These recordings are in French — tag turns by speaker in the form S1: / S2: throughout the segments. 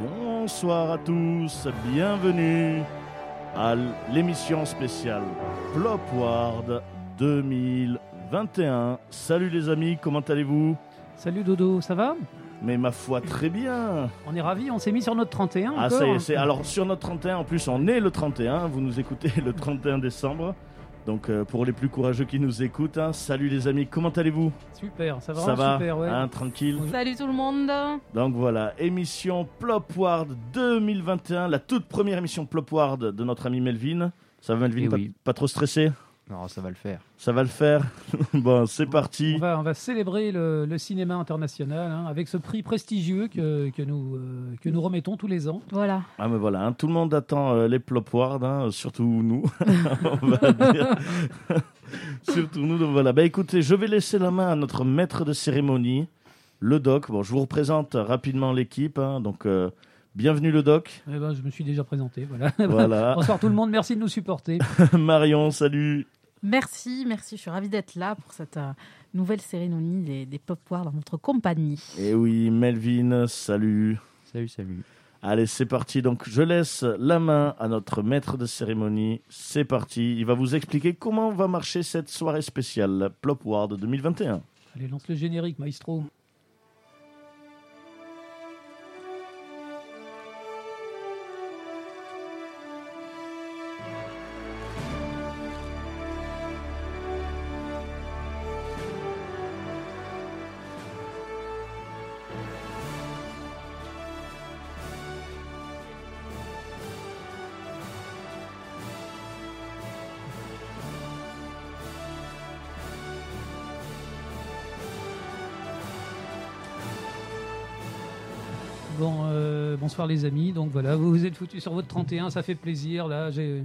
S1: Bonsoir à tous, bienvenue à l'émission spéciale Plopward 2021. Salut les amis, comment allez-vous
S2: Salut Dodo, ça va
S1: Mais ma foi, très bien
S2: On est ravis, on s'est mis sur notre 31
S1: Ah,
S2: encore,
S1: ça y
S2: hein.
S1: est, c'est- alors sur notre 31, en plus on est le 31, vous nous écoutez le 31 décembre. Donc euh, pour les plus courageux qui nous écoutent, hein, salut les amis, comment allez-vous
S2: Super, ça va,
S1: Ça va
S2: super, ouais.
S1: hein, Tranquille
S3: Salut tout le monde
S1: Donc voilà, émission Plopward 2021, la toute première émission Plopward de notre ami Melvin. Ça va Melvin,
S4: Eh
S1: pas,
S4: oui.
S1: pas trop stressé
S4: Non, ça va le faire.
S1: Ça va le faire Bon, c'est
S2: On
S1: parti.
S2: va, on va célébrer le, le cinéma international hein, avec ce prix prestigieux que, que nous, euh, que nous remettons tous les ans.
S3: Voilà.
S1: Ah mais voilà, hein, tout le monde attend euh, les Plopward, hein, surtout nous. On va dire. surtout nous, donc voilà. Bah écoutez, je vais laisser la main à notre maître de cérémonie, le doc. Bon, je vous représente rapidement l'équipe, hein, donc... euh, Bienvenue le doc.
S2: Eh ben, je me suis déjà présenté, voilà.
S1: Voilà.
S2: Bonsoir tout le monde, merci de nous supporter.
S1: Marion, salut.
S3: Merci, merci, je suis ravie d'être là pour cette euh, nouvelle cérémonie des, des Pop Wars dans notre compagnie.
S1: Et Eh oui, Melvin, salut.
S4: Salut, salut.
S1: Allez, c'est parti. Donc, je laisse la main à notre maître de cérémonie. C'est parti. Il va vous expliquer comment va marcher cette soirée spéciale Plop Ward 2021.
S2: Allez, lance le générique, maestro. Bon, euh, bonsoir les amis. Donc voilà, vous vous êtes foutus sur votre 31, ça fait plaisir. Là, j'ai-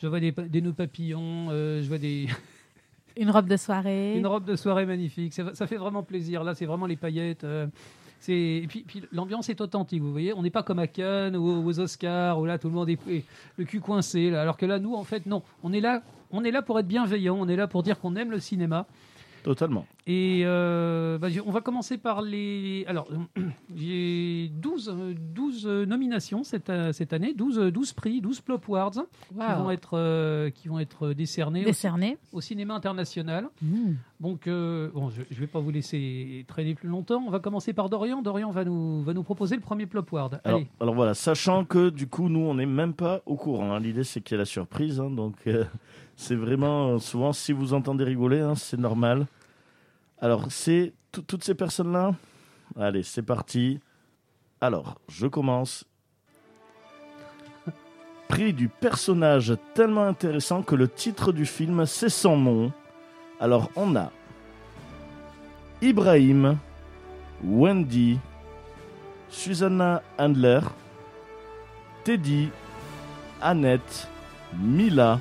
S2: je vois des, pa- des nœuds papillons, euh, je vois des,
S3: Une robe de soirée.
S2: Une robe de soirée magnifique. Ça, ça fait vraiment plaisir. Là, c'est vraiment les paillettes. euh, c'est... Et puis, puis l'ambiance est authentique, vous voyez. On n'est pas comme à Cannes ou aux Oscars où là tout le monde est est le cul coincé. là. Alors que là, nous, en fait, non. On est là, on est là pour être bienveillant. On est là pour dire qu'on aime le cinéma.
S1: Totalement.
S2: Et euh, bah, j'ai- on va commencer par les. Alors, j'ai 12, euh, 12 nominations cette, euh, cette année, 12, euh, 12 prix, 12 Plop Awards qui, vont
S3: Wow.
S2: être, euh, qui vont être décernés au-
S3: Décernée.
S2: au cinéma international.
S1: Hmm.
S3: Mmh.
S2: Donc, euh, bon, je ne vais pas vous laisser traîner plus longtemps. On va commencer par Dorian. Dorian va nous, va nous proposer le premier Plopward.
S1: Alors,
S2: Allez,
S1: alors voilà, sachant que du coup, nous, on n'est même pas au courant. hein. L'idée, c'est qu'il y a la surprise. hein. donc, euh, c'est vraiment euh, souvent, si vous entendez rigoler, hein, c'est normal. Alors, c'est tout- toutes ces personnes-là. Allez, c'est parti. Alors, je commence. Prix du personnage tellement intéressant que le titre du film, c'est son nom. Alors, on a Ibrahim, Wendy, Susanna Handler, Teddy, Annette, Mila,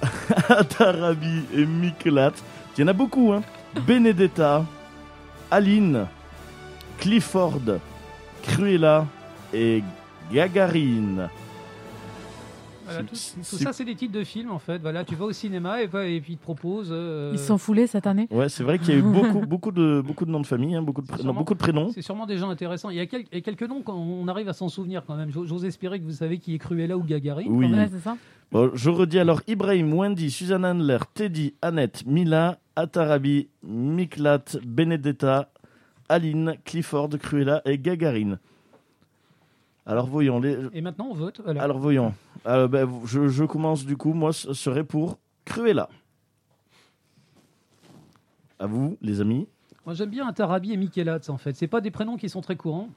S1: Atarabi et Miklat. Il y en a beaucoup, hein. Benedetta, Aline, Clifford, Cruella et Gagarine.
S2: voilà,
S1: c'est-
S2: tout,
S1: c'est-
S2: tout
S1: c'est-
S2: ça, c'est des titres de films, en fait. Voilà, tu vas au cinéma et, va- et puis ils te proposent. euh,
S3: Ils sont foulés cette année
S1: Ouais, c'est vrai qu'il y a eu beaucoup, beaucoup, de, beaucoup de noms de famille, hein, beaucoup, de, pré- non,
S2: Sûrement.
S1: beaucoup de prénoms.
S2: C'est sûrement des gens intéressants. Il y a, quel- il y a quelques noms qu'on arrive à s'en souvenir quand même. J'o- J'ose espérer que vous savez qui est Cruella ou Gagarine.
S1: Oui.
S2: quand même.
S3: Ouais, c'est ça.
S1: Bon, je redis alors Ibrahim, Wendy, Suzanne Handler, Teddy, Annette, Mila, Atarabi, Miklat, Benedetta, Aline, Clifford, Cruella et Gagarine. Alors voyons. Les...
S2: Et maintenant, on vote. Voilà.
S1: Alors voyons. Euh, ben, je, je commence du coup. Moi, ce serait pour Cruella. À vous, les amis.
S2: Moi, j'aime bien Atarabi et Mikelatz, en fait. C'est pas des prénoms qui sont très courants.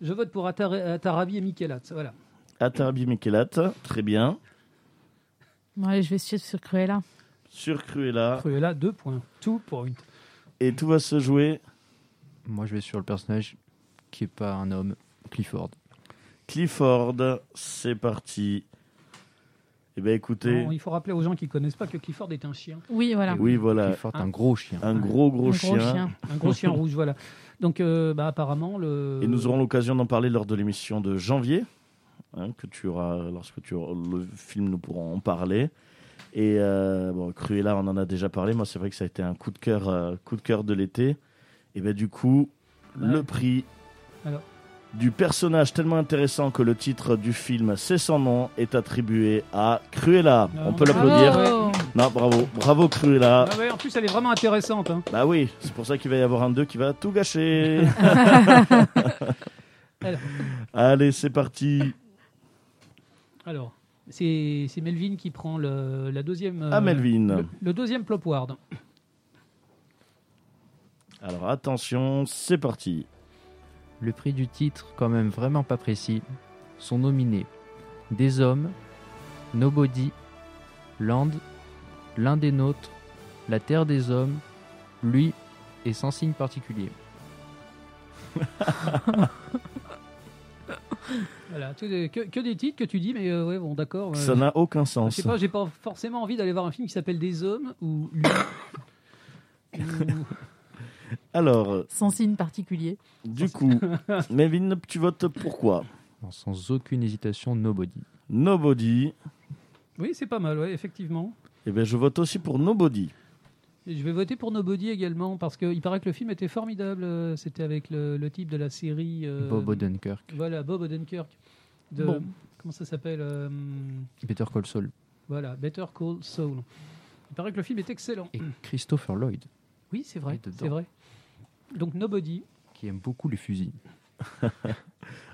S2: Je vote pour Atar- Atarabi et Mikelatz. Voilà.
S1: Atarabi, Miklat, très bien.
S3: Bon, allez, je vais suivre sur Cruella.
S1: Sur Cruella.
S2: Cruella, deux points. Two points.
S1: Et tout va se jouer
S4: Moi, je vais sur le personnage qui est pas un homme, Clifford.
S1: Clifford, c'est parti. Eh bien, écoutez,
S2: Non, il faut rappeler aux gens qui connaissent pas que Clifford est un chien,
S3: Ah Oui, voilà.
S1: oui, voilà,
S4: Clifford,
S2: Un-
S4: un gros chien.
S1: un gros, gros,
S3: Un
S1: chien.
S2: un gros chien rouge, voilà. Donc, euh, bah, apparemment, le.
S1: Et nous aurons l'occasion d'en parler lors de l'émission de janvier, hein, que tu auras, lorsque tu auras le film, nous pourrons en parler. Et euh, bon, Cruella, on en a déjà parlé. Moi, c'est vrai que ça a été un coup de cœur, euh, coup de cœur de l'été. Et ben du coup,
S2: Ouais.
S1: le prix
S2: Alors.
S1: du personnage tellement intéressant que le titre du film, c'est son nom, est attribué à Cruella.
S2: Non,
S1: on peut
S2: bravo.
S1: l'applaudir.
S3: Bravo.
S1: Non, bravo, bravo Cruella.
S2: Ah ouais, en plus, elle est vraiment intéressante. hein.
S1: Bah oui, c'est pour ça qu'il va y avoir un 2 qui va tout gâcher.
S2: Alors.
S1: Allez, c'est parti.
S2: Alors, c'est c'est Melvin qui prend le, la deuxième. euh,
S1: À Ah, Melvin.
S2: Le, le deuxième plopward.
S1: Alors attention, c'est parti.
S4: Le prix du titre, quand même vraiment pas précis, sont nominés Des Hommes, Nobody, Land, L'un des nôtres, La Terre des Hommes, Lui et Sans signe particulier.
S2: Voilà, tout des- que, que des titres que tu dis, mais euh, ouais, bon, d'accord. euh,
S1: Ça n'a aucun
S2: je
S1: sens.
S2: sais pas, j'ai pas forcément envie d'aller voir un film qui s'appelle Des hommes ou lui. Ou-
S1: Alors,
S3: Sans signe particulier.
S1: du coup, Melvin, tu votes pourquoi
S4: Alors, sans aucune hésitation, Nobody.
S1: Nobody.
S2: Oui, c'est pas mal, ouais, effectivement.
S1: Eh bien, je vote aussi pour Nobody.
S2: Et je vais voter pour Nobody également, parce qu'il paraît que le film était formidable. euh, C'était avec le, le type de la série. euh,
S4: Bob Odenkirk,
S2: Voilà, Bob Odenkirk. De,
S3: Bon.
S2: Comment ça s'appelle euh,
S4: Peter Call Saul
S2: Voilà, Better Call Saul. Il paraît que le film est excellent.
S4: et Christopher Lloyd,
S2: Oui, c'est vrai,
S4: Et dedans.
S2: c'est vrai. Donc Nobody.
S4: qui aime beaucoup les fusils.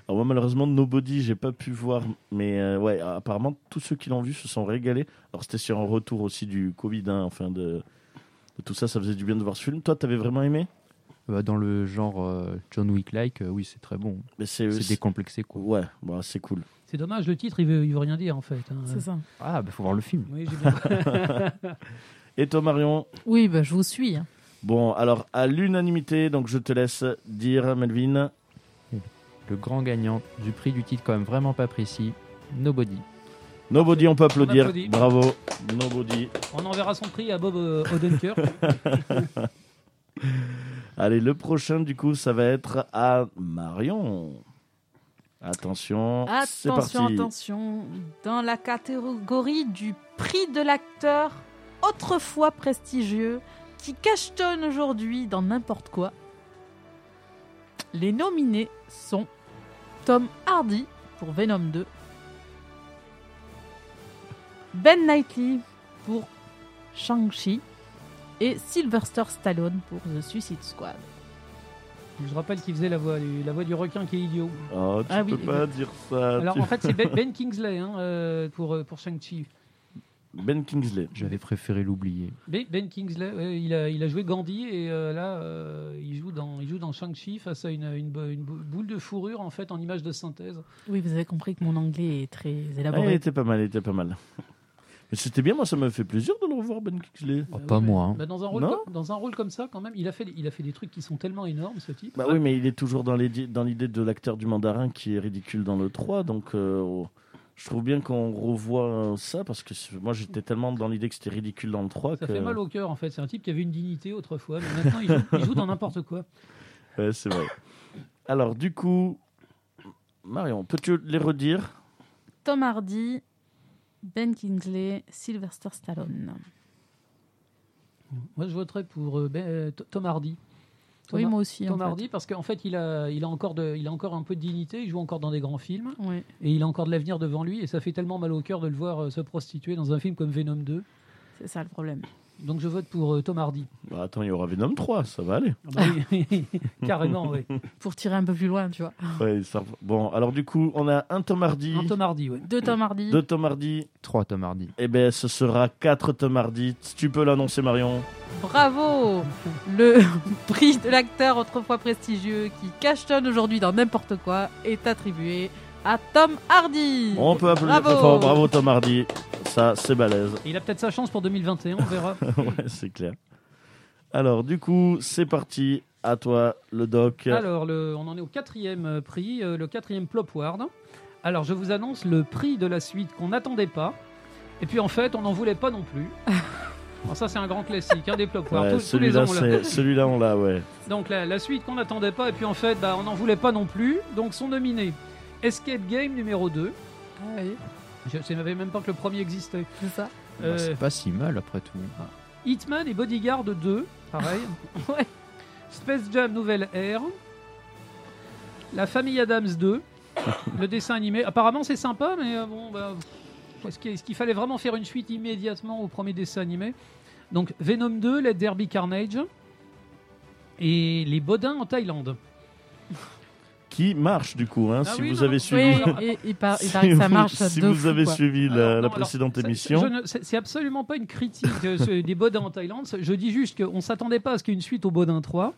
S1: Alors moi, malheureusement, Nobody, j'ai pas pu voir. Mais euh, ouais, apparemment, tous ceux qui l'ont vu se sont régalés. Alors, c'était sur un retour aussi du Covid, hein, enfin de, de tout ça. Ça faisait du bien de voir ce film. Toi, t'avais vraiment aimé
S4: Bah, dans le genre euh, John Wick-like, euh, oui, c'est très bon.
S1: Mais Ben, c'est.
S4: C'est
S1: c'est-
S4: décomplexé, quoi.
S1: Ouais, bah, c'est cool.
S2: C'est dommage, le titre, il veut, il veut rien dire en fait. hein.
S3: C'est ça.
S4: Ah, bah, faut voir le film.
S2: Oui, j'ai bien-
S1: Et toi, Marion
S3: Oui, bah, je vous suis. hein.
S1: Bon, alors, à l'unanimité, donc je te laisse dire, Melvin.
S4: Le grand gagnant du prix du titre, quand même vraiment pas précis, Nobody.
S1: Nobody, on peut applaudir.
S2: On applaudit.
S1: Bravo. Nobody.
S2: On enverra son prix à Bob euh, Odenkirk.
S1: Allez, le prochain, du coup, ça va être à Marion. Attention. c'est
S3: Attention,
S1: parti.
S3: attention. Dans la catégorie du prix de l'acteur, autrefois prestigieux, qui cachetonne aujourd'hui dans n'importe quoi, les nominés sont Tom Hardy pour Venom 2, Ben Knightley pour Shang-Chi et Sylvester Stallone pour The Suicide Squad.
S2: Je rappelle qu'il faisait la voix, du, la voix du requin qui est idiot.
S1: Oh, tu
S3: Ah oui,
S1: peux pas dire
S4: Ah,
S1: ça.
S2: Alors
S1: tu-
S2: en fait, c'est Ben, Ben Kingsley hein, euh, pour, euh, pour Shang-Chi.
S1: Ben Kingsley.
S4: J'avais préféré l'oublier.
S2: Ben, Ben Kingsley, ouais, il, a, il a joué Gandhi et euh, là, euh, il joue dans, il joue dans Shang-Chi face à une, une, bo- une bou- boule de fourrure en fait en image de synthèse.
S3: Oui, vous avez compris que mon anglais est très
S1: Ah, il
S3: élaboré.
S1: était pas mal, il était pas mal. Mais c'était bien, moi, ça me fait plaisir de le revoir, Ben Kingsley.
S4: Oh,
S2: Bah
S4: pas
S2: oui,
S4: moi, hein.
S2: bah, dans, un rôle
S1: Non
S2: comme, dans un rôle comme ça, quand même, il a fait, il a fait des trucs qui sont tellement énormes, ce type.
S1: Bah oui, mais il est toujours dans l'idée dans l'idée de l'acteur du mandarin qui est ridicule dans le 3, donc euh, oh, je trouve bien qu'on revoit euh, ça, parce que c'est- moi j'étais tellement dans l'idée que c'était ridicule dans le 3
S2: Ça
S1: que...
S2: fait mal au cœur en fait. C'est un type qui avait une dignité autrefois, mais maintenant il joue, il joue dans n'importe quoi.
S1: Ouais, c'est vrai. Alors, du coup, Marion, peux-tu les redire
S3: Tom Hardy, Ben Kingsley, Sylvester Stallone.
S2: Moi je voterais pour euh, ben, euh, T- Tom Hardy. Tom,
S3: oui,
S2: Har-
S3: moi aussi.
S2: Tom
S3: en fait.
S2: Hardy parce qu'en fait il a, il, a encore de, il a encore un peu de dignité, il joue encore dans des grands films
S3: Oui.
S2: et il a encore de l'avenir devant lui et ça fait tellement mal au cœur de le voir euh, se prostituer dans un film comme Venom 2.
S3: C'est ça le problème.
S2: Donc je vote pour euh, Tom Hardy.
S1: Bah, Attends, il y aura Venom 3, ça va aller.
S2: Ah bah oui, Carrément, oui.
S3: Pour tirer un peu plus loin, tu vois.
S1: Ouais, ça- Bon, alors du coup, on a un Tom Hardy,
S2: Un Tom Hardy, ouais.
S3: Deux Tom Hardy.
S1: deux Tom Hardy,
S4: 3 Tom Hardy.
S1: et ben ce sera quatre Tom Hardy. Tu peux l'annoncer, Marion
S3: Bravo Le prix de l'acteur autrefois prestigieux qui cachetonne aujourd'hui dans n'importe quoi est attribué à Tom Hardy.
S1: On peut applaudir
S3: Bravo.
S1: très fort. Bravo Tom Hardy. Ça, c'est balèze.
S2: Et il a peut-être sa chance pour 2021, on verra.
S1: ouais, c'est clair. Alors, du coup, c'est parti. À toi, le doc.
S2: Alors, Ah, le- on en est au quatrième euh, prix, euh, le quatrième Plopward. Alors, je vous annonce le prix de la suite qu'on n'attendait pas. Et puis, en fait, on n'en voulait pas non plus. Alors, ça, c'est un grand classique, un des Plopward.
S1: Ouais,
S2: Tous- tous, les
S1: celui-là,
S2: ans, on l'a.
S1: c'est- celui-là, on l'a, ouais.
S2: Donc, la, la suite qu'on n'attendait pas, et puis en fait, bah, on n'en voulait pas non plus. Donc, sont nominés Escape Game numéro 2.
S3: Ah oui,
S2: Je ne savais même pas que le premier existait.
S3: c'est ça.
S4: Bah,
S2: Euh, Bah,
S4: C'est pas si mal après tout.
S2: Hitman et Bodyguard 2, pareil.
S3: Ouais.
S2: Space Jam Nouvelle Ère. La Famille Adams 2. le dessin animé. Apparemment, c'est sympa, mais euh, bon, bah, est-ce qu'il est-ce qu'il fallait vraiment faire une suite immédiatement au premier dessin animé Donc, Venom 2, Let Derby Carnage. Et les Bodins en Thaïlande.
S1: Qui marche, du coup, hein,
S2: Ah
S1: si
S2: oui,
S1: vous
S2: non,
S1: avez
S2: non.
S1: suivi.
S3: Oui, et, il, par- Ah, il
S1: si
S3: paraît que ça
S1: vous-
S3: marche.
S1: si
S3: de
S1: vous
S3: fou,
S1: avez
S3: quoi.
S1: suivi la,
S2: Alors,
S1: la
S2: non, alors,
S1: précédente
S2: ça-
S1: émission,
S2: je ne- C'est c'est absolument pas une critique euh, ce- des Bodins en Thaïlande. Je dis juste qu'on s'attendait pas à ce qu'il y ait une suite au Bodin 3.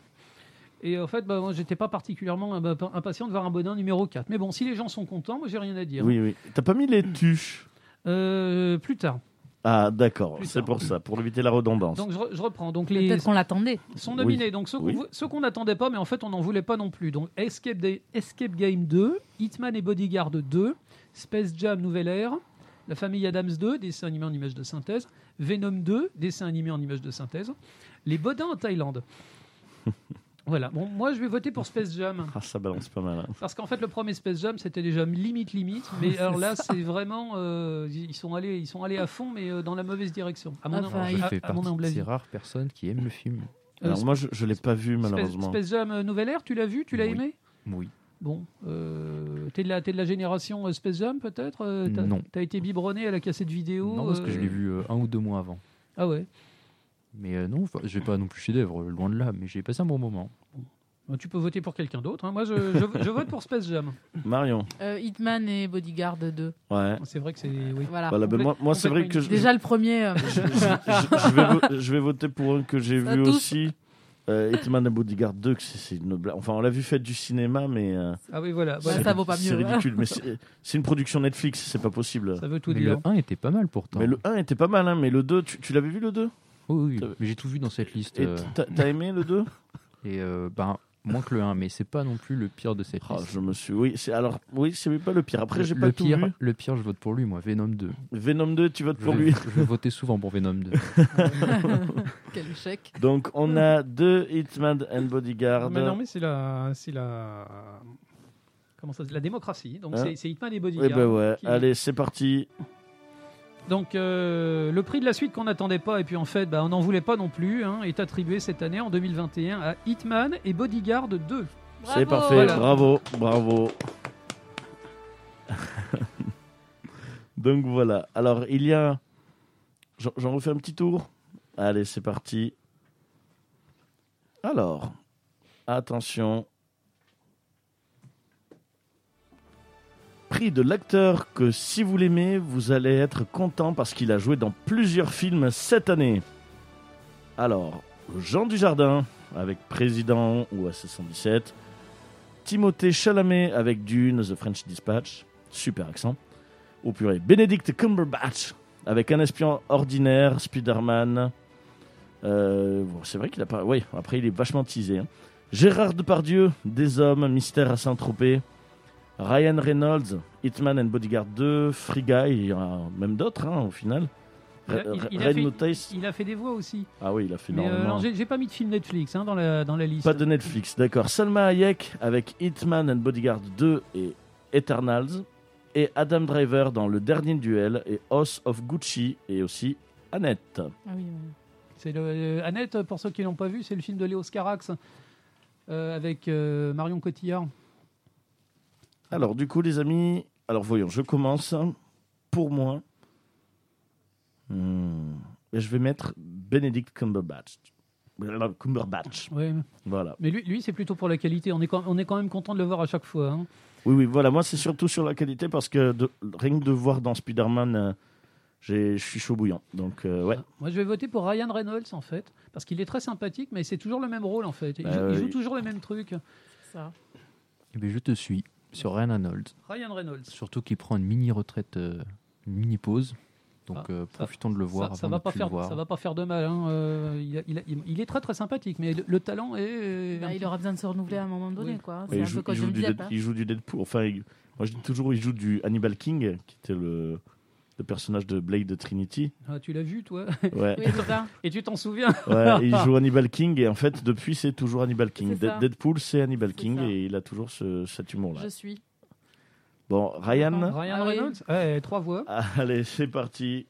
S2: Et en fait, bah, moi, j'étais pas particulièrement euh, bah, impatient de voir un Bodin numéro 4. Mais bon, si les gens sont contents, moi, j'ai rien à dire.
S1: oui, oui. T'as pas mis les tuches
S2: Euh, plus tard.
S1: Ah, d'accord,
S2: Plus
S1: c'est
S2: tard.
S1: pour ça, pour éviter la redondance.
S2: Donc, je, re- je reprends. Donc,
S3: Mais
S2: les
S3: Peut-être qu'on l'attendait.
S2: sont nominés. Donc, ceux qu'on
S1: Oui.
S2: vou- ceux qu'on n'attendait pas, mais en fait, on n'en voulait pas non plus. Donc, Escape, Day- Escape Game 2, Hitman et Bodyguard 2, Space Jam Nouvelle Ère, La Famille Adams 2, dessin animé en image de synthèse, Venom 2, dessin animé en image de synthèse, Les Bodins en Thaïlande. voilà. Bon, moi, je vais voter pour Space Jam.
S1: Ah, ça balance pas mal. hein.
S2: Parce qu'en fait, le premier Space Jam, c'était déjà limite, limite. Mais alors là, c'est vraiment. euh, ils, sont allés, ils sont allés à fond, mais euh, dans la mauvaise direction. À mon,
S3: Enfin,
S2: à-
S3: il-
S4: je
S2: à-
S4: fais
S2: à mon
S4: bah, partie
S2: humble
S4: de
S2: avis.
S4: ces rares personnes qui aiment le film.
S2: Euh,
S1: Alors, moi, je, je l'ai pas vu, malheureusement.
S2: Space, Space Jam euh, Nouvelle Ère, tu l'as vu, tu l'as
S4: Oui.
S2: aimé
S4: Oui.
S2: Bon, euh, t'es de, la- t'es de la génération euh, Space Jam peut-être Euh, t'as-
S4: Non.
S2: T'as été biberonné à la cassette vidéo
S4: non, parce que
S2: euh,
S4: je l'ai vu euh, un ou deux mois avant.
S2: Ah ouais
S4: Mais euh, non, enfin, j'ai pas non plus chef-d'œuvre, loin de là, mais j'ai passé un bon moment.
S2: Bon, Bah, Tu peux voter pour quelqu'un d'autre. hein. Moi, je, je- je vote pour Space Jam.
S1: Marion,
S3: Euh, Hitman et Bodyguard 2.
S1: ouais.
S2: C'est vrai que c'est. oui.
S3: Voilà.
S1: Voilà, ben, moi, moi c'est vrai que je,
S3: Déjà le premier. euh,
S1: je, je- je vais, vo- je vais voter pour un que j'ai
S3: Ça
S1: vu
S3: tousse.
S1: aussi. Euh, Hitman et Bodyguard 2, que c'est c'est une blague. Enfin, on l'a vu faite du cinéma, mais. euh,
S2: Ah oui, voilà. voilà.
S1: c'est-
S3: ça vaut pas
S1: C'est
S3: mieux, ouais.
S1: ridicule, mais c'est c'est une production Netflix, c'est pas possible.
S2: Ça veut tout
S4: Mais le
S2: dire.
S4: 1 était pas mal pourtant.
S1: Mais le 1 était pas mal, hein, mais le 2, tu, tu l'avais vu le 2
S4: Oui, oui,
S1: Ça-
S4: mais j'ai tout vu dans cette liste.
S1: Et
S4: euh,
S1: t'as- T'as aimé le 2
S4: et euh, ben, moins que le 1, mais c'est pas non plus le pire de cette
S1: Ah,
S4: liste.
S1: Je me suis. Oui, c'est alors oui, c'est pas le pire. Après, j'ai
S4: le,
S1: pas
S4: le
S1: tout
S4: pire,
S1: vu.
S4: le pire, je vote pour lui, moi, Venom 2.
S1: Venom 2, tu votes pour
S4: je,
S1: lui.
S4: je votais souvent pour Venom 2.
S3: Quel échec.
S1: Donc on a deux Hitman and Bodyguard.
S2: Mais non, mais c'est la. C'est la. Comment ça se dit La démocratie. Donc,
S1: Hein
S2: c'est- c'est Hitman et Bodyguard.
S1: Eh
S4: bah
S1: ben ouais,
S2: qui-
S1: allez, c'est parti.
S2: Donc euh, le prix de la suite qu'on n'attendait pas et puis en fait bah, on n'en voulait pas non plus hein, est attribué cette année en 2021 à Hitman et Bodyguard 2.
S1: C'est
S3: Bravo.
S1: parfait,
S2: Voilà.
S1: bravo, bravo. Donc voilà, alors il y a... J'en j'en refais un petit tour Allez, c'est parti. Alors, attention. Prix de l'acteur que si vous l'aimez, vous allez être content parce qu'il a joué dans plusieurs films cette année. Alors, Jean Dujardin avec Président ou à 717. Timothée Chalamet avec Dune, The French Dispatch, super accent. Au purée, Benedict Cumberbatch avec Un espion ordinaire, Spider-Man. Euh, bon, c'est vrai qu'il a pas. Oui, après il est vachement teasé. hein. Gérard Depardieu, Des Hommes, Mystère à Saint-Tropez. Ryan Reynolds, Hitman and Bodyguard 2, Free Guy, il y en a même d'autres hein, au final.
S2: Il a-
S1: Re-
S2: il-
S1: Re-
S2: il a
S1: Euh, Red
S2: fait-
S1: Notice.
S2: Il a fait des voix aussi.
S1: Ah oui, il a fait
S2: Mais euh,
S1: énormément.
S2: alors, j'ai j'ai pas mis de film Netflix hein, dans, la, dans la liste.
S1: Pas de Netflix, d'accord. Salma Hayek avec Hitman and Bodyguard 2 et Eternals. Et Adam Driver dans Le Dernier Duel et House of Gucci et aussi Annette.
S3: Ah oui, ouais.
S2: C'est le- euh, Annette, pour ceux qui l'ont pas vu, c'est le film de Léo Scarax euh, avec euh, Marion Cotillard.
S1: Alors, du coup, les amis, alors voyons, je commence. Pour moi, hmm, je vais mettre Benedict Cumberbatch. Cumberbatch,
S2: Ouais,
S1: voilà.
S2: mais lui, lui c'est plutôt pour la qualité. On est, quand, on est quand même content de le voir à chaque fois. hein.
S1: Oui, oui, voilà, moi c'est surtout sur la qualité parce que de- rien que de voir dans Spider-Man, euh, j'ai- je suis chaud bouillant. Donc, euh, ouais.
S2: Moi, je vais voter pour Ryan Reynolds en fait, parce qu'il est très sympathique, mais c'est toujours le même rôle en fait. Il,
S1: Bah,
S2: joue, il
S1: oui.
S2: joue toujours les mêmes trucs.
S3: Ça.
S4: Eh ben, je te suis sur Ryan Reynolds.
S2: Ryan Reynolds.
S4: Surtout qu'il prend une mini retraite, euh, une mini pause. Donc
S2: Ah,
S4: euh,
S2: ça-
S4: profitons de le voir
S2: ça, ça
S4: avant
S2: va
S4: de
S2: pas
S4: plus
S2: faire,
S4: le voir.
S2: ça va pas faire de mal. hein, euh, il, a- il a- il est très très sympathique, mais le, le talent est.
S3: Bah, il aura besoin de se renouveler à un moment donné,
S2: Oui.
S3: quoi.
S1: Ouais,
S3: C'est
S1: il,
S3: un peu
S1: joue,
S3: comme
S1: il joue du
S3: Johnny
S1: Dead-
S3: Depp. hein.
S1: il joue du Deadpool. Enfin, il- moi je dis toujours, il joue du Hannibal King, qui était le, le personnage de Blade de Trinity.
S2: Ah, tu l'as vu, toi
S1: Ouais.
S3: Oui, c'est ça.
S2: Et tu t'en souviens
S1: Ouais, et il joue Hannibal King et en fait depuis c'est toujours Hannibal King.
S3: C'est ça.
S1: Dead- Deadpool c'est Hannibal
S3: C'est
S1: King
S3: ça.
S1: et il a toujours ce, cet humour là.
S3: Je suis.
S1: Bon Ryan,
S2: Ryan
S3: Ah oui.
S2: Reynolds Ouais, Trois voix.
S1: allez c'est parti.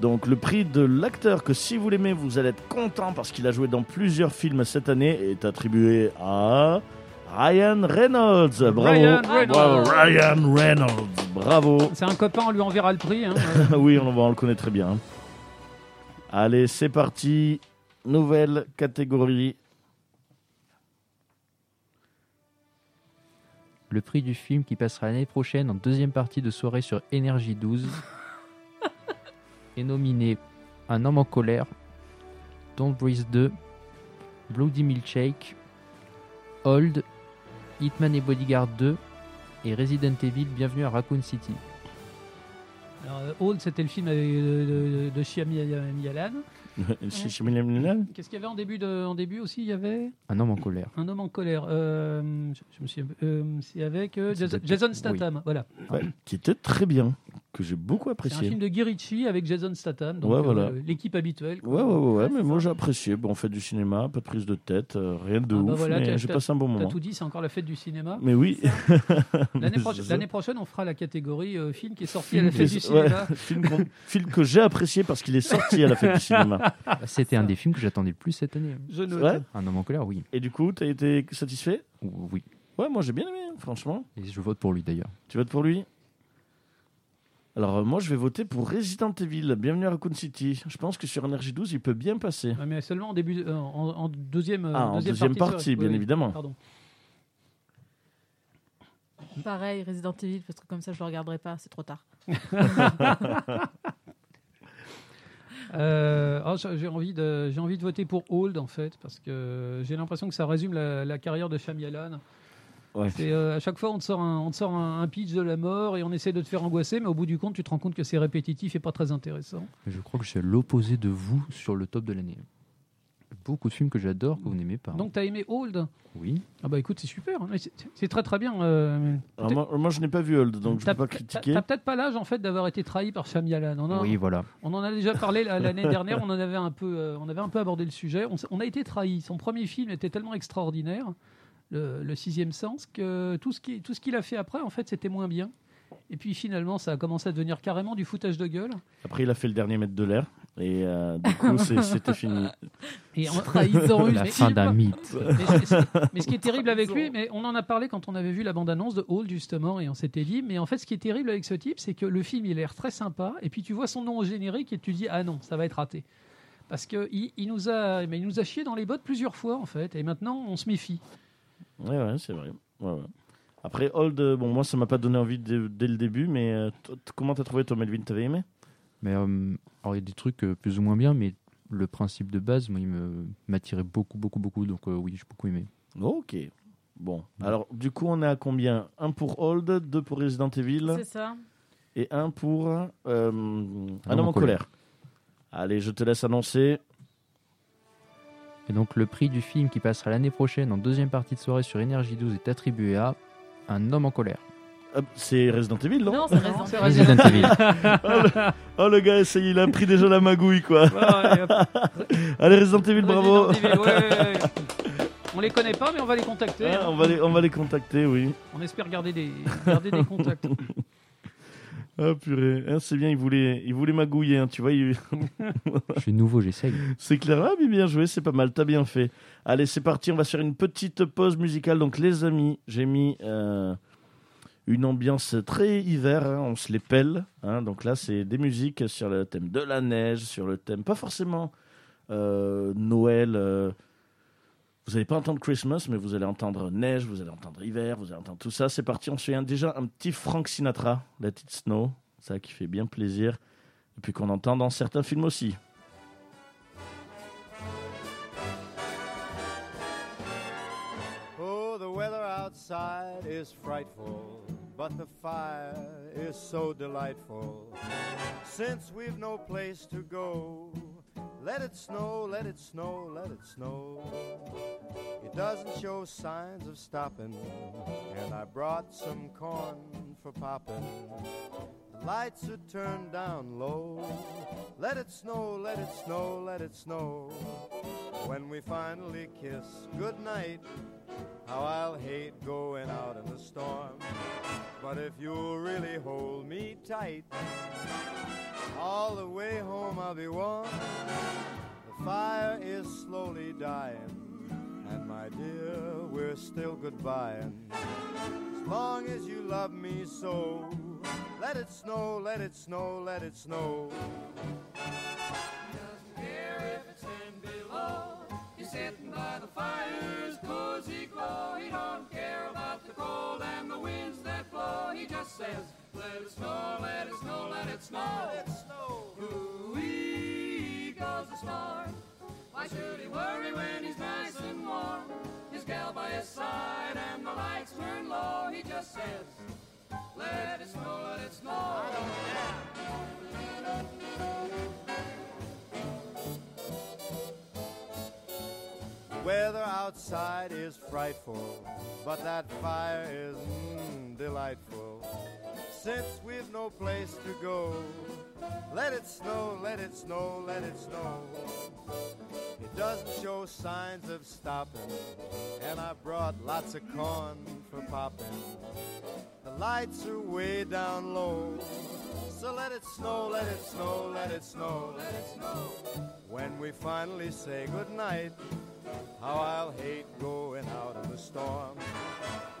S1: Donc le prix de l'acteur que si vous l'aimez vous allez être content parce qu'il a joué dans plusieurs films cette année est attribué à Ryan Reynolds. Ah, Bravo.
S2: Ryan Reynolds.
S1: Bravo Ryan Reynolds. Bravo.
S2: C'est un copain, on lui enverra le prix. hein.
S1: Ah oui, on, le voit, on le connaît très bien. hein. Allez, c'est parti. Nouvelle catégorie.
S4: Le prix du film qui passera l'année prochaine en deuxième partie de soirée sur Énergie 12 est nominé Un homme en colère, Don't Breathe 2, Bloody Milkshake, Old, Hitman et Bodyguard 2 et Resident Evil Bienvenue à Raccoon City.
S2: Alors, euh, Old, c'était le film avec- de, de, de Shyam Yalan.
S1: C'est chez Milan Milan
S2: Qu'est-ce qu'il y avait en début, de- en début aussi Il y avait
S4: Un homme en colère.
S2: Un homme en colère. Euh, je, je me suis. euh, c'est avec euh,
S4: C'est
S2: Jason,
S4: de-
S2: Jason
S4: oui.
S2: Statham. Voilà.
S1: Ouais, qui était très bien, que j'ai beaucoup
S2: C'est un
S1: apprécié.
S2: film de Guy Ritchie avec Jason Statham. Donc,
S1: Ouais,
S2: euh,
S1: voilà.
S2: L'équipe habituelle.
S1: Ouais,
S2: quoi.
S1: ouais, ouais, ouais,
S3: Ouais,
S1: mais
S3: c'est
S1: moi
S3: ça.
S1: j'ai apprécié. Bon, on fait du cinéma, pas de prise de tête, euh, rien de
S2: Ah bah
S1: ouf,
S2: voilà, t'as-
S1: mais j'ai
S2: t'as-
S1: passé un bon
S2: T'as
S1: moment.
S2: tout dit, c'est encore la fête du cinéma.
S1: Mais oui.
S2: L'année,
S1: Mais
S2: proche-
S1: c'est ça.
S2: l'année prochaine, on fera la catégorie euh, film qui est sorti à
S1: Film
S2: la
S1: qui
S2: fête
S1: est-
S2: du
S1: ouais,
S2: cinéma.
S1: film, qu'on- film que j'ai apprécié parce qu'il est sorti à la fête du cinéma.
S4: C'était un des films que j'attendais le plus cette année.
S2: Je note.
S1: Ouais.
S4: Un homme en colère, oui.
S1: Et du coup, t'as été satisfait
S4: Ou- Oui.
S1: Ouais, moi j'ai bien aimé, hein, franchement.
S4: Et je vote pour lui d'ailleurs.
S1: Tu votes pour lui Alors euh, moi je vais voter pour Resident Evil, bienvenue à Raccoon City. Je pense que sur NRJ12 il peut bien passer.
S2: Ouais, mais seulement en, début, euh, en, en deuxième, euh,
S1: Ah, en deuxième partie,
S2: sur-
S1: bien
S2: oui, oui.
S1: évidemment.
S2: Pardon.
S3: Pareil, Resident Evil, parce que comme ça, je le regarderai pas, c'est trop tard.
S2: Euh, ah, j'ai j'ai envie de, j'ai envie de voter pour Old en fait parce que j'ai l'impression que ça résume la, la carrière de Shyamalan.
S1: Ouais.
S2: C'est euh, à chaque fois on te sort un, on te sort un, un pitch de la mort et on essaie de te faire angoisser, mais au bout du compte tu te rends compte que c'est répétitif et pas très intéressant.
S4: Mais Je crois que je suis à l'opposé de vous sur le top de l'année. Beaucoup de films que j'adore que vous n'aimez pas. hein.
S2: Donc t'as aimé Old
S4: oui.
S2: Ah bah écoute c'est super, hein, mais c'est- c'est très très bien. euh,
S1: Alors, moi, moi, je n'ai pas vu Old donc je
S2: T'as
S1: peux pas
S2: t'as-
S1: critiquer.
S2: t'as peut-être pas l'âge en fait d'avoir été trahi par Shyamalan. hein. On, en-
S4: Oui, voilà.
S2: on en a déjà parlé la- l'année dernière, on en avait un peu, euh, on avait un peu abordé le sujet. On, s- on a été trahi. Son premier film était tellement extraordinaire, le, le sixième sens, que tout ce qui, tout ce qu'il a fait après en fait c'était moins bien. Et puis finalement ça a commencé à devenir carrément du foutage de gueule.
S1: Après il a fait le dernier mètre de l'air et euh, du coup c'est- c'était fini.
S2: Et en-
S3: Trahison
S4: La
S2: mais-
S4: fin d'un mythe.
S2: Mais, c'est- c'est- mais ce qui est terrible avec lui, mais on en a parlé quand on avait vu la bande-annonce de Hall justement, et on s'était dit, mais en fait, ce qui est terrible avec ce type, c'est que le film, il a l'air très sympa, et puis tu vois son nom au générique et tu dis, ah non, ça va être raté. Parce que il, il nous a, mais il nous a chié dans les bottes plusieurs fois en fait, et maintenant on se méfie.
S1: Ouais ouais c'est vrai. Ouais, ouais. Après Old, euh, bon moi ça m'a pas donné envie dès, dès le début, mais euh, t- t- comment t'as trouvé Tom Elvin T'avais aimé
S4: Mais euh, alors, il y a des trucs euh, plus ou moins bien, mais le principe de base, moi, il me- m'attirait beaucoup, beaucoup, beaucoup. Donc euh, oui, j'ai beaucoup aimé.
S1: Ok. Bon, alors du coup on est à combien Un pour Old, deux pour Resident Evil.
S3: C'est ça.
S1: et un pour euh, un homme
S4: homme
S1: en
S4: en
S1: colère. Allez, je te laisse annoncer.
S4: Et donc le prix du film qui passera l'année prochaine en deuxième partie de soirée sur Énergie 12 est attribué à Un homme en colère.
S1: Hop, c'est Resident Evil, non,
S3: Non, c'est raison.
S2: c'est
S4: Resident Evil.
S1: oh, le, oh, le gars, ça y est, il a pris déjà la magouille, quoi. Allez, Resident Evil, bravo.
S2: On les connaît pas, mais on va les contacter.
S1: Ah, on, va les, on va les contacter, oui.
S2: On espère garder des, garder des contacts.
S1: Ah purée, Hein, c'est bien, il voulait, il voulait magouiller, hein, tu vois. il-
S4: Je suis nouveau, j'essaye.
S1: C'est clair, ah, mais bien joué, c'est pas mal, t'as bien fait. Allez, c'est parti, on va se faire une petite pause musicale. Donc, les amis, j'ai mis euh, une ambiance très hiver, hein, on se les pèle. hein. donc là, c'est des musiques sur le thème de la neige, sur le thème, pas forcément euh, Noël. euh, vous n'allez pas entendre Christmas, mais vous allez entendre neige, vous allez entendre hiver, vous allez entendre tout ça. C'est parti, on se fait un- déjà un petit Frank Sinatra, Let It Snow, ça qui fait bien plaisir. Et puis qu'on entend dans certains films aussi.
S5: Oh, the weather outside is frightful, but the fire is so delightful. Since we've no place to go, let it snow, let it snow, let it snow. It doesn't show signs of stopping, and I brought some corn for popping. The lights are turned down low. Let it snow, let it snow, let it snow. When we finally kiss goodnight, how I'll hate going out in the storm. But if you'll really hold me tight, all the way home I'll be warm. The fire is slowly dying, and my dear, we're still goodbying. As long as you love me so, let it snow, let it snow, let it snow. Weather outside is frightful, but that fire is mm, delightful. Since we've no place to go, let it snow, let it snow, let it snow. It doesn't show signs of stopping, and I brought lots of corn for popping. The lights are way down low, so let it snow, let it snow, let it snow, let it snow. When we finally say goodnight, how I'll hate going out in the storm.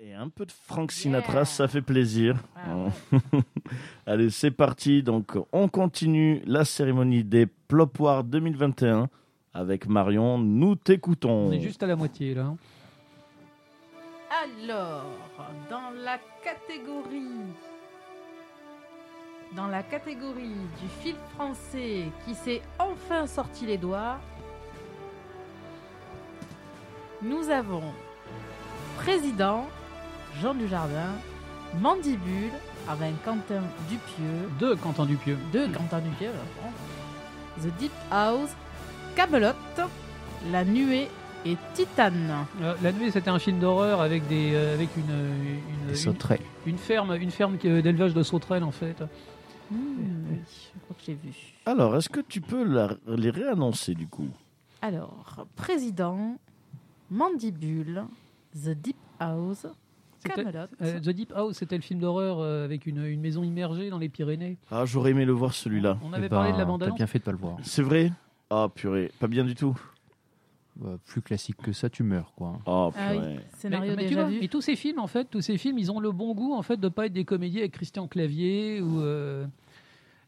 S1: Et un peu de Frank Sinatra,
S3: Yeah.
S1: ça fait plaisir.
S3: Ah
S1: Allez, c'est parti. Donc, on continue la cérémonie des Plopoirs 2021 avec Marion. Nous t'écoutons.
S2: On est juste à la moitié là. hein.
S3: Alors, dans la catégorie dans la catégorie du film français qui s'est enfin sorti les doigts, nous avons Président Jean Dujardin, Mandibule avec Quentin Dupieux,
S2: Deux Quentin Dupieux.
S3: de Quentin Dupieux, pardon, The Deep House, Camelot, La Nuée et Titane.
S2: Euh, la nuit, c'était un film d'horreur avec des euh, avec une une,
S4: Les
S2: une,
S4: sauterelles.
S2: une ferme une ferme qui- euh, d'élevage de sauterelles en fait.
S3: Hmm, oui, je crois que j'ai vu.
S1: Alors, est-ce que tu peux la- les réannoncer du coup
S3: Alors, président, mandibule, The Deep House,
S2: C'était-
S3: Camelot.
S2: Euh, The Deep House, c'était le film d'horreur euh, avec une, une maison immergée dans les Pyrénées.
S1: Ah, j'aurais aimé le voir celui-là.
S2: On avait
S4: Eh
S2: parlé
S4: ben,
S2: de la bande
S4: T'as bien fait de pas le voir.
S1: C'est vrai Ah, purée. Pas bien du tout.
S4: Bah, plus classique que ça, tu meurs, quoi.
S1: Ah,
S3: Ah oui.
S1: purée.
S3: Scénario
S2: Mais- mais tu
S3: déjà
S2: vois,
S3: vu.
S2: Et tous ces films, en fait, tous ces films, ils ont le bon goût, en fait, de pas être des comédies avec Christian Clavier ou. euh,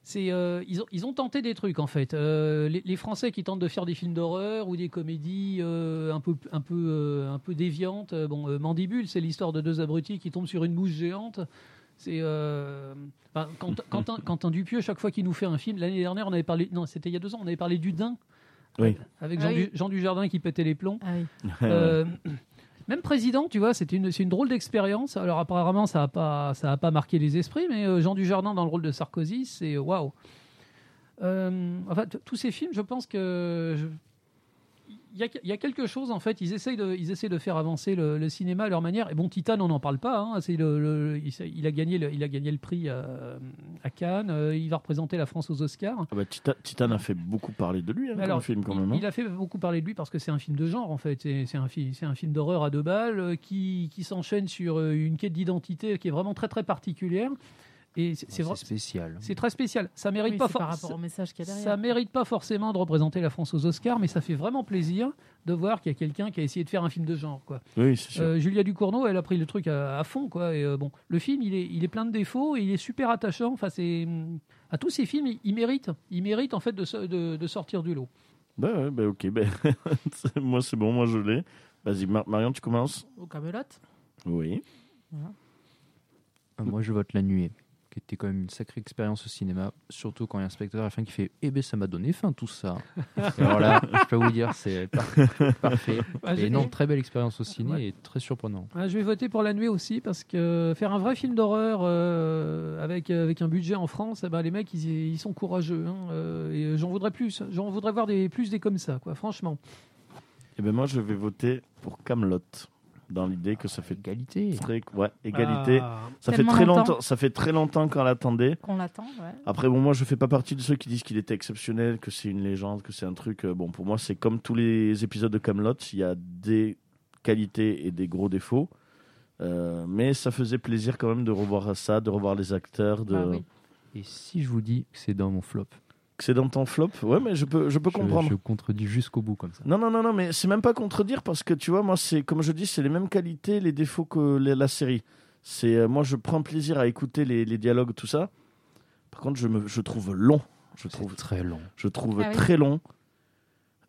S2: c'est, euh, ils, ont, ils ont tenté des trucs en fait. Euh, les, les Français qui tentent de faire des films d'horreur ou des comédies euh, un peu un peu euh, un peu déviantes. euh, Bon, euh, Mandibule, c'est l'histoire de deux abrutis qui tombent sur une mouche géante. C'est euh, enfin, Quentin, Quentin, Quentin Dupieux, chaque fois qu'il nous fait un film, l'année dernière, on avait parlé, non, c'était il y a deux ans, on avait parlé du Dain,
S1: Oui.
S2: avec
S3: Ah
S2: Jean,
S3: oui.
S2: Du- Jean Dujardin qui pétait les plombs.
S3: Ah oui.
S2: Euh, même président, tu vois, c'est une, c'est une drôle d'expérience. Alors apparemment, ça n'a pas, ça a pas marqué les esprits, mais euh, Jean Dujardin dans le rôle de Sarkozy, c'est euh, waouh. Euh, Enfin, t- tous ces films, je pense que je- il y, a- il y a quelque chose en fait. Ils essayent de, ils essayent de faire avancer le, le cinéma à leur manière. Et bon, Titan, on n'en parle pas. hein, c'est le, le- il, s'est- il a gagné, le, il a gagné le prix euh, à, Cannes. euh, il va représenter la France aux Oscars.
S1: Ah bah, Tita- Titan a fait beaucoup parler de lui, hein, comme film quand
S2: il,
S1: même. hein.
S2: il a fait beaucoup parler de lui parce que c'est un film de genre en fait. C'est c'est un, fi- c'est un film d'horreur à deux balles euh, qui, qui s'enchaîne sur euh, une quête d'identité qui est vraiment très très particulière Et c'est- c'est
S4: C'est
S2: vrai-
S4: spécial.
S2: c'est très spécial. Ça mérite
S3: Oui,
S2: pas
S3: c'est par
S2: forcément.
S3: rapport au message qu'il y a derrière.
S2: Ça mérite pas forcément de représenter la France aux Oscars, mais ça fait vraiment plaisir de voir qu'il y a quelqu'un qui a essayé de faire un film de genre. Quoi.
S1: Oui, c'est sûr.
S2: Euh, Julia Ducournau, elle a pris le truc à, à fond. Quoi. Et, euh, bon, le film, il est, il est plein de défauts et il est super attachant. Enfin, c'est, hum, à tous ces films, il, il mérite, il mérite en fait de, so- de- de sortir du lot.
S1: Bah ouais, bah ok, bah, c'est- moi c'est bon, moi je l'ai. Vas-y, Mar- Marion, tu commences
S3: Au Camelot.
S1: Oui.
S4: Ah, Moi, je vote La Nuée, qui était quand même une sacrée expérience au cinéma, surtout quand il y a un spectateur à la fin qui fait Eh ben, ça m'a donné faim tout ça. Et alors là, je peux vous dire, c'est par- parfait.
S2: Ah,
S4: Et
S2: j'ai-
S4: non, très belle expérience au ciné
S2: Ouais.
S4: et très surprenant.
S2: Ah, je vais voter pour La Nuit aussi parce que faire un vrai film d'horreur euh, avec, avec un budget en France, eh ben, les mecs, ils, ils sont courageux. hein, euh, et j'en voudrais plus. J'en voudrais voir des, plus des comme ça, quoi, franchement.
S1: Et ben moi je vais voter pour Camelot, dans l'idée que ça fait
S4: Ah, Égalité.
S1: très, ouais, égalité.
S2: Ah.
S1: ça fait
S3: Tellement
S1: très
S3: longtemps.
S1: longtemps, ça fait très longtemps qu'on l'attendait.
S3: Qu'on l'attend, ouais.
S1: Après, bon, moi, je fais pas partie de ceux qui disent qu'il était exceptionnel, que c'est une légende, que c'est un truc. euh, Bon, pour moi, c'est comme tous les épisodes de Camelot. Il y a des qualités et des gros défauts. Euh, mais ça faisait plaisir quand même de revoir ça, de revoir les acteurs. De...
S3: Bah oui.
S4: Et si je vous dis que c'est dans mon flop,
S1: Que c'est dans ton flop Ouais, mais je peux, je peux
S4: je,
S1: comprendre.
S4: je contredis jusqu'au bout comme ça.
S1: Non, non, non, non, mais c'est même pas contredire parce que tu vois, moi, c'est comme je dis, c'est les mêmes qualités, les défauts que la, la série. C'est euh, moi, je prends plaisir à écouter les, les dialogues, tout ça. Par contre, je me, je trouve long. Je trouve
S4: C'est très long.
S1: je trouve
S3: Ah oui.
S1: très long.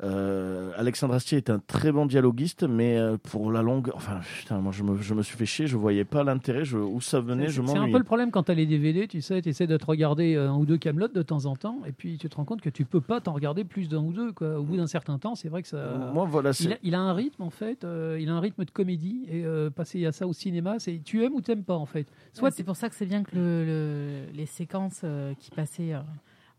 S1: Euh, Alexandre Astier est un très bon dialoguiste, mais euh, pour la longue, enfin putain, moi je me, je me suis fait chier, je voyais pas l'intérêt, je- où ça venait,
S2: C'est
S1: je
S2: c'est un
S1: m'ennuie.
S2: peu le problème quand t'as les DVD, tu sais, tu essaies de te regarder euh, un ou deux Camelot de temps en temps, et puis tu te rends compte que tu peux pas t'en regarder plus d'un ou deux. Quoi. Au bout d'un certain temps, c'est vrai que ça.
S1: Euh, Moi voilà,
S2: Il a,
S1: c'est
S2: il a un rythme en fait, euh, il a un rythme de comédie et euh, passer à ça au cinéma, c'est tu aimes ou t'aimes pas en fait. Soit
S3: Ouais, c'est pour ça que c'est bien que le- le- les séquences euh, qui passaient euh,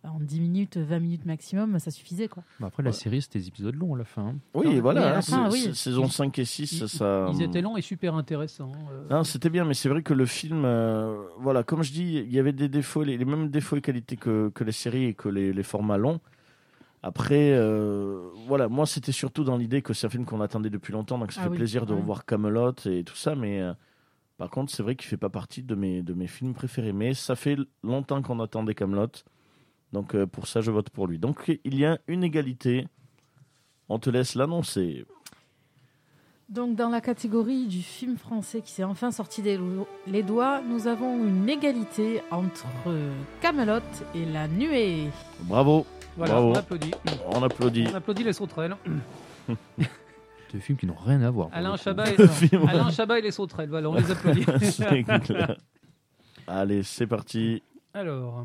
S3: en 10 minutes, 20 minutes maximum, ça suffisait, quoi.
S4: Bah, après, la
S1: Ouais.
S4: série, c'était des épisodes longs à la fin. hein.
S1: oui
S2: Mais
S3: à
S1: voilà,
S3: la
S1: hein,
S3: fin,
S1: c'est-
S3: oui.
S1: c'est- saison 5 et 6 ça,
S2: ils-
S1: ça- hum. Ah,
S2: ils étaient longs et super intéressants. euh.
S1: Non, c'était bien, mais c'est vrai que le film, euh, voilà, comme je dis, il y avait des défauts, les, les mêmes défauts et qualités que, que les séries et que les, les formats longs. Après, euh, voilà, moi c'était surtout dans l'idée que c'est un film qu'on attendait depuis longtemps, donc ça
S3: Ah
S1: fait
S3: oui,
S1: plaisir de
S3: ouais.
S1: revoir Camelot et tout ça, mais euh, par contre, c'est vrai qu'il fait pas partie de mes, de mes films préférés. Mais ça fait longtemps qu'on attendait Camelot, donc euh, pour ça je vote pour lui. Donc il y a une égalité, on te laisse l'annoncer.
S3: Donc, dans la catégorie du film français qui s'est enfin sorti des lo- les doigts, nous avons une égalité entre euh, Camelot et La Nuée.
S1: Bravo,
S2: voilà,
S1: bravo.
S2: on applaudit.
S1: on applaudit.
S2: On applaudit les sauterelles.
S4: Deux films qui n'ont rien à voir. pour le
S2: Alain
S4: coup.
S2: Chabat et,
S1: film.
S2: Alain Chabat et les sauterelles, voilà, on les applaudit.
S1: C'est clair. Allez, c'est parti.
S2: Alors, euh,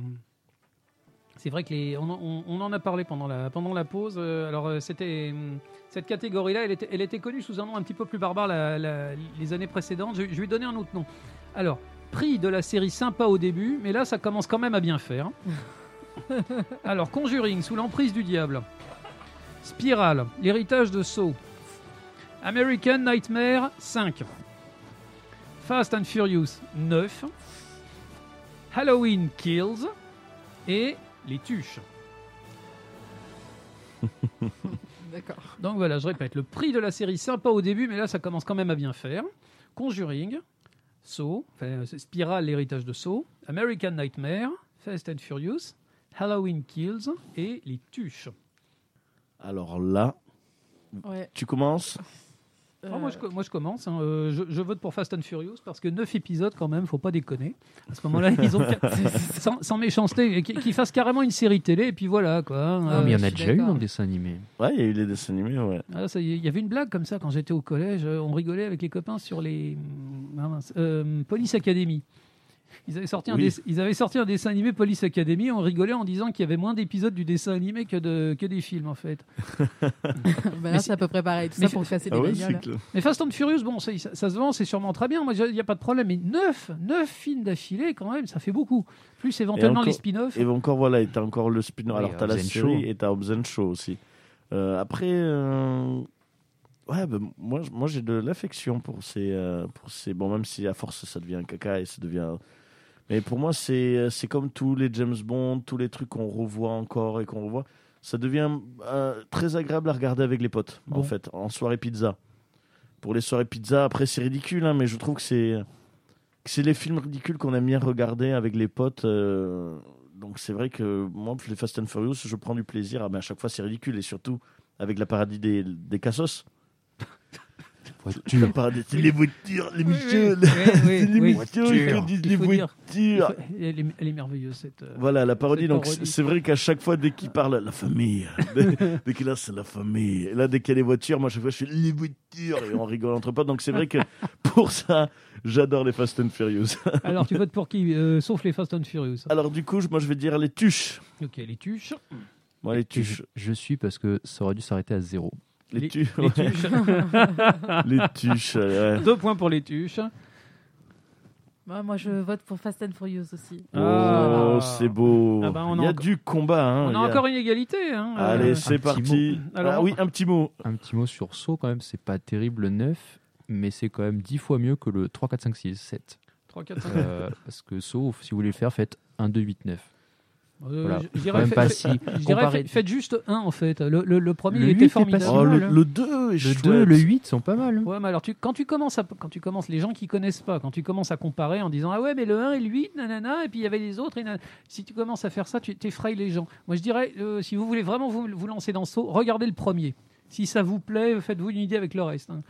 S2: c'est vrai que les, on, en- on- on en a parlé pendant la, pendant la pause. euh, Alors, euh, c'était euh, cette catégorie-là, elle était, elle était connue sous un nom un petit peu plus barbare la- la- les années précédentes. Je, je vais donner un autre nom. Alors, prix de la série sympa au début, mais là, ça commence quand même à bien faire. Alors, Conjuring, sous l'emprise du diable. Spirale, l'héritage de Saw. American Nightmare 5. Fast and Furious 9. Halloween Kills et Les Tuches.
S3: D'accord.
S2: Donc voilà, je répète, le prix de la série sympa au début, mais là ça commence quand même à bien faire. Conjuring, Saw, enfin, Spiral, l'héritage de Saw, American Nightmare, Fast and Furious, Halloween Kills et Les Tuches.
S1: Alors là,
S3: Ouais.
S1: tu commences
S3: euh,
S2: Alors, Mm. moi, je, co- moi, je commence, hein, euh, je, je vote pour Fast and Furious parce que 9 épisodes quand même, faut pas déconner. À ce moment-là, ils ont... sans, sans méchanceté, qu'ils qu'ils fassent carrément une série télé et puis voilà quoi. hein,
S4: Ah, mais il y en
S3: je
S4: a
S3: suis
S4: déjà eu
S3: d'accord.
S4: en dessin animé.
S1: Ouais, il y a eu les dessins animés, ouais.
S2: Ah, ça y est, Il y avait une blague comme ça quand j'étais au collège. euh, On rigolait avec les copains sur les hum, ah mince, euh, Police Academy. Ils avaient, sorti un
S1: Oui.
S2: dess- ils avaient sorti un dessin animé Police Academy. On rigolait en disant qu'il y avait moins d'épisodes du dessin animé que, de, que des films en fait.
S3: bah
S2: Mais
S3: là,
S2: c'est-
S3: c'est à peu près pareil. Tout
S2: mais
S3: ça pour casser des
S1: Ah ouais,
S3: bagnoles.
S1: c'est clair.
S2: Mais Fast and Furious, bon, ça, ça- ça se vend, c'est sûrement très bien. Moi, il n'y a pas de problème. Mais 9, neuf films d'affilée quand même, ça fait beaucoup. Plus éventuellement
S1: encore-
S2: les spin-offs.
S1: Et encore, voilà, et t'as encore le spin
S4: Oui,
S1: Alors, t'as la
S4: Hobbs and
S1: série
S4: Shaw.
S1: et t'as Hobbs and Shaw aussi. Euh, après, euh, ouais, bah, moi, j- moi j'ai de l'affection pour ces, euh, pour ces. Bon, même si à force ça devient un caca et ça devient. Mais pour moi, c'est euh, c'est comme tous les James Bond, tous les trucs qu'on revoit encore et qu'on revoit. Ça devient euh, très agréable à regarder avec les potes, en
S2: Bon.
S1: fait, en soirée pizza. Pour les soirées pizza, après, c'est ridicule, hein, mais je trouve que c'est. C'est les films ridicules qu'on aime bien regarder avec les potes. euh, donc c'est vrai que moi, les Fast and Furious, je prends du plaisir. Ah, mais à chaque fois, c'est ridicule. Et surtout, avec la paradis des, des cassos. La parodie- c'est les voitures, les Michel.
S2: oui,
S1: C'est les
S2: oui.
S1: Michel qui disent
S2: Il
S1: les
S2: faut dire.
S1: voitures.
S2: Elle est, elle est merveilleuse cette. euh,
S1: Voilà, la parodie.
S2: Cette
S1: Donc,
S2: parodie.
S1: c'est c'est vrai qu'à chaque fois, dès qu'il parle, la famille, dès, dès qu'il a, c'est la famille. Et là, dès qu'il y a les voitures, moi, à chaque fois, je fais les voitures et on rigole entre potes. Donc, c'est vrai que pour ça, j'adore les Fast and Furious.
S2: Alors, tu votes pour qui Euh, Sauf les Fast and Furious.
S1: Alors, du coup, je- moi, je vais dire les tuches.
S2: Ok, les tuches.
S1: Moi, les tuches.
S4: Je, je suis parce que ça aurait dû s'arrêter à zéro.
S1: Les,
S2: Les-
S1: tuches.
S2: Les tuches.
S1: Les tuches. euh, ouais.
S2: Deux points pour les tuches.
S4: Oh,
S3: Bah, moi, je vote pour Fast and Furious aussi.
S1: Oh, c'est beau.
S2: Ah bah, on a
S1: Il y a
S2: enco-
S1: du combat. hein.
S2: On
S1: Il
S2: a
S1: y a-
S2: encore une égalité. hein.
S1: Allez,
S2: Euh,
S1: c'est
S4: petit
S1: parti.
S2: mot. Alors-
S1: Ah oui, un petit mot.
S4: Un petit mot sur Saut quand même, c'est pas terrible le 9, mais c'est quand même 10 fois mieux que le 3, 4, 5, 6, 7.
S2: 3, 4, 5.
S4: Euh, parce que Saut, si vous voulez le faire, faites 1, 2, 8, 9.
S2: Euh,
S4: Voilà.
S2: je- je dirais
S4: Quand même
S2: fait-
S4: pas
S2: fait-
S4: si.
S2: je dirais,
S4: comparé-
S2: fait- faites juste un en fait. Le, le- le premier
S4: Le
S2: il
S4: huit
S2: était
S4: est
S2: formidable.
S4: pas si
S1: Oh,
S4: mal,
S1: le,
S4: hein.
S1: le 2 est
S4: Le
S1: chouette.
S4: 2, le 8 sont pas mal. hein.
S2: Ouais, mais alors tu, quand tu commences à, quand tu commences les gens qui connaissent pas, quand tu commences à comparer en disant ah ouais mais le 1 et le 8 nanana et puis il y avait les autres et nan- si tu commences à faire ça tu t'effraies les gens. Moi je dirais euh, si vous voulez vraiment vous, vous lancer dans saut, regardez le premier. Si ça vous plaît, faites-vous une idée avec le reste. hein.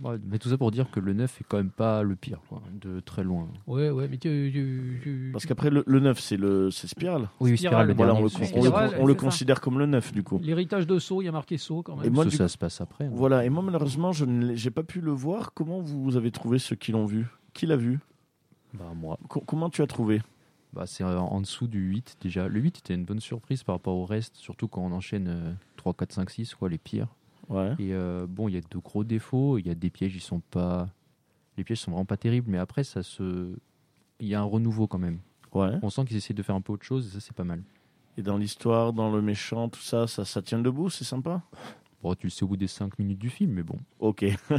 S4: Ouais, mais tout ça pour dire que le 9 est quand même pas le pire, quoi, de très loin.
S2: Ouais ouais mais tu, tu- tu-
S1: Parce qu'après, le, le 9, c'est le c'est Spiral.
S2: Spirale,
S4: Oui, Spirale, le
S1: Voilà, on
S4: dernier,
S1: le,
S4: c'est
S1: con- on le-
S4: Spirale.
S2: Spiral,
S1: on le
S3: c'est ça.
S1: considère comme le 9, du coup.
S2: l'héritage de saut, il y a marqué saut quand
S1: Et
S2: même.
S1: moi,
S4: Ça,
S1: du
S4: ça se passe après. hein.
S1: Voilà, et moi malheureusement, je ne l'ai- j'ai pas pu le voir. Comment vous avez trouvé ceux qui l'ont vu Qui l'a vu
S4: Bah, moi,
S1: Co- Comment tu as trouvé
S4: bah, c'est en- en dessous du 8 déjà. Le 8 était une bonne surprise par rapport au reste, surtout quand on enchaîne euh, 3, 4, 5, 6, quoi, les pires.
S1: Ouais.
S4: Et euh, bon, il y a de gros défauts. Il y a des pièges, ils sont pas. Les pièges sont vraiment pas terribles, mais après, ça se. Il y a un renouveau quand même.
S1: Ouais.
S4: On sent qu'ils essaient de faire un peu autre chose, et ça, c'est pas mal.
S1: Et dans l'histoire, dans le méchant, tout ça, ça, ça tient debout, c'est sympa
S4: Bon, tu le sais au bout des 5 minutes du film, mais bon.
S1: Ok.
S2: Ouais.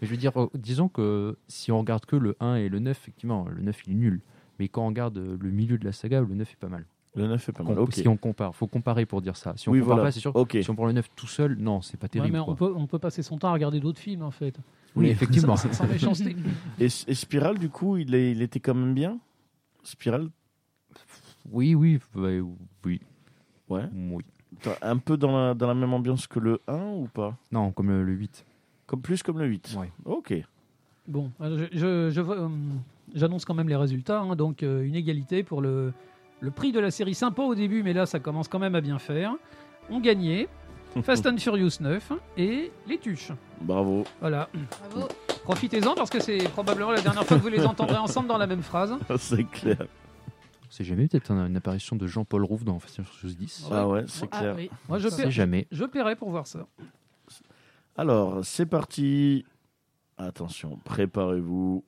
S4: Mais je veux dire, euh, disons que si on regarde que le 1 et le 9, effectivement, le 9, il est nul. Mais quand on regarde euh, le milieu de la saga, le 9 est pas mal.
S1: Le 9 est pas mal.
S4: Com-
S1: Ah, Ok.
S4: Si on compare, faut comparer pour dire ça. Si on
S1: Oui,
S4: compare
S1: voilà.
S4: pas, c'est sûr. que
S1: Ok.
S4: Si on prend le 9 tout seul, non, c'est pas
S2: Ouais,
S4: terrible.
S2: mais on
S4: quoi.
S2: peut, on peut passer son temps à regarder d'autres films en fait.
S4: Oui, effectivement.
S2: Sans, sans méchanceté.
S1: Et, S- et Spiral, du coup, il, est- il était quand même bien Spiral
S4: Oui, oui, ouais, oui,
S1: Ouais.
S4: oui.
S1: T'as Un peu dans la, dans la même ambiance que le 1 ou pas
S4: Non, comme le, le 8.
S1: comme plus comme le 8.
S4: Ouais.
S1: Ok.
S2: Bon, alors je- je- je vois, euh, j'annonce quand même les résultats. hein. donc, euh, une égalité pour le, le prix de la série sympa au début, mais là, ça commence quand même à bien faire. On gagnait Fast and Furious 9 et les tuches.
S1: Bravo.
S2: Voilà.
S3: Bravo.
S2: Profitez-en parce que c'est probablement la dernière fois que vous les entendrez ensemble dans la même phrase.
S1: c'est clair.
S4: C'est jamais peut-être un- une apparition de Jean-Paul Rouve dans Fast and Furious 10.
S1: Ah ouais, c'est
S3: Ah,
S1: clair.
S3: oui.
S2: Moi, je,
S4: Je sais
S2: paie-
S4: jamais.
S2: je paierai pour voir ça.
S1: Alors, c'est parti. Attention, préparez-vous.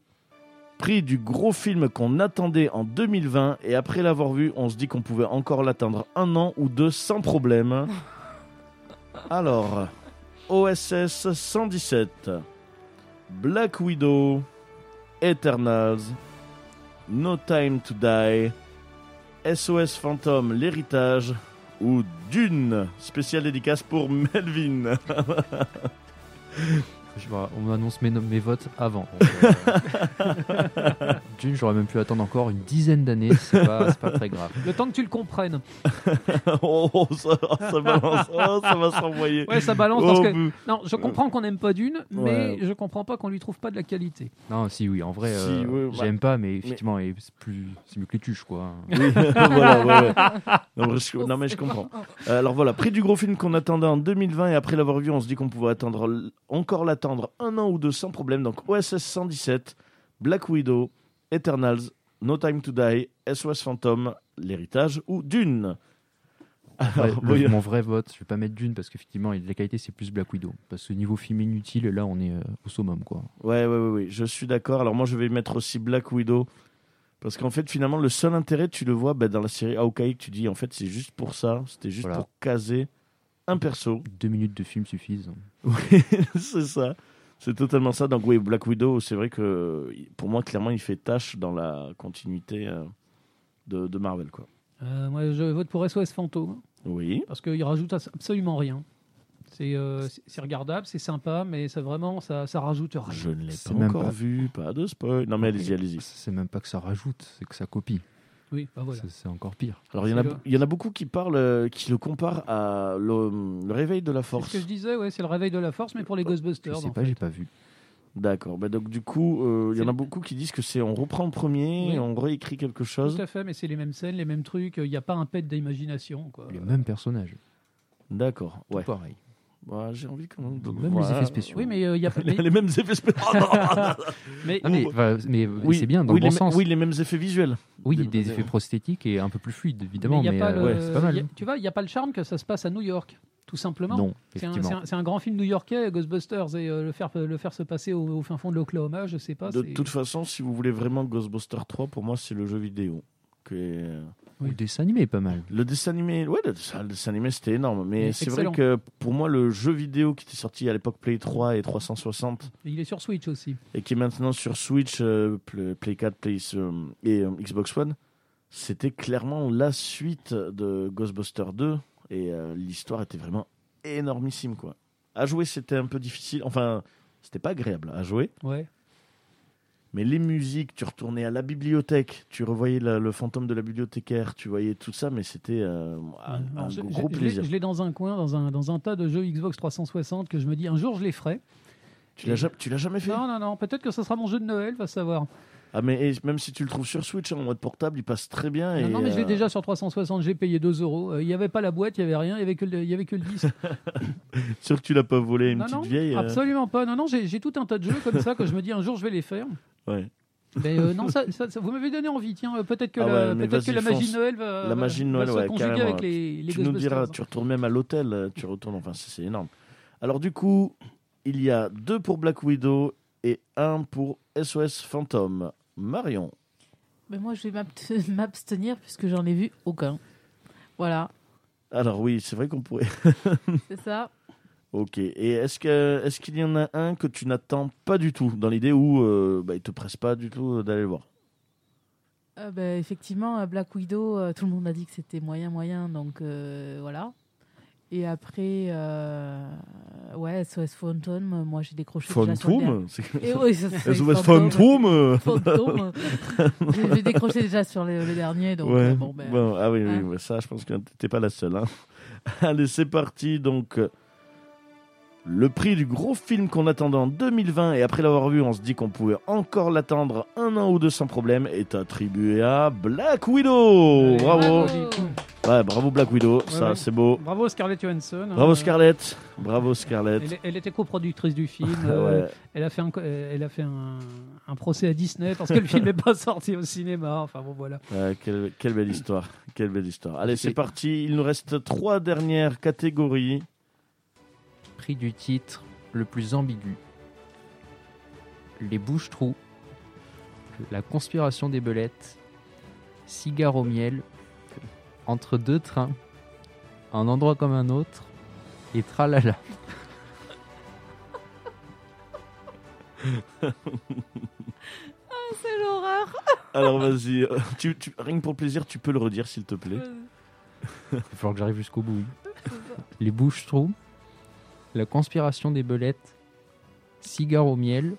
S1: Prix du gros film qu'on attendait en 2020 et après l'avoir vu, on se dit qu'on pouvait encore l'atteindre un an ou deux sans problème. Alors, OSS 117, Black Widow, Eternals, No Time to Die, SOS Phantom, l'héritage ou Dune, spéciale dédicace pour Melvin.
S4: Je sais pas, on annonce mes, nom- mes votes avant. donc, euh, Dune, j'aurais même pu attendre encore une dizaine d'années. C'est pas, c'est pas très grave.
S2: Le temps que tu le comprennes.
S1: oh, oh, ça, oh, ça balance, oh, ça va s'envoyer.
S2: Ouais, ça balance
S1: Oh,
S2: parce que.
S1: bouh.
S2: Non, je
S4: Euh.
S2: comprends qu'on n'aime pas d'une, mais
S1: Ouais.
S2: je comprends pas qu'on lui trouve pas de la qualité.
S4: Non, si, oui, en vrai,
S1: Si,
S4: euh,
S1: oui, bah,
S4: j'aime pas, mais effectivement, et c'est plus, c'est mieux que les tuches, quoi.
S1: Oui, voilà, ouais, ouais. Non, je- non, mais je comprends.
S2: Oh,
S1: Euh, Alors voilà, prix du gros film qu'on attendait en 2020 et après l'avoir vu, on se dit qu'on pouvait attendre, l- encore l'attendre un an ou deux sans problème. Donc OSS 117, Black Widow, Eternals, No Time to Die, SOS Phantom, L'héritage ou Dune.
S4: Ouais,
S1: Alors,
S4: le-
S1: voyons.
S4: mon vrai vote, je vais pas mettre Dune parce qu'effectivement, la qualité, c'est plus Black Widow. Parce que niveau film inutile, là, on est euh, au summum, quoi.
S1: Ouais, ouais, ouais, ouais, je suis d'accord. Alors moi, je vais mettre aussi Black Widow. Parce qu'en fait, finalement, le seul intérêt, tu le vois bah, dans la série Hawkeye, tu dis, en fait, c'est juste pour ça. C'était juste
S4: Voilà.
S1: pour caser un perso.
S4: Deux minutes de film suffisent.
S1: Oui, c'est ça. C'est totalement ça. Donc oui, Black Widow, c'est vrai que pour moi, clairement, il fait tâche dans la continuité euh, de, de Marvel. quoi.
S2: Euh, moi, je vote pour SOS Fantôme
S1: Oui.
S2: parce qu'il rajoute absolument rien. C'est euh, c'est- c'est regardable, c'est sympa, mais ça vraiment, ça, ça rajoute rien.
S1: Je ne l'ai
S4: C'est
S1: pas
S4: même
S1: encore
S4: pas-
S1: vu, pas de spoil. Non mais allez-y, allez-y.
S4: C'est même pas que ça rajoute, c'est que ça copie.
S2: Oui, bah voilà.
S4: C'est- C'est encore pire.
S1: Alors il y, en a,
S2: C'est le-
S1: il y en a beaucoup qui parlent, euh, qui le comparent à le, le réveil de la
S2: C'est ce
S1: force.
S2: que je disais, ouais, c'est le réveil de la force, mais pour les
S4: Je
S2: Ghostbusters.
S4: sais
S2: en
S4: pas,
S2: fait.
S4: j'ai pas vu.
S1: D'accord. Bah, donc du coup, euh, il y en a
S2: C'est-
S1: beaucoup qui disent que c'est on reprend le premier,
S2: Oui.
S1: et on réécrit quelque chose.
S2: Tout à fait, mais c'est les mêmes scènes, les mêmes trucs. Il n'y a pas un pet d'imagination. quoi.
S4: Les mêmes personnages.
S1: D'accord.
S4: Tout
S1: Ouais.
S4: pareil.
S1: Bah, J'ai envie quand même. de-
S4: Même les
S1: Voilà.
S4: effets spéciaux.
S2: Oui, mais euh, il n'y a pas.
S1: Les,
S2: Mais,
S1: les mêmes effets spéciaux. Oh,
S2: mais-
S4: Ah, mais, enfin, mais c'est bien dans
S1: oui,
S4: le
S1: les,
S4: bon
S1: me-
S4: sens.
S1: Oui,
S4: Oui,
S1: les mêmes effets visuels. des-
S4: des, effets prosthétiques et un peu plus fluide, évidemment.
S2: mais il y a
S4: Mais,
S2: pas
S4: euh,
S2: le-
S4: c'est pas mal.
S2: il y a- tu vois, il n'y a pas le charme que ça se passe à New York, tout simplement.
S4: Non,
S2: C'est un,
S4: effectivement.
S2: c'est un- c'est un grand film new-yorkais, Ghostbusters, et euh, le, faire, le faire se passer au, au fin fond de l'Oklahoma, je sais pas.
S1: De
S2: c'est-
S1: toute façon, si vous voulez vraiment Ghostbuster 3, pour moi, c'est le jeu vidéo. Que...
S4: Ou Le dessin animé est pas mal.
S1: Le dessin animé, ouais, le dessin, le dessin animé, c'était énorme.
S2: Il
S1: Mais
S2: est
S1: c'est vrai
S2: excellent.
S1: que pour moi, le jeu vidéo qui était sorti à l'époque Play 3 et 360
S2: Et Il est sur Switch aussi.
S1: et qui est maintenant sur Switch, euh, Pl- Play 4, Play euh, et euh, Xbox One, c'était clairement la suite de Ghostbuster 2 et euh, l'histoire était vraiment énormissime quoi. À jouer, c'était un peu difficile. Enfin, c'était pas agréable à jouer.
S2: Ouais.
S1: Mais les musiques, tu retournais à la bibliothèque, tu revoyais la- le fantôme de la bibliothécaire, tu voyais tout ça, mais c'était euh, un,
S2: Alors,
S1: un
S2: je-
S1: gros
S2: je- je l'ai-
S1: plaisir.
S2: Je l'ai dans un coin, dans un, dans un tas de jeux Xbox 360 que je me dis un jour je les ferai.
S1: Tu l'as ja- tu l'as jamais fait
S2: Non, non, non, peut-être que ce sera mon jeu de Noël, va savoir.
S1: Ah mais et même si tu le trouves sur Switch hein, en mode portable, il passe très bien.
S2: Non,
S1: et,
S2: non, mais je l'ai
S1: euh,
S2: déjà sur 360, j'ai payé 2 euros. Euh, Il n'y avait pas la boîte, il n'y avait rien, il n'y avait, que le- il y avait que le disque.
S1: Sûr que tu l'as pas volé à une
S2: non,
S1: petite
S2: non,
S1: vieille. euh,
S2: absolument pas. Non, non, j'ai j'ai tout un tas de jeux comme ça que je me dis un jour je vais les faire.
S1: ouais.
S2: Mais euh, non, ça, ça- ça- vous m'avez donné envie, tiens. euh, Peut-être que,
S1: Ah
S2: la,
S1: ouais, mais
S2: peut-être que
S1: vas-y,
S2: la magie
S1: fonce.
S2: de Noël va,
S1: La
S2: va-
S1: magie de Noël,
S2: va se
S1: ouais,
S2: conjuguer
S1: carrément,
S2: avec
S1: ouais.
S2: les, les
S1: tu nous diras,
S2: Ghostbusters.
S1: tu retournes même à l'hôtel, euh, tu retournes. Enfin, c'est c'est énorme. Alors du coup, il y a deux pour Black Widow et un pour SOS Phantom. Marion.
S3: Mais moi, je vais m'abst- m'abstenir puisque j'en ai vu aucun. Voilà,
S1: Alors oui, c'est vrai qu'on pourrait.
S3: c'est ça.
S1: Ok. Et est-ce que est-ce qu'il y en a un que tu n'attends pas du tout dans l'idée où euh, bah, il te presse pas du tout d'aller le voir
S3: Euh, ben, effectivement, euh, Black Widow, euh, tout le monde a dit que c'était moyen, moyen, donc euh, voilà. Et après, euh, ouais, SOS Phantom, euh, moi j'ai décroché. déjà sur le dernier.
S1: c'est-
S3: Et oui, ça, c'est
S1: SOS
S3: fantôme.
S1: Phantom. euh.
S3: Fantôme. J'ai j'ai décroché déjà sur le, le dernier, donc
S1: ouais.
S3: euh, bon, ben,
S1: Bon, ah oui, oui,
S3: hein.
S1: ouais, ça, je pense que t'es pas la seule. hein. Allez, c'est parti. Donc, euh, le prix du gros film qu'on attendait en 2020 et après l'avoir vu, on se dit qu'on pouvait encore l'attendre un an ou deux sans problème est attribué à Black Widow. Oh,
S2: Allez,
S1: Bravo.
S3: bravo.
S1: Ouais, bravo Black Widow. ça,
S2: ouais.
S1: c'est beau.
S2: Bravo Scarlett Johansson.
S1: Bravo
S2: hein.
S1: Scarlett. Bravo Scarlett.
S2: Elle, elle était coproductrice du film.
S1: Ah
S2: euh,
S1: ouais.
S2: Elle a fait, un, co- euh, elle a fait un, un procès à Disney parce que le film n'est pas sorti au cinéma. Enfin bon, voilà.
S1: Ouais, quelle, quelle belle histoire. Quelle belle histoire. Allez, c'est
S4: Et-
S1: parti. Il nous reste trois dernières catégories.
S4: Prix du titre le plus ambigu. Les bouches-trous. La conspiration des belettes. Cigare au miel. Entre deux trains. Un endroit comme un autre. Et tralala.
S3: c'est l'horreur.
S1: Alors vas-y, euh, tu, tu- rien que pour le plaisir, tu peux le redire s'il te plaît.
S4: Il va falloir que j'arrive jusqu'au bout. Les bouches-trous. La conspiration des belettes. Cigare au miel.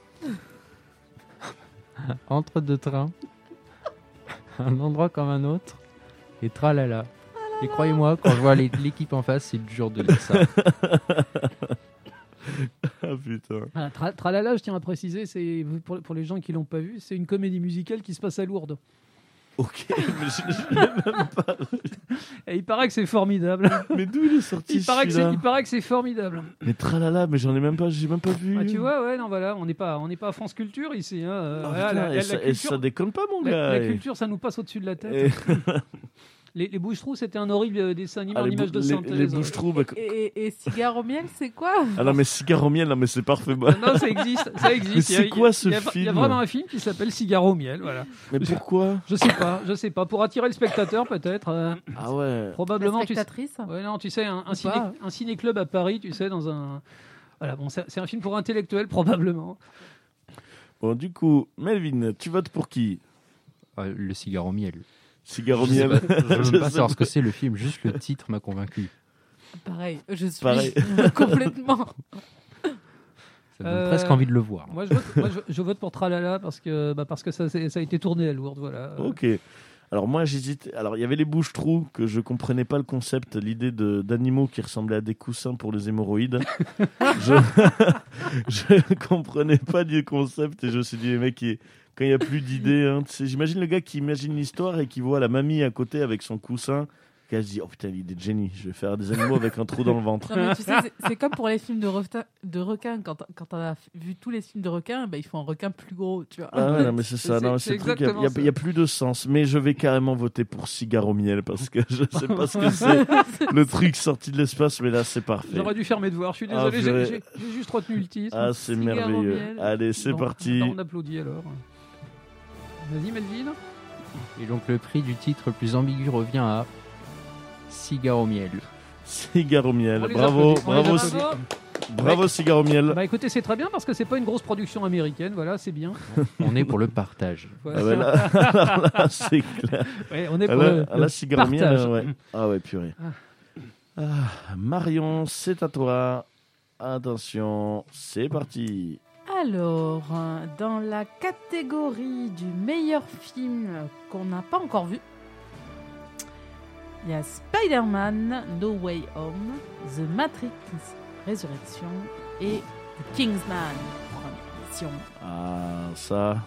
S4: Entre deux trains. Un endroit comme un autre. Et tralala. Et croyez-moi, quand je vois les- l'équipe en face, c'est dur de lire ça.
S1: Ah putain.
S2: Ah, Tra- Tralala, je tiens à préciser, c'est pour, pour les gens qui l'ont pas vu, c'est une comédie musicale qui se passe à Lourdes.
S1: Ok, mais, je-
S2: Et il paraît que c'est formidable.
S1: mais d'où il est sorti
S2: Il paraît que c'est-
S1: celui-là
S2: il paraît que c'est formidable.
S1: Mais tralala, mais j'en ai même pas, j'ai même pas vu.
S2: Ah, tu vois, ouais, non, voilà, on n'est pas, on n'est pas à France Culture ici. hein, euh,
S1: Ah,
S2: voilà,
S1: putain,
S2: la,
S1: et,
S2: la- la
S1: ça, et
S2: culture,
S1: ça déconne pas mon
S2: la-
S1: gars. Eh,
S2: la
S1: et-
S2: culture, ça nous passe au-dessus de la tête.
S1: et-
S2: Les, les Bouches-Trous, c'était un horrible euh, dessin animé
S1: ah,
S2: en
S1: les,
S2: image de
S1: bou- les-
S2: synthèse. euh.
S1: les bouches trous.
S3: Et, et- et cigare au miel, c'est quoi
S1: Ah non mais cigare au miel, non mais c'est parfait. bah.
S2: Non, ça existe, ça existe.
S1: Mais
S2: Il y a-
S1: c'est
S2: il y a-
S1: quoi ce
S2: il y a- Il y a
S1: film
S2: vraiment un film qui s'appelle Cigare au miel, voilà.
S1: Mais pourquoi
S2: Je sais pas, je sais pas. Pour attirer le spectateur, peut-être. euh,
S1: Ah ouais.
S2: probablement,
S3: La
S2: tu sais.
S3: spectatrice
S2: Ouais, non, tu sais, un, un ciné,
S3: pas.
S2: un ciné-club à Paris, tu sais, dans un. Voilà, bon, c'est c'est un film pour intellectuels, probablement.
S1: Bon du coup, Melvin, tu votes pour qui
S4: Ah, le cigare au miel.
S1: Cigare au
S4: Je sais
S1: miel.
S4: pas- je veux
S1: Je
S4: même pas
S1: sais
S4: savoir ce
S1: pas.
S4: que c'est le film, juste le titre m'a convaincu.
S3: Pareil, je suis
S1: Pareil.
S3: complètement.
S4: Ça donne
S2: Euh,
S4: presque envie de le voir.
S2: Moi, je vote, moi, je- je vote pour Tralala parce que, bah, parce que ça, c'est- ça a été tourné à Lourdes. Voilà.
S1: Ok. Alors moi j'hésite. Alors il y avait les bouches trous que je comprenais pas le concept, l'idée de- d'animaux qui ressemblaient à des coussins pour les hémorroïdes. je je comprenais pas du concept et je me suis dit les mecs ils- quand il y a plus d'idées, hein, tu sais, j'imagine le gars qui imagine l'histoire et qui voit la mamie à côté avec son coussin. qui se dit oh putain l'idée de génie, je vais faire des animaux avec un trou dans le ventre.
S3: Non, mais tu sais, c'est- c'est comme pour les films de, revta- de requins. Quand, t'en- quand on a vu tous les films de requins, bah, ils font un requin plus gros, tu vois.
S1: Ah ouais, non, mais c'est ça.
S2: C'est-
S1: Non,
S2: c'est
S1: c'est le truc, il y a- il y a-
S2: exactement
S1: il y, a plus de sens. Mais je vais carrément voter pour cigare au miel parce que je sais pas ce que c'est. Le truc sorti de l'espace, mais là, c'est parfait.
S2: J'aurais dû faire mes devoirs. Je suis
S1: Ah,
S2: désolé, j'ai-
S1: purée.
S2: j'ai j'ai juste retenu le titre.
S1: Ah, c'est
S3: Cigare au
S1: merveilleux.
S3: miel.
S1: Allez, c'est
S2: Bon,
S1: parti.
S2: bah, on applaudit alors. Vas-y, Melvin.
S4: Et donc le prix du titre le plus ambigu revient à Cigare au miel.
S1: Cigare au miel.
S2: On les
S1: Bravo,
S2: applaudit. On les
S1: bravo,
S2: applaudit.
S1: ci- bravo, cigare au miel.
S2: Bah écoutez, c'est très bien parce que c'est pas une grosse production américaine. Voilà, c'est bien.
S4: On est pour le partage.
S2: Voilà.
S1: Ah ouais, là, alors là, c'est clair.
S2: Ouais, on est
S1: Ah
S2: pour le-
S1: Là, ah
S2: le
S1: là, cigare au miel.
S2: partage.
S1: euh, ouais. Ah ouais, purée. Ah, Marion, c'est à toi. Attention, c'est parti.
S3: Alors, euh, dans la catégorie du meilleur film qu'on n'a pas encore vu, il y a Spider-Man, No Way Home, The Matrix, Résurrection et The Kingsman, première mission.
S1: Ah, ça.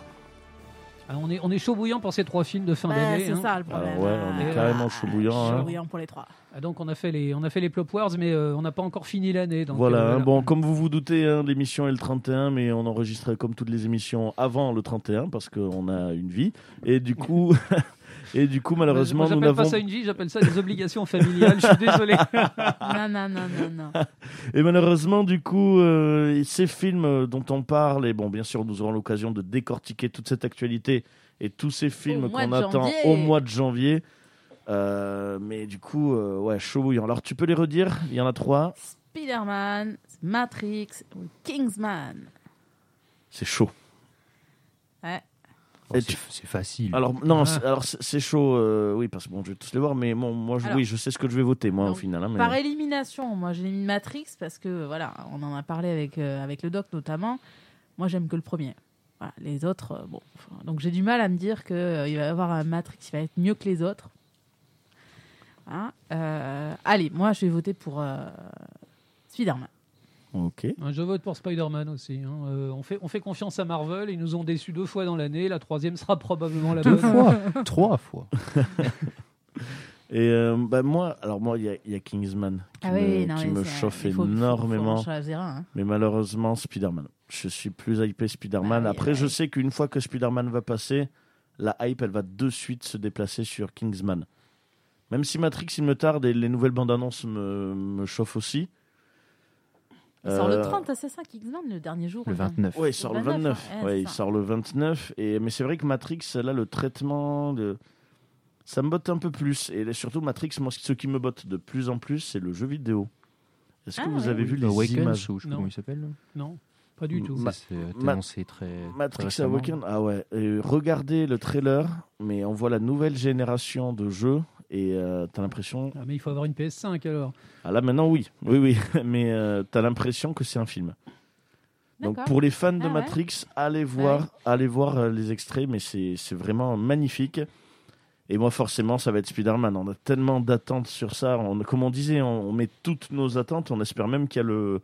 S2: Ah, on, est, on est chaud bouillant pour ces trois films de fin
S3: Bah,
S2: d'année.
S3: c'est
S2: hein.
S3: ça le
S1: Alors
S3: problème.
S1: Ah ouais, on est
S3: hein.
S1: carrément chaud bouillant, hein.
S3: Chaud bouillant pour les trois.
S2: Ah, donc on a fait les, on a fait les Plop Wars, mais euh, on n'a pas encore fini l'année. donc,
S1: Voilà,
S2: euh,
S1: hein, bon, comme vous vous doutez, hein, l'émission est le 31, mais on enregistrait comme toutes les émissions avant le 31 parce qu'on a une vie. Et du coup, et du coup malheureusement,
S2: Moi,
S1: nous
S2: j'appelle pas
S1: n'avons.
S2: ça une vie, j'appelle ça des obligations familiales. Je suis désolé.
S3: non, non, non, non, non.
S1: Et malheureusement, du coup, euh, ces films euh, dont on parle, et bon, bien sûr, nous aurons l'occasion de décortiquer toute cette actualité et tous ces films
S3: Au mois
S1: qu'on
S3: de
S1: attend
S3: janvier.
S1: au mois de janvier. Euh, mais du coup, euh, ouais, chaud bouillant. Alors, tu peux les redire Il y en a trois.
S3: Spider-Man, Matrix, Kingsman.
S1: C'est chaud.
S4: Oh,
S1: Et
S4: c'est
S1: tu-
S4: c'est facile.
S1: Alors non,
S3: Ah.
S1: c'est- alors c'est c'est chaud, euh, oui, parce que bon, je vais tous les voir, mais bon, moi, je,
S3: Alors,
S1: oui, je sais ce que je vais voter, moi, au
S3: donc,
S1: final. hein, mais-
S3: Par élimination, moi j'ai mis Matrix parce que voilà, on en a parlé avec, euh, avec le doc notamment. Moi j'aime que le premier. Voilà, les autres, euh, bon. enfin, Donc j'ai du mal à me dire qu'il va y avoir un Matrix qui va être mieux que les autres. Hein, euh, allez, moi je vais voter pour euh, Spider-Man.
S1: Ok.
S2: Je vote pour Spider-Man aussi. hein. Euh, on, fait, on fait confiance à Marvel. Ils nous ont déçus deux fois dans l'année. La troisième sera probablement la
S4: Deux
S2: bonne.
S4: fois, trois fois.
S1: Et euh, bah, moi, alors moi, il y, a- il y a Kingsman
S3: Ah
S1: qui me, qui me chauffe énormément,
S3: hein.
S1: mais malheureusement, Spider-Man. Je suis plus hypé Spider-Man.
S3: Bah,
S1: Après,
S3: y a-
S1: je sais qu'une fois que Spider-Man va passer, la hype, elle va de suite se déplacer sur Kingsman. Même si Matrix, il me tarde et les nouvelles bandes annonces me, me chauffent aussi.
S3: Il sort
S1: Euh,
S3: le 30, c'est ça, Kingsman, le dernier jour.
S4: Le
S3: enfin.
S4: 29.
S1: Ouais, il sort le 29.
S3: 29,
S1: Ouais,
S3: ouais, c'est
S1: il
S3: ça.
S1: sort le 29. Et, mais c'est vrai que Matrix, là, le traitement, de... ça me botte un peu plus. Et surtout, Matrix, moi, ce qui me botte de plus en plus, c'est le jeu vidéo. Est-ce que
S3: Ah
S1: vous
S3: ouais.
S1: avez vu les
S4: Awakens,
S1: images
S4: ou je sais pas
S2: Non.
S4: comment il s'appelle.
S2: Non, pas du tout.
S4: Ça,
S1: Ma-
S4: c'est euh,
S1: Ma-
S4: annoncé très.
S1: Matrix
S4: très récemment.
S1: Awakens, ah ouais. Et regardez le trailer, mais on voit la nouvelle génération de jeux. Et euh, t'as l'impression.
S2: Ah, mais il faut avoir une PS5 alors.
S1: Ah là, maintenant, oui. Oui, oui. Mais euh, t'as l'impression que c'est un film. Donc
S3: D'accord.
S1: pour les fans de
S3: Ah ouais.
S1: Matrix, allez
S2: Bah
S1: voir, allez voir euh, les extraits, mais c'est c'est vraiment magnifique. Et moi forcément, ça va être Spider-Man. On a tellement d'attentes sur ça. On, comme on disait, on, on met toutes nos attentes. On espère même qu'il y a le,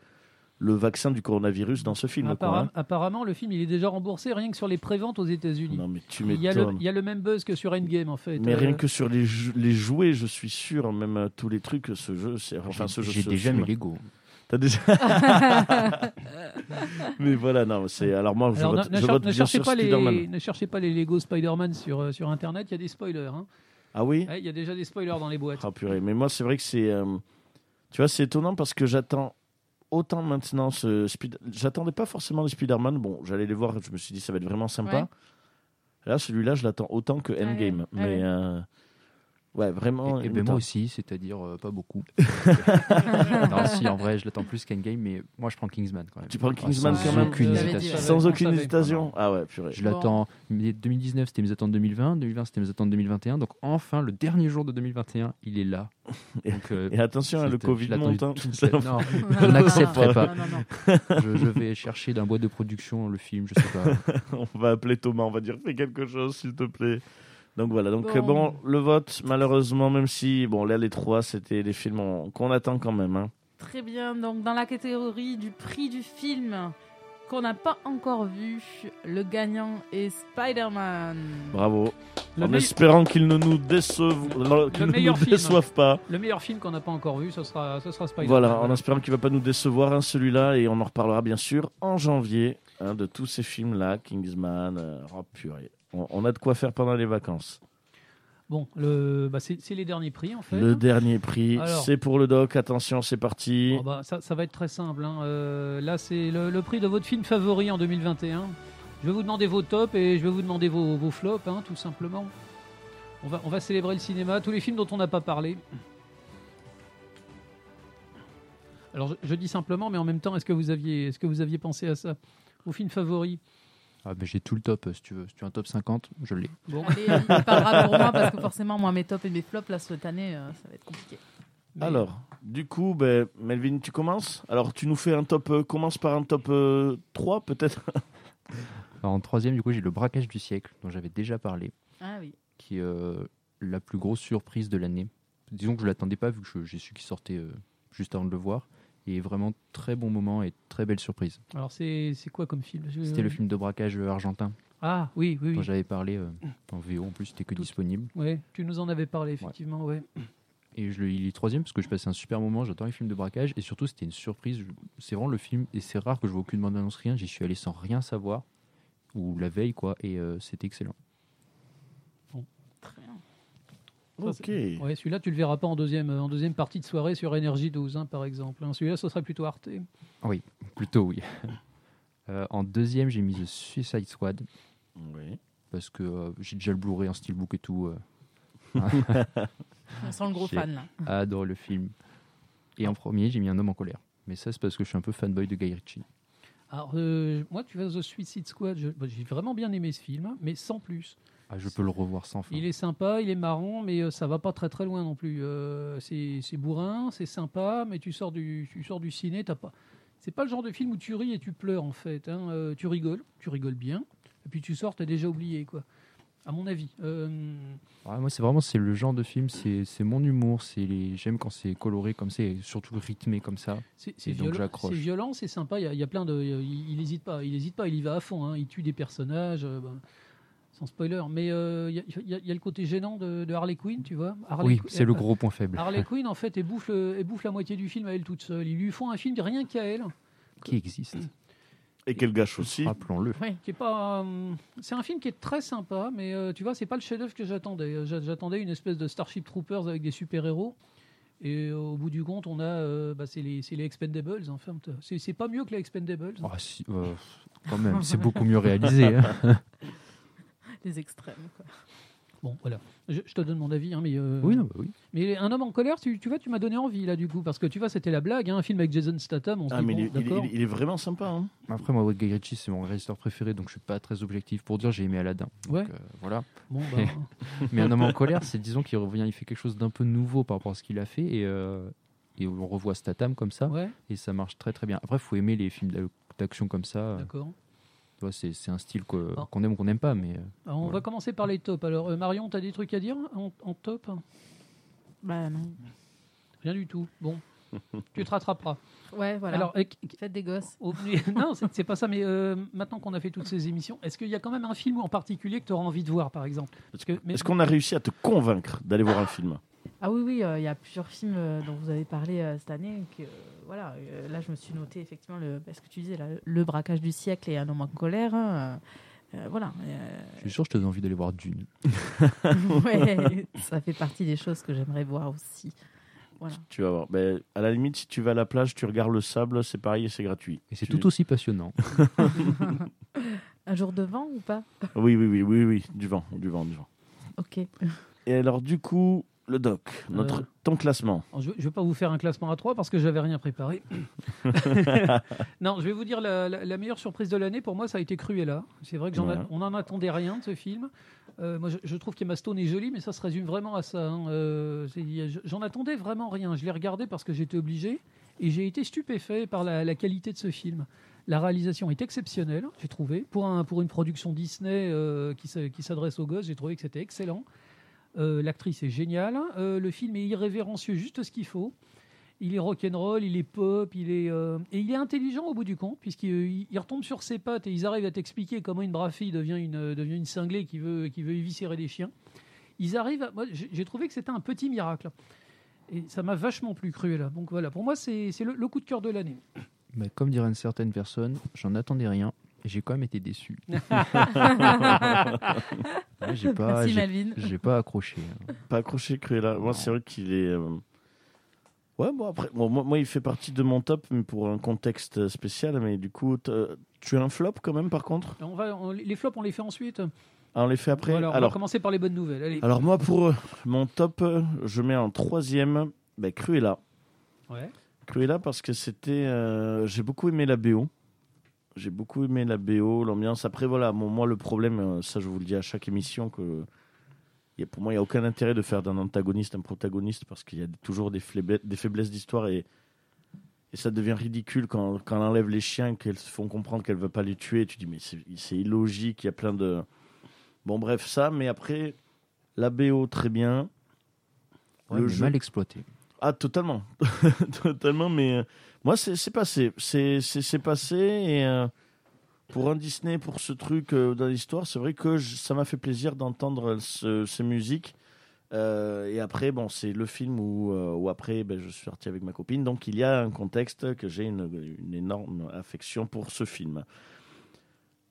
S1: le vaccin du coronavirus dans ce film. quoi,
S2: Apparem-
S1: hein.
S2: Apparemment, le film il est déjà remboursé rien que sur les préventes aux États-Unis.
S1: Non mais tu
S2: Il y, a le,
S1: m'étonnes.
S2: il y a le même buzz que sur Endgame en fait.
S1: Mais
S2: Euh,
S1: rien que sur les, jou- les jouets, je suis sûr, même euh, tous les trucs, ce jeu, c'est enfin ce
S4: J'ai-
S1: jeu.
S4: J'ai
S1: ce
S4: déjà
S1: film.
S4: mes Lego.
S1: T'as déjà. mais voilà, non, c'est alors moi je
S2: Alors,
S1: vote,
S2: ne, ne
S1: je
S2: cher-
S1: vote
S2: ne
S1: bien
S2: cherchez
S1: sûr
S2: pas
S1: Spider-Man.
S2: les, ne cherchez pas les Lego Spider-Man sur, euh, sur Internet, il y a des spoilers. hein.
S1: Ah oui.
S2: Ouais, Il y a déjà des spoilers dans les boîtes.
S1: Ah purée, mais moi c'est vrai que c'est... euh, tu vois, c'est étonnant parce que j'attends autant maintenant ce... Speed- J'attendais pas forcément les Spider-Man, bon, j'allais les voir, je me suis dit ça va être vraiment sympa.
S3: Ouais. Ah
S1: Là, celui-là, je l'attends autant que Endgame.
S3: ouais, ouais.
S1: Mais, euh, Ouais, vraiment.
S4: Et, et
S1: une
S4: ben moi
S1: tarte.
S4: aussi, c'est-à-dire euh, pas beaucoup. non, si, en vrai, je l'attends plus qu'Endgame, mais moi je prends Kingsman quand même.
S1: Tu prends
S4: Ah,
S1: Kingsman
S4: sans
S1: quand même
S3: Je
S4: aucune
S3: l'avais dit,
S4: hésitation.
S3: ouais.
S1: Sans
S2: On
S1: aucune
S2: savait.
S1: hésitation. Ah ouais, purée.
S4: Je l'attends. mais 2019, c'était mes attentes 2020. 2020, c'était mes attentes 2021. Donc enfin, le dernier jour de 2021, il est là. Donc, euh,
S1: Et attention, hein, le
S4: c'était-
S1: Covid
S4: je l'attendais
S1: monte. hein.
S4: toute la- Non,
S3: Non, non,
S4: n'accepterai
S3: non,
S4: pas.
S3: non, non, non.
S4: je, je vais chercher d'un boîte de production le film, je sais pas.
S1: on va appeler Thomas, on va dire fais quelque chose, s'il te plaît. Donc voilà, donc
S3: Bon.
S1: euh, bon, le vote, malheureusement, même si, bon, là, les trois, c'était des films on- qu'on attend quand même. hein.
S3: Très bien, donc dans la catégorie du prix du film qu'on n'a pas encore vu, le gagnant est Spider-Man.
S1: Bravo.
S2: Le,
S1: en
S2: mei-
S1: espérant qu'ils ne nous décevent, qu'ils ne nous
S2: meilleur film.
S1: déçoivent pas.
S2: le meilleur film qu'on n'a pas encore vu, ce sera, ce sera Spider-Man.
S1: Voilà, en espérant qu'il ne va pas nous décevoir, hein, celui-là, et on en reparlera bien sûr en janvier hein, de tous ces films-là, Kingsman, euh, oh purée. On, on a de quoi faire pendant les vacances.
S2: Bon, le, bah, c'est c'est les derniers prix en fait.
S1: Le dernier prix,
S2: Alors.
S1: c'est pour le doc, attention, c'est parti.
S2: Oh, bah, ça, ça va être très simple. hein. Euh, là, c'est le, le prix de votre film favori en 2021. Je vais vous demander vos tops et je vais vous demander vos, vos flops, hein, tout simplement. On va, on va célébrer le cinéma, tous les films dont on n'a pas parlé. Alors, je, je dis simplement, mais en même temps, est-ce que vous aviez, est-ce que vous aviez pensé à ça Vos films favoris
S4: Ah, ben, j'ai tout le top, euh, si tu veux. Si tu veux un top 50, je l'ai.
S2: Bon,
S3: Allez, il parlera pour moi parce que forcément, moi, mes tops et mes flops, là, cette année, euh, ça va être compliqué.
S2: mais-
S1: Alors, du coup, ben, Melvin, tu commences Alors, tu nous fais un top, euh, commence par un top 3 peut-être
S4: Alors, en troisième, du coup, j'ai le braquage du siècle, dont j'avais déjà parlé.
S3: Ah oui.
S4: qui est euh, la plus grosse surprise de l'année. Disons que je ne l'attendais pas, vu que je- j'ai su qu'il sortait euh, juste avant de le voir. Et vraiment très bon moment et très belle surprise.
S2: Alors, c'est, c'est quoi comme film Je-
S4: C'était le film de braquage euh, argentin
S2: Ah, oui, oui,
S4: dont
S2: oui.
S4: j'avais parlé euh, en VO, en plus c'était que
S2: Tout-
S4: disponible.
S2: Ouais, tu nous en avais parlé, effectivement, ouais.
S4: Et je le il est troisième parce que je passais un super moment, j'attends les films de braquage et surtout c'était une surprise. Je- C'est vraiment le film, et c'est rare que je vois aucune bande-annonce, rien, j'y suis allé sans rien savoir, ou la veille quoi, et euh, c'était excellent.
S3: Très bien.
S2: Ça,
S1: Ok.
S2: Ouais, celui-là, tu le verras pas en deuxième, euh, en deuxième partie de soirée sur Énergie 12, hein, par exemple. hein. Celui-là, ce serait plutôt Arte.
S4: Plutôt oui. Euh, en deuxième j'ai mis The Suicide Squad.
S1: Oui.
S4: parce que euh, j'ai déjà le Blu-ray en steelbook et tout. euh,
S3: On sent le gros
S4: Chier.
S3: fan, là.
S2: Mm.
S4: adore le film. Et en premier, j'ai mis Un homme en colère. Mais ça, c'est parce que je suis un peu fanboy de Guy Ritchie.
S2: Alors, euh, moi, tu vois, The Suicide Squad, je- bah, j'ai vraiment bien aimé ce film, hein, mais sans plus.
S4: Ah, je peux le revoir sans fin.
S2: Il est sympa, il est marrant, mais euh, ça va pas très très loin non plus. Euh, c'est c'est bourrin, c'est sympa, mais tu sors du, tu sors du ciné, t'as pas. C'est pas le genre de film où tu ris et tu pleures en fait. hein. Euh, tu rigoles, tu rigoles bien, et puis tu sors, t'as déjà oublié quoi. À mon avis. Euh,
S4: Ouais, Ah, moi, c'est vraiment c'est le genre de film, c'est c'est mon humour. c'est les... J'aime quand c'est coloré comme ça et surtout rythmé comme ça.
S2: C'est c'est
S4: Et donc,
S2: violent,
S4: j'accroche.
S2: c'est violent, c'est sympa. Il y, a- il y a plein de, il y a- il n'hésite pas, il hésite pas, il y va à fond. hein. Il tue des personnages, euh, ben, sans spoiler. Mais euh, il y, a- il y a- il y a le côté gênant de, de Harley Quinn, tu vois. Harley
S4: oui,
S2: Qu- euh,
S4: c'est le gros point faible.
S2: Harley Quinn, en fait, elle bouffe, le- elle bouffe la moitié du film à elle toute seule. Ils lui font un film rien qu'à elle,
S4: Qui existe
S1: Et quel gâche aussi.
S2: Ah,
S4: Rappelons-le.
S3: Oui.
S2: qui est pas. euh, c'est un film qui est très sympa, mais euh, tu vois, c'est pas le chef-d'œuvre que j'attendais. Euh, j'a- J'attendais une espèce de Starship Troopers avec des super héros. Et euh, au bout du compte, on a, euh, bah, c'est les, c'est les Expendables. Enfin, c'est c'est pas mieux que les Expendables.
S4: Ah, si, euh, quand même, c'est beaucoup mieux réalisé. hein.
S3: Les extrêmes, quoi.
S2: Bon, voilà. Je, je te donne mon avis, hein, mais, euh,
S4: Oui, non, bah oui.
S2: mais un homme en colère, tu, tu vois, tu m'as donné envie là du coup, parce que tu vois, c'était la blague, hein, un film avec Jason Statham, on se
S1: Ah,
S2: dit
S1: mais
S2: bon,
S1: il, est- il est-
S2: d'accord.
S1: il est vraiment sympa. hein.
S4: Après, moi, Guy Ritchie, c'est mon réalisateur préféré, donc je suis pas très objectif pour dire j'ai aimé Aladdin. Donc,
S2: Ouais.
S4: euh, voilà.
S2: Bon, bah,
S4: Mais un homme en colère, c'est disons qu'il revient, il fait quelque chose d'un peu nouveau par rapport à ce qu'il a fait et, euh, et on revoit Statham comme ça
S2: bah, ouais,
S4: et ça marche très très bien. Après, faut aimer les films d'a- d'action comme ça. euh,
S2: d'accord.
S4: tu vois, C'est c'est un style que-
S2: Ah.
S4: qu'on aime ou qu'on n'aime pas, mais euh,
S2: Alors, on
S4: Voilà.
S2: va commencer par les tops. Alors euh, Marion, t'as des trucs à dire en, en top
S3: Bah non.
S2: Rien du tout. Bon, tu te rattraperas.
S3: Ouais, voilà.
S2: Alors, euh, qu-
S3: Faites des gosses.
S2: au- non, c'est c'est pas ça. Mais euh, maintenant qu'on a fait toutes ces émissions, est-ce qu'il y a quand même un film en particulier que tu auras envie de voir, par exemple Parce que mais-
S1: Est-ce qu'on a réussi à te convaincre d'aller voir un film
S3: Ah oui, oui, euh, il y a plusieurs films euh, dont vous avez parlé euh, cette année. Que, euh, voilà, euh, là, je me suis noté effectivement le, bah, ce que tu disais, là, le braquage du siècle et un homme en colère. hein, euh, euh, voilà, euh,
S4: je suis sûr que je te donne envie d'aller voir Dune.
S3: ouais, ça fait partie des choses que j'aimerais voir aussi. Voilà.
S1: Tu vas voir. Ben, à la limite, si tu vas à la plage, tu regardes le sable, c'est pareil et c'est gratuit.
S4: Et c'est
S1: Tu-
S4: tout aussi passionnant.
S3: Un jour devant ou pas
S1: Oui, oui, oui, oui, oui, du vent, du vent, du vent.
S3: Ok.
S1: Et alors, du coup, le doc, notre
S2: Euh.
S1: ton classement.
S2: Alors, Je ne vais pas vous faire un classement à trois parce que j'avais rien préparé. non, je vais vous dire la, la- la meilleure surprise de l'année pour moi, ça a été Cruella. C'est vrai que j'en a-
S1: Ouais.
S2: on n'en attendait rien de ce film. Euh, moi, je, je trouve qu'Emma Stone est jolie, mais ça se résume vraiment à ça. hein. Euh, c'est- y a- je- J'en attendais vraiment rien. Je l'ai regardé parce que j'étais obligé et j'ai été stupéfait par la, la qualité de ce film. La réalisation est exceptionnelle, j'ai trouvé. Pour, un, pour une production Disney euh, qui se- qui s'adresse aux gosses, j'ai trouvé que c'était excellent. Euh, L'actrice est géniale. Euh, le film est irrévérencieux, juste ce qu'il faut. Il est rock'n'roll, il est pop, il est euh, et il est intelligent au bout du compte puisqu'il euh, il- il retombe sur ses pattes et ils arrivent à t'expliquer comment une brave fille devient une euh, devient une cinglée qui veut qui veut éviscérer des chiens. Ils arrivent. à- moi, j'ai j'ai trouvé que c'était un petit miracle et ça m'a vachement plu Cruella. Donc voilà, pour moi c'est c'est le, le coup de cœur de l'année.
S4: Bah, comme dirait une certaine personne, j'en attendais rien et j'ai quand même été déçu. Ouais, j'ai pas,
S3: Merci
S4: j'ai-
S3: Melvin.
S4: j'ai pas accroché. hein.
S1: Pas accroché Cruella. Moi, c'est vrai qu'il est. euh, Ouais, bon, après, bon, moi, moi, il fait partie de mon top, mais pour un contexte spécial. Mais du coup, t- euh, tu as un flop quand même, par contre
S2: On va on- les flops on les fait ensuite.
S1: Ah, On les fait après
S2: Voilà, on va
S1: Alors,
S2: commencer par les bonnes nouvelles. Allez.
S1: alors, moi, pour euh, mon top, euh, je mets en troisième ben, Cruella.
S2: Ouais.
S1: Cruella parce que c'était. euh, j'ai beaucoup aimé la BO. J'ai beaucoup aimé la BO, l'ambiance. Après, voilà, bon, moi, le problème, euh, ça, je vous le dis à chaque émission, que y a- pour moi, il n'y a aucun intérêt de faire d'un antagoniste un protagoniste parce qu'il y a toujours des, faiblesse- des faiblesses d'histoire et, et ça devient ridicule quand, quand elle enlève les chiens, qu'elles se font comprendre qu'elle ne veut pas les tuer. Tu dis, mais c'est c'est illogique, il y a plein de. Bon, bref, ça, mais après, la BO, très bien.
S4: Ouais,
S1: Le
S4: mais
S1: jeu.
S4: mal exploité.
S1: Ah, totalement. totalement, mais euh, moi, c'est c'est passé. C'est c'est- c'est passé. Et euh, pour un Disney, pour ce truc euh, dans l'histoire, c'est vrai que je- ça m'a fait plaisir d'entendre ce- ces musiques. Euh, et après, bon, c'est le film où, euh, où après, ben, je suis sorti avec ma copine. Donc, il y a un contexte que j'ai une, une énorme affection pour ce film.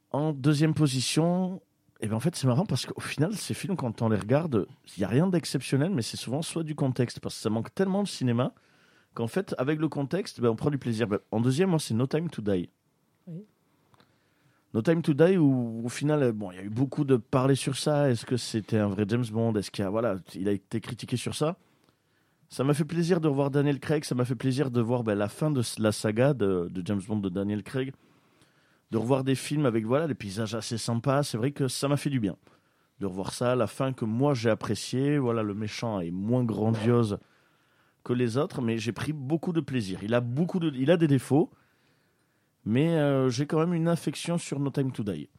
S1: En deuxième position, et ben en fait, c'est marrant parce qu'au final, ces films, quand on les regarde, il n'y a rien d'exceptionnel, mais c'est souvent soit du contexte, parce que ça manque tellement de cinéma qu'en fait, avec le contexte, ben, on prend du plaisir. Ben, en deuxième, moi, c'est No Time to Die.
S3: Oui.
S1: No Time to Die, où au final, euh, bon, il y a eu beaucoup de parler sur ça. Est-ce que c'était un vrai James Bond Est-ce qu'il a, voilà, il a été critiqué sur ça Ça m'a fait plaisir de revoir Daniel Craig. Ça m'a fait plaisir de voir ben, la fin de s- la saga de, de James Bond de Daniel Craig. De revoir des films avec voilà des paysages assez sympas. C'est vrai que ça m'a fait du bien de revoir ça. La fin que moi j'ai appréciée, voilà, le méchant est moins grandiose que les autres, mais j'ai pris beaucoup de plaisir. Il a beaucoup de, il a des défauts, mais euh, j'ai quand même une affection sur No Time to Die.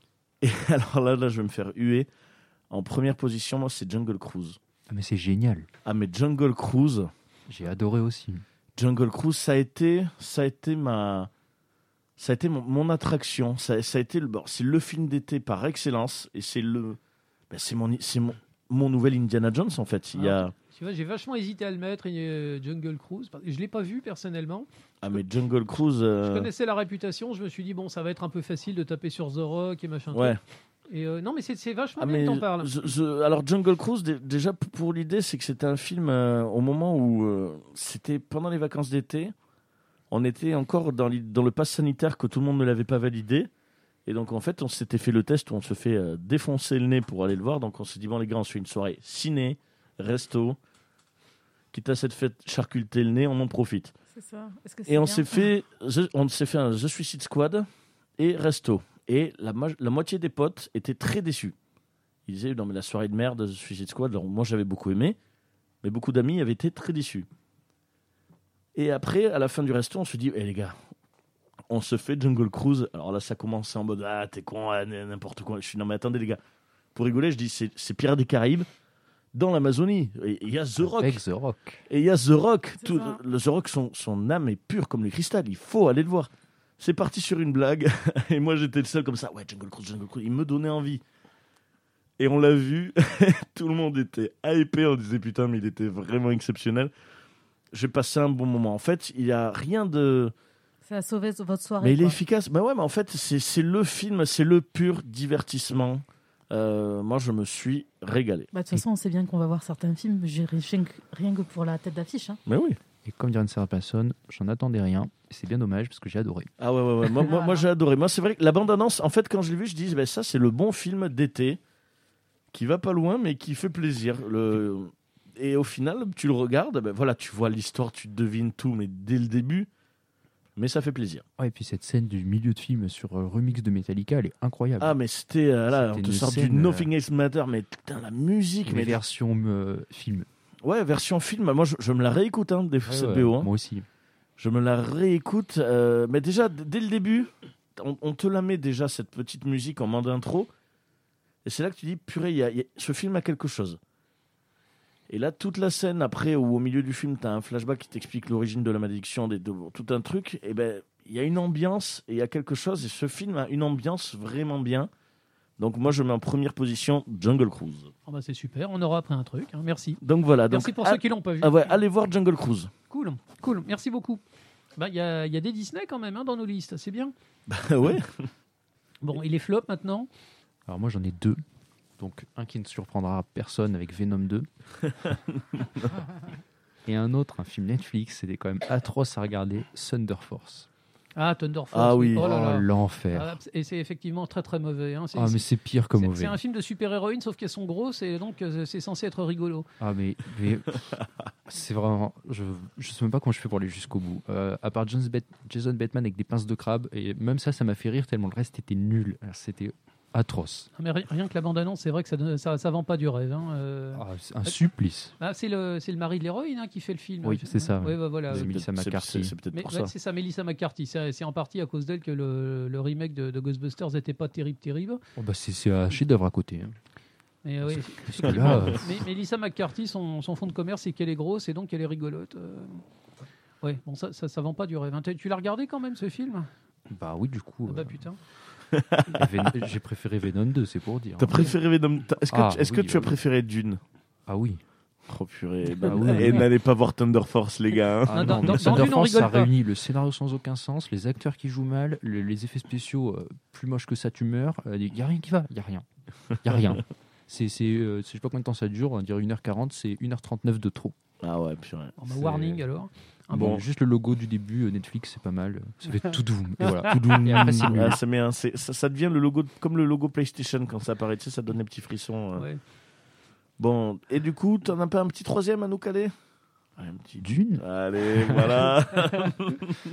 S1: Et alors là, là, je vais me faire huer. En première position, moi, c'est Jungle Cruise.
S4: Ah, mais c'est génial.
S1: Ah, mais Jungle Cruise,
S4: J'ai adoré aussi.
S1: Jungle Cruise, ça a été, ça a été ma, ça a été mon, mon attraction. Ça, ça a été le, bon, c'est le film d'été par excellence et c'est le, ben, c'est mon, c'est mon, mon nouvel Indiana Jones en fait. Il y a,
S2: Tu vois, j'ai vachement hésité à le mettre euh, Jungle Cruise. parce que Je l'ai pas vu personnellement.
S1: ah mais Jungle Cruise, euh,
S2: Je connaissais la réputation, je me suis dit, bon, ça va être un peu facile de taper sur The Rock et machin.
S1: ouais.
S2: truc. Et euh, non, mais c'est c'est vachement
S1: Ah,
S2: bien que
S1: mais
S2: t'en parles.
S1: je- je- alors Jungle Cruise, dé- déjà p- pour l'idée, c'est que c'était un film euh, au moment où euh, c'était pendant les vacances d'été. On était encore dans, l'i- dans le pass sanitaire que tout le monde ne l'avait pas validé. Et donc en fait, on s'était fait le test où on se fait euh, défoncer le nez pour aller le voir. Donc on s'est dit, bon les gars, on se fait une soirée ciné, resto. Quitte à cette fête charcuter le nez, on en profite.
S3: C'est ça. Est-ce que c'est
S1: Et on
S3: bien
S1: s'est fait, The- on s'est fait un The Suicide Squad et Resto. Et la, ma- la moitié des potes étaient très déçus. Ils disaient non mais la soirée de merde, The Suicide Squad. Alors, moi j'avais beaucoup aimé, mais beaucoup d'amis avaient été très déçus. Et après, à la fin du resto, on se dit, eh les gars, on se fait Jungle Cruise. Alors là, ça commençait en mode, ah, t'es con, ah, n- n'importe quoi. Je suis, non, mais attendez, les gars, pour rigoler, je dis, c'est c'est Pirates des Caraïbes dans l'Amazonie. Et il y a The Rock.
S4: Avec The Rock.
S1: Et il y a The Rock.
S3: C'est
S1: Tout,
S3: ça.
S1: le The Rock, son, son âme est pure comme les cristals. Il faut aller le voir. C'est parti sur une blague. Et moi, j'étais le seul comme ça. Ouais, Jungle Cruise, Jungle Cruise. Il me donnait envie. Et on l'a vu. Tout le monde était hypé. On disait putain, mais il était vraiment exceptionnel. J'ai passé un bon moment. En fait, il n'y a rien de.
S3: Ça a sauvé votre soirée.
S1: Mais il est
S3: quoi.
S1: efficace. Bah ouais, mais en fait, c'est c'est le film, c'est le pur divertissement. Euh, moi, je me suis régalé.
S3: Bah, de toute façon, on sait bien qu'on va voir certains films. J'ai rien que- rien que pour la tête d'affiche. hein.
S1: Mais oui.
S4: Et comme dirait une certaine personne, j'en attendais rien. Et C'est bien dommage parce que j'ai adoré.
S1: Ah ouais, ouais, ouais. Moi, moi, moi, j'ai adoré. Moi, c'est vrai que la bande-annonce, en fait, quand je l'ai vu, je dis, ben, ça, c'est le bon film d'été qui va pas loin, mais qui fait plaisir. Le... Et au final, tu le regardes, ben voilà, tu vois l'histoire, tu devines tout, mais dès le début. Mais ça fait plaisir.
S4: Ouais, et puis cette scène du milieu de film sur euh, remix de Metallica, elle est incroyable.
S1: Ah, mais c'était euh, là,
S4: C'était
S1: on te
S4: une
S1: sort du
S4: scène,
S1: Nothing Else Matter, mais putain, la musique, mais
S4: mais version euh, film.
S1: ouais, version film. Moi, je, je me la réécoute, hein, des cette
S4: Ouais, ouais,
S1: BO. hein.
S4: Moi aussi.
S1: Je me la réécoute, euh, mais déjà, d- dès le début, on, on te la met déjà, cette petite musique en main d'intro. Et c'est là que tu dis, purée, il y a- il y a- ce film a quelque chose. Et là, toute la scène après, où au milieu du film, tu as un flashback qui t'explique l'origine de la malédiction, des, de- tout un truc, et ben il y a une ambiance, et il y a quelque chose, et ce film a une ambiance vraiment bien. Donc moi, je mets en première position Jungle Cruise.
S2: Ah bah, c'est super, on aura appris un truc. hein, Merci.
S1: Donc voilà. Donc,
S2: Merci pour
S1: ah-
S2: ceux qui l'ont pas vu.
S1: ah ouais, allez voir Jungle Cruise.
S2: Cool, cool. Merci beaucoup. Bah, Il y, a, il y a des Disney quand même hein, dans nos listes, c'est bien.
S1: ouais.
S2: Bon, il est flop maintenant.
S4: Alors moi j'en ai deux. Donc un qui ne surprendra personne avec Venom 2. et un autre, un film Netflix, c'était quand même atroce à regarder, Thunder Force.
S2: Ah, Thunder Force.
S1: Ah oui.
S2: Oh là là.
S4: l'enfer.
S2: Ah, et c'est effectivement très très mauvais. hein. C'est-
S4: Ah mais c'est pire que
S2: c'est-
S4: mauvais.
S2: c'est un film de super-héroïne, sauf qu'elles sont grosses et donc euh, c'est censé être rigolo.
S4: Ah mais, mais- c'est vraiment, je je sais même pas comment je fais pour aller jusqu'au bout. Euh, à part Jones Bet- Jason Bateman avec des pinces de crabe et même ça, ça m'a fait rire tellement le reste était nul. Alors, C'était atroce.
S2: Non, mais ri- rien que la bande-annonce, c'est vrai que ça, donne- ça, ça vend pas du rêve. hein, euh.
S4: Ah, c'est un supplice.
S2: Ah, c'est le, c'est le mari de l'héroïne hein, qui fait le film.
S4: Oui, c'est ça,
S2: Ouais, bah, voilà.
S4: C'est
S1: Ah, C'est
S4: Melissa
S1: peut-être- c'est-
S4: McCarthy.
S1: c'est- C'est peut-être
S2: Mais
S1: pour
S2: ouais,
S1: ça.
S2: c'est ça, Melissa McCarthy. C'est c'est en partie à cause d'elle que le, le remake de, de Ghostbusters n'était pas terrible, terrible.
S4: Oh, bah, c'est c'est un chef-d'œuvre à côté. hein.
S2: Mais euh, oui,
S4: Parce que là, euh,
S2: Mais Melissa McCarthy, son, son fond de commerce, c'est qu'elle est grosse et donc elle est rigolote. euh. Ouais, bon, ça, ça, ça vend pas du rêve. hein. T'as- Tu l'as regardé quand même ce film
S4: bah oui, du coup.
S2: Ah
S4: euh,
S2: Bah putain.
S4: Ven- J'ai préféré Venom 2, c'est pour dire.
S1: T'as préféré Venom t'as- Est-ce que,
S4: Ah,
S1: tu, est-ce
S4: oui,
S1: que tu as
S4: oui.
S1: préféré Dune
S4: Ah oui.
S1: Oh purée,
S4: Bah
S1: bah
S4: oui.
S1: Et n'allez pas voir Thunder Force, les gars. hein.
S4: Ah
S2: dans-
S4: non, mais
S2: dans-
S4: Thunder
S2: dans Dune, on
S4: Force, ça
S2: rigole pas.
S4: réunit le scénario sans aucun sens, les acteurs qui jouent mal, le- les effets spéciaux euh, plus moches que ça, tu meurs. Il n'y a rien qui va, il n'y a rien. Il n'y a rien. C'est, c'est, euh, c'est- je sais pas combien de temps ça dure, on va dire 1h40, c'est 1h39 de trop.
S1: Ah ouais, purée.
S2: Bon, bah,
S4: C'est-
S2: warning alors. Ah
S4: bon.
S1: bon.
S4: Juste le logo du début, euh, Netflix, c'est pas mal. Ça fait tout doom. Et voilà.
S1: Et
S4: après, c'est nul.
S1: Ah, ça, met un- c'est- ça, ça devient le logo, de- comme le logo PlayStation quand ça apparaît, tu sais, ça donne des petits frissons. euh.
S2: Ouais.
S1: Bon, et du coup, t'en as pas un petit troisième à nous caler
S4: Ah,
S1: Ouais, un petit...
S4: Dune
S1: Allez, voilà.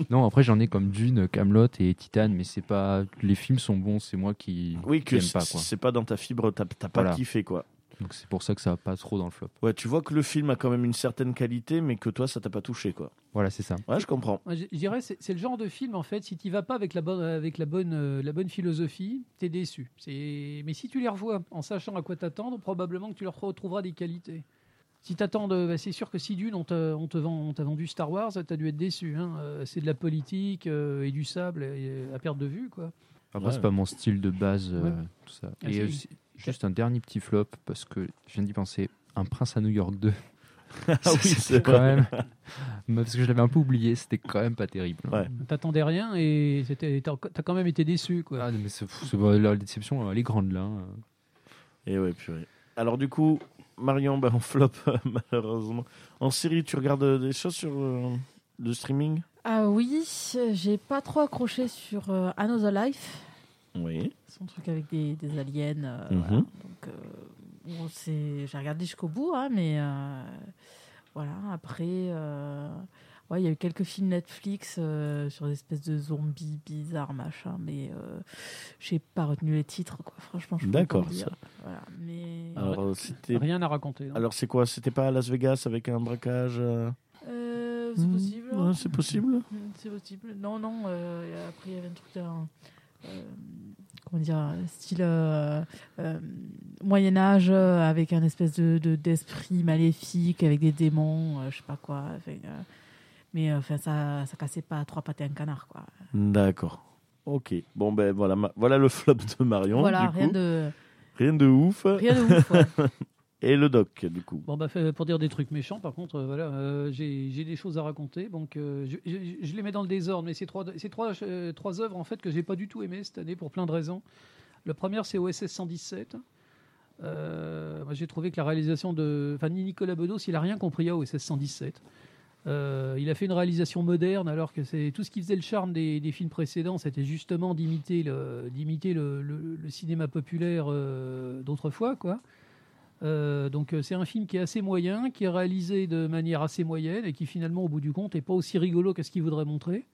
S4: Non, après j'en ai comme Dune, Camelot et Titan, mais c'est pas. Les films sont bons, c'est moi qui
S1: Oui,
S4: qui
S1: que
S4: aime pas
S1: c-
S4: quoi.
S1: c'est pas dans ta fibre, t'as t'as pas
S4: Voilà.
S1: kiffé quoi.
S4: Donc c'est pour ça que ça va pas trop dans le flop.
S1: Ouais, tu vois que le film a quand même une certaine qualité, mais que toi, ça t'a pas touché quoi.
S4: Voilà, c'est ça.
S1: Ouais, je comprends.
S2: Moi, Je je dirais, c'est c'est le genre de film, en fait, si tu vas pas avec la bonne, avec la bonne, euh, la bonne philosophie, t'es déçu. C'est- Mais si tu les revois en sachant à quoi t'attendre, probablement que tu leur retrouveras des qualités. Si t'attends, de- bah, c'est sûr que si d'une, on t'a on te vend- on t'a vendu Star Wars, t'as dû être déçu. hein. Euh, C'est de la politique euh, et du sable euh, à perte de vue, quoi.
S4: Après,
S1: Ah, Ouais.
S4: c'est pas mon style de base, euh,
S2: Ouais.
S4: tout ça.
S2: Ah,
S4: Et
S2: si.
S4: euh, si- juste un dernier petit flop, parce que je viens d'y penser, Un Prince à New York 2.
S1: Ah
S4: Ça,
S1: oui,
S4: c'était
S1: c'est
S4: quand
S1: vrai.
S4: même. Mais Parce que je l'avais un peu oublié, c'était quand même pas terrible.
S1: Ouais.
S2: T'attendais rien et c'était- t'as t'as quand même été déçu, quoi.
S4: Ah, non, mais c'est fou, c'est- bah, la déception, elle est grande là. hein.
S1: Et Eh ouais, purée. Alors du coup, Marion, bah, on flop malheureusement. En série, tu regardes euh, des choses sur euh, le streaming
S3: Ah oui, j'ai pas trop accroché sur euh, Another Life,
S1: Oui.
S3: son truc avec des, des aliens. euh,
S1: Mhm.
S3: voilà. Donc, euh, bon, c'est- j'ai regardé jusqu'au bout, hein, mais euh, voilà. Après, euh, ouais, il y a eu quelques films Netflix euh, sur des espèces de zombies bizarres, machin, mais euh, j'ai pas retenu les titres, quoi. Franchement, je peux pas
S1: D'accord,
S3: vous
S1: ça.
S3: dire. Voilà, mais
S1: Alors euh, c'était.
S2: Rien à raconter. hein. non.
S1: Alors c'est quoi C'était pas à Las Vegas avec un braquage euh,
S3: Euh, c'est
S1: hmm,
S3: possible.
S1: ouais, c'est possible.
S3: Mm, C'est possible. Non, non. euh, et après, il y avait un truc d'un. euh, comment dire un Style euh, euh, Moyen-Âge euh, avec un espèce de de- d'esprit maléfique, avec des démons, euh, je sais pas quoi. enfin, euh, mais euh, enfin, ça, ça cassait pas à trois pattes et un canard, quoi.
S1: D'accord. Ok. Bon ben voilà, ma- voilà le flop de Marion.
S3: voilà,
S1: du
S3: rien
S1: coup.
S3: de,
S1: Rien de ouf.
S3: rien de ouf. ouais.
S1: Et le doc du coup.
S2: Bon, bah, fait- pour dire des trucs méchants, par contre, euh, voilà, euh, j'ai j'ai des choses à raconter. Donc, euh, je, je- je les mets dans le désordre, mais c'est trois, c'est trois, euh, trois œuvres en fait que j'ai pas du tout aimées cette année pour plein de raisons. La première, c'est OSS 117. Euh, moi, j'ai trouvé que la réalisation de. Enfin, Nicolas Bedos, il a rien compris à OSS 117. Euh, il a fait une réalisation moderne, alors que c'est tout ce qui faisait le charme des, des films précédents, c'était justement d'imiter le, d'imiter le, le- le cinéma populaire euh, d'autrefois, quoi. Euh, donc euh, c'est un film qui est assez moyen, qui est réalisé de manière assez moyenne et qui finalement au bout du compte est pas aussi rigolo qu'est-ce qu'il voudrait montrer.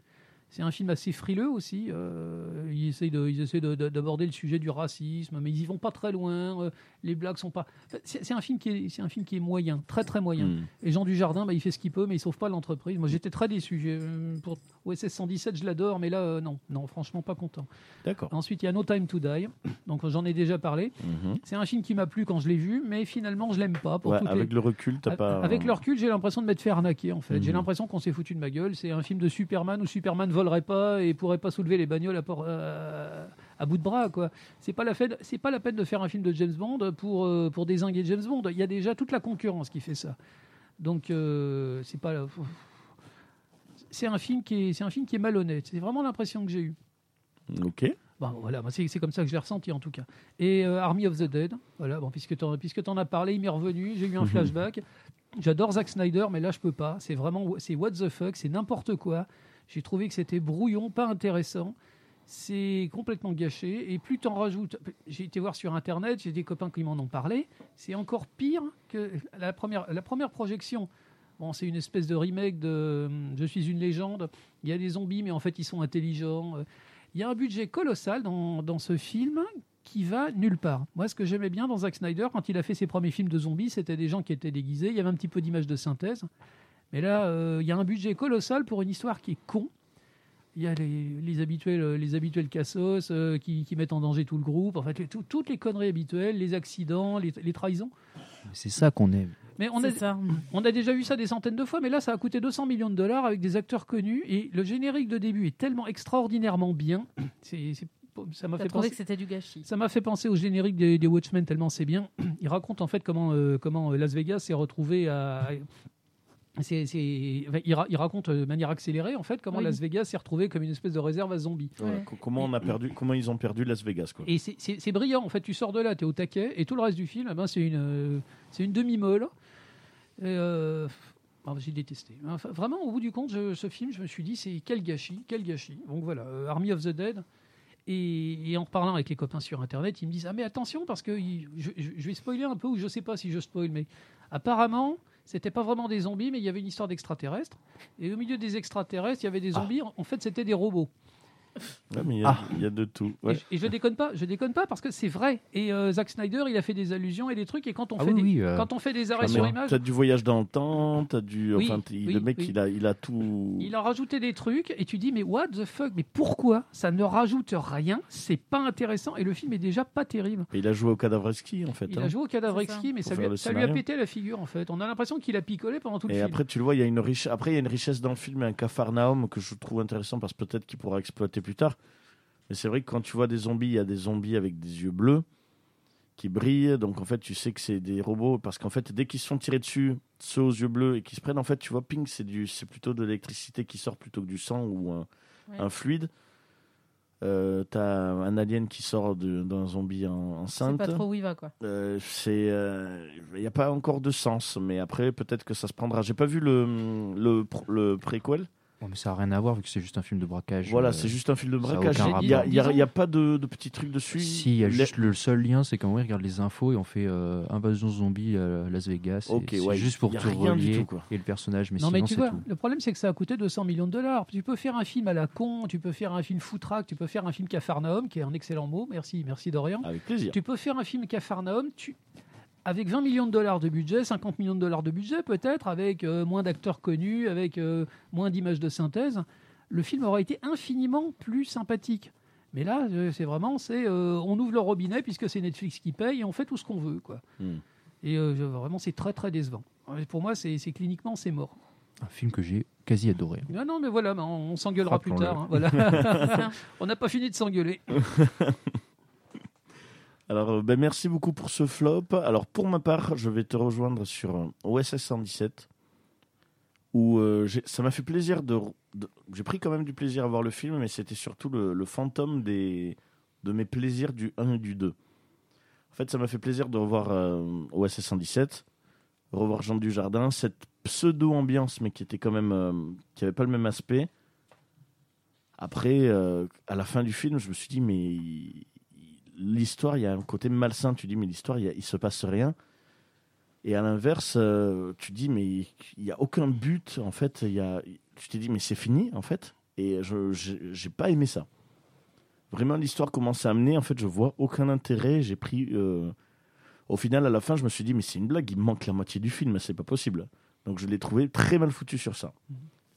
S2: C'est un film assez frileux aussi. euh, ils essayent de- ils essayent de- de- d'aborder le sujet du racisme, mais ils y vont pas très loin. euh, les blagues sont pas. C'est c'est un film qui est, c'est un film qui est moyen, très très moyen.
S1: Hmm.
S2: Et Jean Dujardin, bah, il fait ce qu'il peut, mais il sauve pas l'entreprise. Moi, j'étais très déçu. J'ai, euh, Pour OSS 117, je l'adore, mais là, euh, non, non, franchement, pas content.
S1: D'accord.
S2: Ensuite, il y a No Time to Die. Donc, j'en ai déjà parlé.
S1: Mhm.
S2: C'est un film qui m'a plu quand je l'ai vu, mais finalement, je l'aime pas. Pour
S1: Ouais,
S2: toutes
S1: avec le recul, t'as
S2: les-
S1: pas.
S2: Avec le recul, j'ai l'impression de m'être fait arnaquer, en fait. J'ai
S1: Mhm.
S2: l'impression qu'on s'est foutu de ma gueule. C'est un film de Superman où Superman volerait pas et pourrait pas soulever les bagnoles à, port- euh, à bout de bras, quoi. C'est pas, la fête- c'est pas la peine de faire un film de James Bond pour, euh, pour désinguer James Bond. Il y a déjà toute la concurrence qui fait ça. Donc, euh, c'est pas... la- C'est un, film qui est, c'est un film qui est malhonnête. C'est vraiment l'impression que j'ai eue.
S1: Ok.
S2: Bon, voilà, moi, c'est c'est comme ça que je l'ai ressenti en tout cas. Et euh, Army of the Dead, voilà, bon, puisque tu en, as parlé, il m'est revenu, j'ai eu un
S1: Mhm.
S2: flashback. J'adore Zack Snyder, mais là je peux pas. C'est vraiment, c'est what the fuck, c'est n'importe quoi. J'ai trouvé que c'était brouillon, pas intéressant. C'est complètement gâché. Et plus t'en rajoutes, j'ai été voir sur internet, j'ai des copains qui m'en ont parlé. C'est encore pire que la première, la première projection. Bon, c'est une espèce de remake de euh, Je suis une légende. Il y a des zombies, mais en fait ils sont intelligents. Il y a un budget colossal dans, dans ce film qui va nulle part. Moi, ce que j'aimais bien dans Zack Snyder, quand il a fait ses premiers films de zombies, c'était des gens qui étaient déguisés, il y avait un petit peu d'image de synthèse. Mais là, euh, il y a un budget colossal pour une histoire qui est con. Il y a les, les habituels, euh, les habituels cassos euh, qui, qui mettent en danger tout le groupe. En fait, les- tout- toutes les conneries habituelles, les accidents, les, les trahisons.
S4: C'est ça qu'on aime.
S2: Mais on
S3: C'est
S2: a,
S3: ça.
S2: on a déjà vu ça des centaines de fois, mais là, ça a coûté 200 millions de dollars avec des acteurs connus. Et le générique de début est tellement extraordinairement bien. C'est, c'est- ça m'a
S3: T'as
S2: fait
S3: trouvé
S2: penser.
S3: que c'était du gâchis.
S2: Ça m'a fait penser au générique des, des Watchmen tellement c'est bien. Il raconte en fait comment, euh, comment Las Vegas s'est retrouvé à... c'est- c'est- enfin, il, ra- il raconte de manière accélérée en fait comment
S3: Oui.
S2: Las Vegas s'est retrouvé comme une espèce de réserve à zombies.
S1: Voilà.
S3: Ouais.
S1: Co- Comment on a perdu Comment ils ont perdu Las Vegas quoi.
S2: Et c'est- c'est c'est brillant, en fait, tu sors de là, tu es au taquet, et tout le reste du film, eh ben, c'est une, euh, c'est une demi-molle. Et, euh, ah, J'ai détesté. Enfin, vraiment, au bout du compte, je- ce film, je me suis dit, c'est quel gâchis, quel gâchis. Donc voilà, euh, Army of the Dead. Et, et en reparlant avec les copains sur Internet, ils me disent, ah mais attention, parce que il- je, je- je vais spoiler un peu, ou je sais pas si je spoil, mais apparemment, c'était pas vraiment des zombies, mais il y avait une histoire d'extraterrestres. Et au milieu des extraterrestres, il y avait des zombies. En- en fait, c'était des robots.
S1: Ouais, mais il y, a-
S3: Ah.
S1: il y a de tout.
S2: Et,
S1: Ouais.
S2: je, et je déconne pas, je déconne pas parce que c'est vrai. Et euh, Zack Snyder, il a fait des allusions et des trucs. Et quand on
S4: Ah
S2: fait
S4: oui,
S2: des,
S4: oui. euh,
S2: quand on fait des arrêts
S1: Ah,
S2: sur
S1: mais
S2: image,
S1: T'as du voyage dans le temps. T'as du.
S2: Oui,
S1: Enfin, t-
S2: oui,
S1: le mec,
S2: oui.
S1: il a, il a tout.
S2: il a rajouté des trucs et tu dis mais what the fuck, mais pourquoi ça ne rajoute rien C'est pas intéressant et le film est déjà pas terrible.
S1: Et il a joué au cadavre ski en fait.
S2: Il
S1: hein.
S2: a joué au cadavre
S3: C'est ça.
S2: exquis, mais
S1: Pour
S2: ça lui,
S1: faire
S2: a,
S1: le
S2: ça lui a
S1: scénario.
S2: pété la figure en fait. On a l'impression qu'il a picolé pendant tout le
S1: Et
S2: film.
S1: après, tu le vois, il y a une riche. Après, il y a une richesse dans le film, un Capharnaüm que je trouve intéressant parce que peut-être qu'il pourra exploiter plus tard. Mais c'est vrai que quand tu vois des zombies, il y a des zombies avec des yeux bleus qui brillent. Donc en fait, tu sais que c'est des robots parce qu'en fait, dès qu'ils se font tirer dessus, ceux aux yeux bleus et qui se prennent, en fait, tu vois, ping, c'est du, c'est plutôt de l'électricité qui sort plutôt que du sang ou un,
S3: Ouais.
S1: un fluide. Euh, T'as un alien qui sort de- d'un zombie en,
S3: C'est
S1: enceinte.
S3: pas trop où il va, quoi.
S1: Euh, c'est euh, il n'y a pas encore de sens mais après peut-être que ça se prendra j'ai pas vu le mm, le, pr- le préquel
S4: oh, mais ça n'a rien à voir vu que c'est juste un film de braquage.
S1: voilà
S4: euh,
S1: c'est juste un film de
S4: ça a
S1: braquage
S4: aucun
S1: il y a,
S4: rapport.
S1: il y a- il y a pas de, de petit truc dessus
S4: Si, il y a
S1: Les-
S4: juste le seul lien, c'est quand on regarde les infos et on fait euh, invasion zombie à Las Vegas. et
S1: Ok,
S4: c'est
S1: ouais,
S4: juste pour
S1: y a
S4: tout
S1: rien du
S4: relier
S1: tout, quoi.
S4: et le personnage, mais
S2: non
S4: sinon
S2: mais tu
S4: c'est
S2: vois,
S4: tout.
S2: le problème c'est que ça a coûté 200 millions de dollars. Tu peux faire un film à la con, tu peux faire un film foutraque, tu peux faire un film Capharnaüm, qui est un excellent mot. Merci, merci Dorian.
S1: avec plaisir
S2: Tu peux faire un film Capharnaüm, tu avec 20 millions de dollars de budget, 50 millions de dollars de budget peut-être, avec euh, moins d'acteurs connus, avec euh, moins d'images de synthèse, le film aurait été infiniment plus sympathique. Mais là, euh, c'est vraiment, c'est euh, on ouvre le robinet puisque c'est Netflix qui paye et on fait tout ce qu'on veut. quoi.
S1: Hmm.
S2: Et euh, je- vraiment, c'est très très décevant. Et Pour moi, c'est c'est cliniquement, c'est mort.
S4: Un film que j'ai quasi adoré.
S2: Non, non, mais voilà, mais on, on s'engueulera plus
S4: Rappelons-le.
S2: tard. hein, voilà. on n'a pas fini de s'engueuler.
S1: alors euh, ben, merci beaucoup pour ce flop alors pour ma part je vais te rejoindre sur euh, OSS 117 où euh, j'ai- ça m'a fait plaisir de, de- j'ai pris quand même du plaisir à voir le film mais c'était surtout le, le fantôme des de mes plaisirs du 1 et du 2 En fait, ça m'a fait plaisir de revoir euh, OSS 117, revoir Jean Dujardin, cette pseudo-ambiance, mais qui était quand même. euh, qui n'avait pas le même aspect. Après, euh, à la fin du film, je me suis dit, mais il- il- l'histoire, il y a un côté malsain. Tu dis, mais l'histoire, il y a- il se passe rien. Et à l'inverse, euh, tu dis, mais il n'y a aucun but, en fait. Il Y a, tu t'es dit, mais c'est fini, en fait. Et je j'ai j'ai pas aimé ça. Vraiment, l'histoire commence à amener, en fait, je vois aucun intérêt. J'ai pris. euh, au final, à la fin, je me suis dit, mais c'est une blague, il manque la moitié du film, c'est pas possible. Donc je l'ai trouvé très mal foutu sur ça.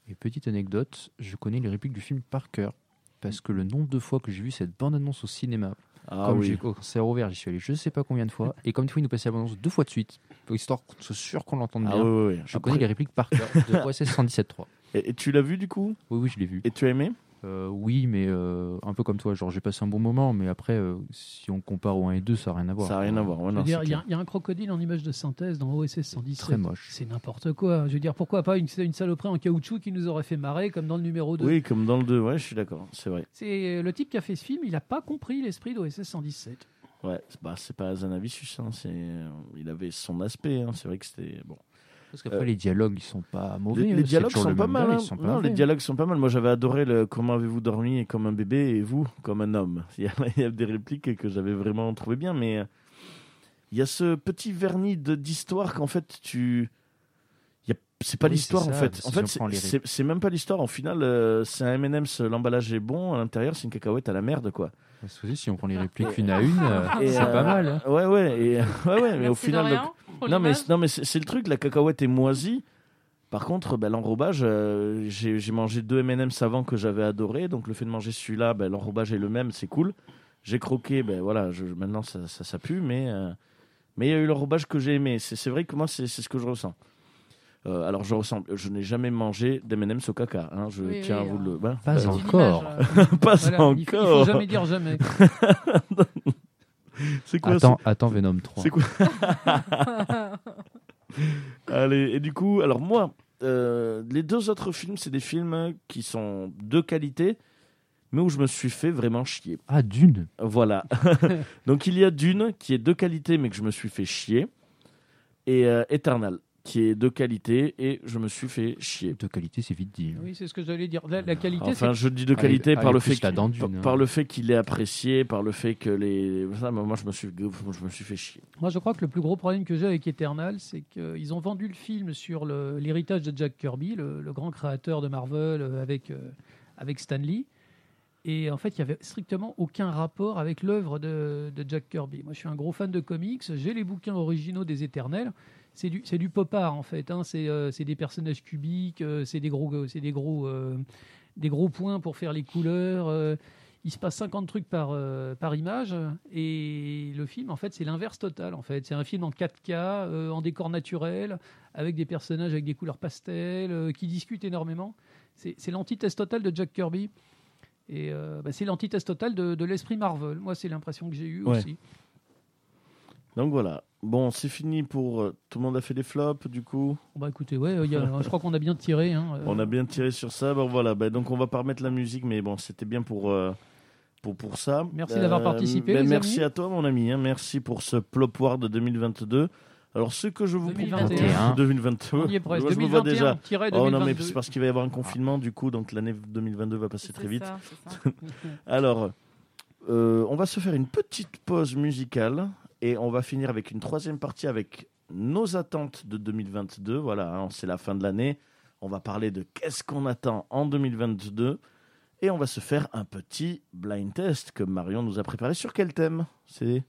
S4: Et petite anecdote, je connais les répliques du film par cœur. Parce que le nombre de fois que j'ai vu cette bande-annonce au cinéma,
S1: Ah
S4: comme j'ai
S1: oui.
S4: au cancer ouvert, j'y suis allé je sais pas combien de fois, et comme des fois ils nous passaient la bande-annonce deux fois de suite, histoire qu'on soit sûr qu'on l'entende
S1: Ah
S4: bien,
S1: oui, oui, oui.
S4: je
S1: Après-
S4: connais les répliques par cœur de OSS 117.3.
S1: et, et tu l'as vu du coup
S4: Oui, oui, je l'ai vu.
S1: Et tu as aimé
S4: Euh, oui, mais euh, un peu comme toi, genre j'ai passé un bon moment, mais après, euh, si on compare au 1 et 2, ça n'a rien à voir.
S1: Ça n'a rien à voir. ouais,
S2: Je
S1: non,
S2: veux dire,
S1: c'est
S2: il y, a-
S1: clair.
S2: il y a un crocodile en image de synthèse dans OSS 117.
S4: Très moche.
S2: C'est n'importe quoi. Je veux dire, pourquoi pas une, une saloperie en caoutchouc qui nous aurait fait marrer, comme dans le numéro 2.
S1: Oui, comme dans le 2, ouais, je suis d'accord, c'est vrai.
S2: C'est euh, le type qui a fait ce film, il n'a pas compris l'esprit d'OSS 117.
S1: Ouais, c'est pas, c'est pas Azanavicius, hein, c'est, euh, il avait son aspect, hein, c'est vrai que c'était bon.
S4: Parce qu'après,
S1: Euh,
S4: les dialogues, ils sont pas mauvais.
S1: les,
S4: hein,
S1: les
S4: c'est
S1: dialogues
S4: toujours
S1: sont
S4: le
S1: pas
S4: même
S1: mal.
S4: gars,
S1: hein.
S4: ils sont pas
S1: non, les
S4: mauvais.
S1: dialogues sont pas mal. Moi, j'avais adoré le Comment avez-vous dormi comme un bébé et vous comme un homme. Il y a, il y a des répliques que j'avais vraiment trouvé bien, mais euh, il y a ce petit vernis de- d'histoire qu'en fait tu. il y a- C'est pas
S4: Oui,
S1: l'histoire
S4: c'est
S1: en
S4: ça,
S1: fait.
S4: si
S1: En
S4: on
S1: fait,
S4: prend
S1: c'est-
S4: les
S1: c'est c'est même pas l'histoire. En final, euh, c'est un M&M's, l'emballage est bon, à l'intérieur c'est une cacahuète à la merde quoi.
S4: Parce que aussi, si on prend les répliques une à une, euh,
S1: Et,
S4: c'est
S1: euh,
S4: pas mal. hein.
S1: Ouais ouais, et, ouais, ouais, mais au
S3: Merci
S1: final, donc,
S3: Dorian, pour
S1: non mais,
S3: l'image.
S1: non mais c'est c'est le truc, la cacahuète est moisie. Par contre, ben, l'enrobage, euh, j'ai j'ai mangé deux M&M's avant que j'avais adoré, donc le fait de manger celui-là, ben, l'enrobage est le même, c'est cool. J'ai croqué, ben voilà, je- maintenant ça, ça, ça pue, mais euh, mais il y a eu l'enrobage que j'ai aimé. C'est c'est vrai que moi c'est c'est ce que je ressens. Euh, alors je ressens, je n'ai jamais mangé d'M&M's au caca, hein, je
S3: Oui,
S1: tiens
S3: oui,
S1: à vous
S3: hein.
S1: le, ben,
S4: Pas
S1: ben,
S3: C'est une
S4: encore.
S3: image, euh,
S1: pas
S2: Voilà, il faut- il faut
S1: encore.
S2: jamais dire jamais.
S1: C'est quoi
S4: Attends, attends Venom 3.
S1: C'est quoi Allez, et du coup, alors moi, euh, les deux autres films, c'est des films qui sont de qualité, mais où je me suis fait vraiment chier.
S4: Ah, Dune
S1: Voilà. Donc il y a Dune, qui est de qualité, mais que je me suis fait chier, et euh, Eternal, qui est de qualité, et je me suis fait chier.
S4: De qualité, c'est vite dit. hein.
S2: Oui, c'est ce que j'allais dire. La, la qualité,
S1: Enfin, je dis de
S4: Allez,
S1: qualité par,
S4: allez,
S1: le
S4: ah, plus
S1: fait
S4: la
S1: qu'il-
S4: dent
S1: par,
S4: d'une, hein.
S1: par le fait qu'il est apprécié, par le fait que les... Ça, moi, je me suis, je me suis fait chier.
S2: c'est. Moi, je crois que le plus gros problème que j'ai avec Eternal, c'est qu'ils ont vendu le film sur le- l'héritage de Jack Kirby, le, le grand créateur de Marvel euh, avec, euh, avec Stan Lee. Et en fait, il n'y avait strictement aucun rapport avec l'œuvre de, de Jack Kirby. Moi, je suis un gros fan de comics. J'ai les bouquins originaux des Éternels. C'est du, c'est du pop art, en fait. hein. C'est euh, c'est des personnages cubiques, euh, c'est des gros, c'est des, gros, euh, des gros points pour faire les couleurs. euh. il se passe 50 trucs par, euh, par image. Et le film, en fait, c'est l'inverse total, en fait. C'est un film en 4K, euh, en décor naturel, avec des personnages avec des couleurs pastel, euh, qui discutent énormément. C'est c'est l'antithèse totale de Jack Kirby. Et euh, bah, c'est l'antithèse totale de, de l'esprit Marvel. Moi, c'est l'impression que j'ai eue
S1: Ouais.
S2: aussi.
S1: Donc voilà. Bon, c'est fini pour... euh, Tout le monde a fait des flops, du coup
S2: Bon, Bah écoutez, ouais, euh, y a- je crois qu'on a bien tiré. hein, euh.
S1: On a bien tiré sur ça. Bon, voilà. Ben, donc, on va pas remettre la musique, mais bon, c'était bien pour, euh, pour, pour ça. Euh, ben,
S2: Merci d'avoir participé, les
S1: merci
S2: amis.
S1: à toi, mon ami. hein. Merci pour ce Plopwar de 2022. Alors, ce que je vous
S2: 2021.
S1: propose. 2022.
S2: On y est presque.
S1: Moi, je me vois
S2: 2021,
S1: déjà.
S2: tiré
S1: Oh non, mais c'est
S2: 2022.
S1: parce qu'il va y avoir un confinement, du coup, donc l'année 2022 va passer
S3: c'est
S1: très vite.
S3: ça, c'est ça.
S1: Alors, euh, on va se faire une petite pause musicale et on va finir avec une troisième partie avec nos attentes de 2022. Voilà, hein, c'est la fin de l'année. On va parler de qu'est-ce qu'on attend en 2022 et on va se faire un petit blind test que Marion nous a préparé. Sur quel thème C'est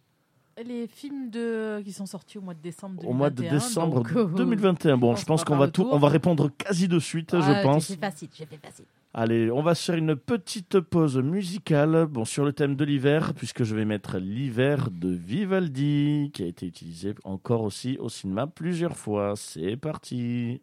S3: Les films de... qui sont sortis au mois de décembre 2021.
S1: au mois de décembre
S3: donc, euh,
S1: 2021. Bon, je pense qu'on va
S3: faire le
S1: tout,
S3: tour.
S1: on va répondre quasi de suite, je
S3: Ah,
S1: pense.
S3: J'ai fait facile, j'ai fait facile.
S1: Allez, on va se faire une petite pause musicale bon, sur le thème de l'hiver, puisque je vais mettre l'hiver de Vivaldi, qui a été utilisé encore aussi au cinéma plusieurs fois. C'est parti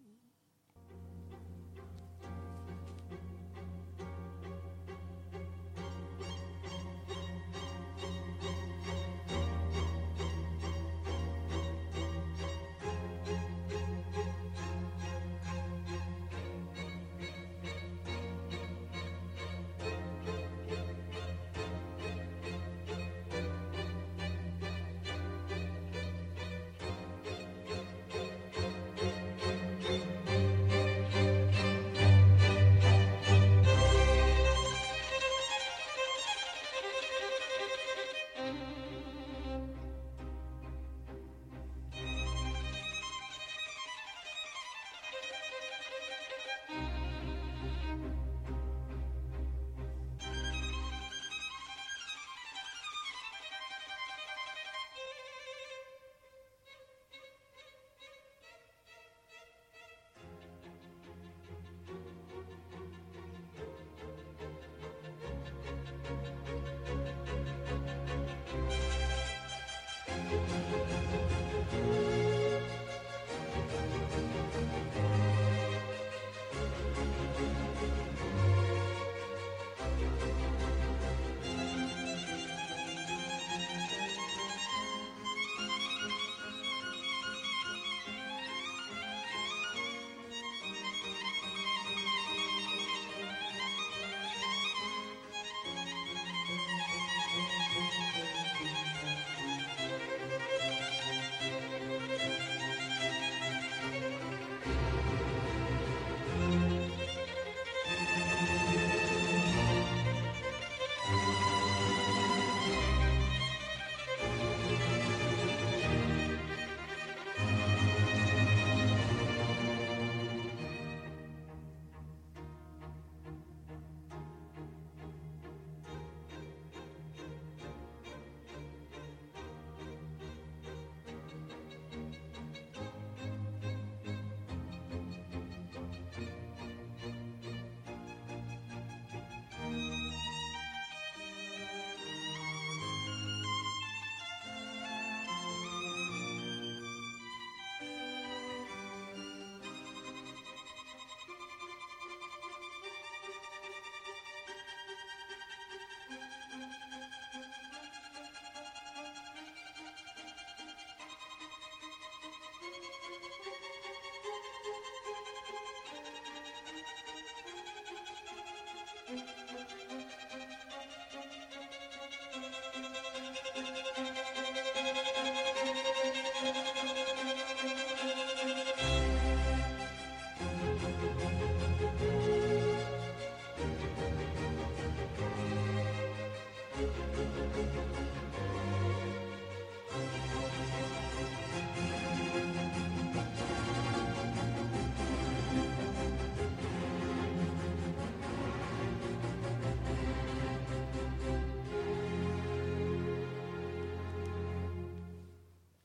S6: Thank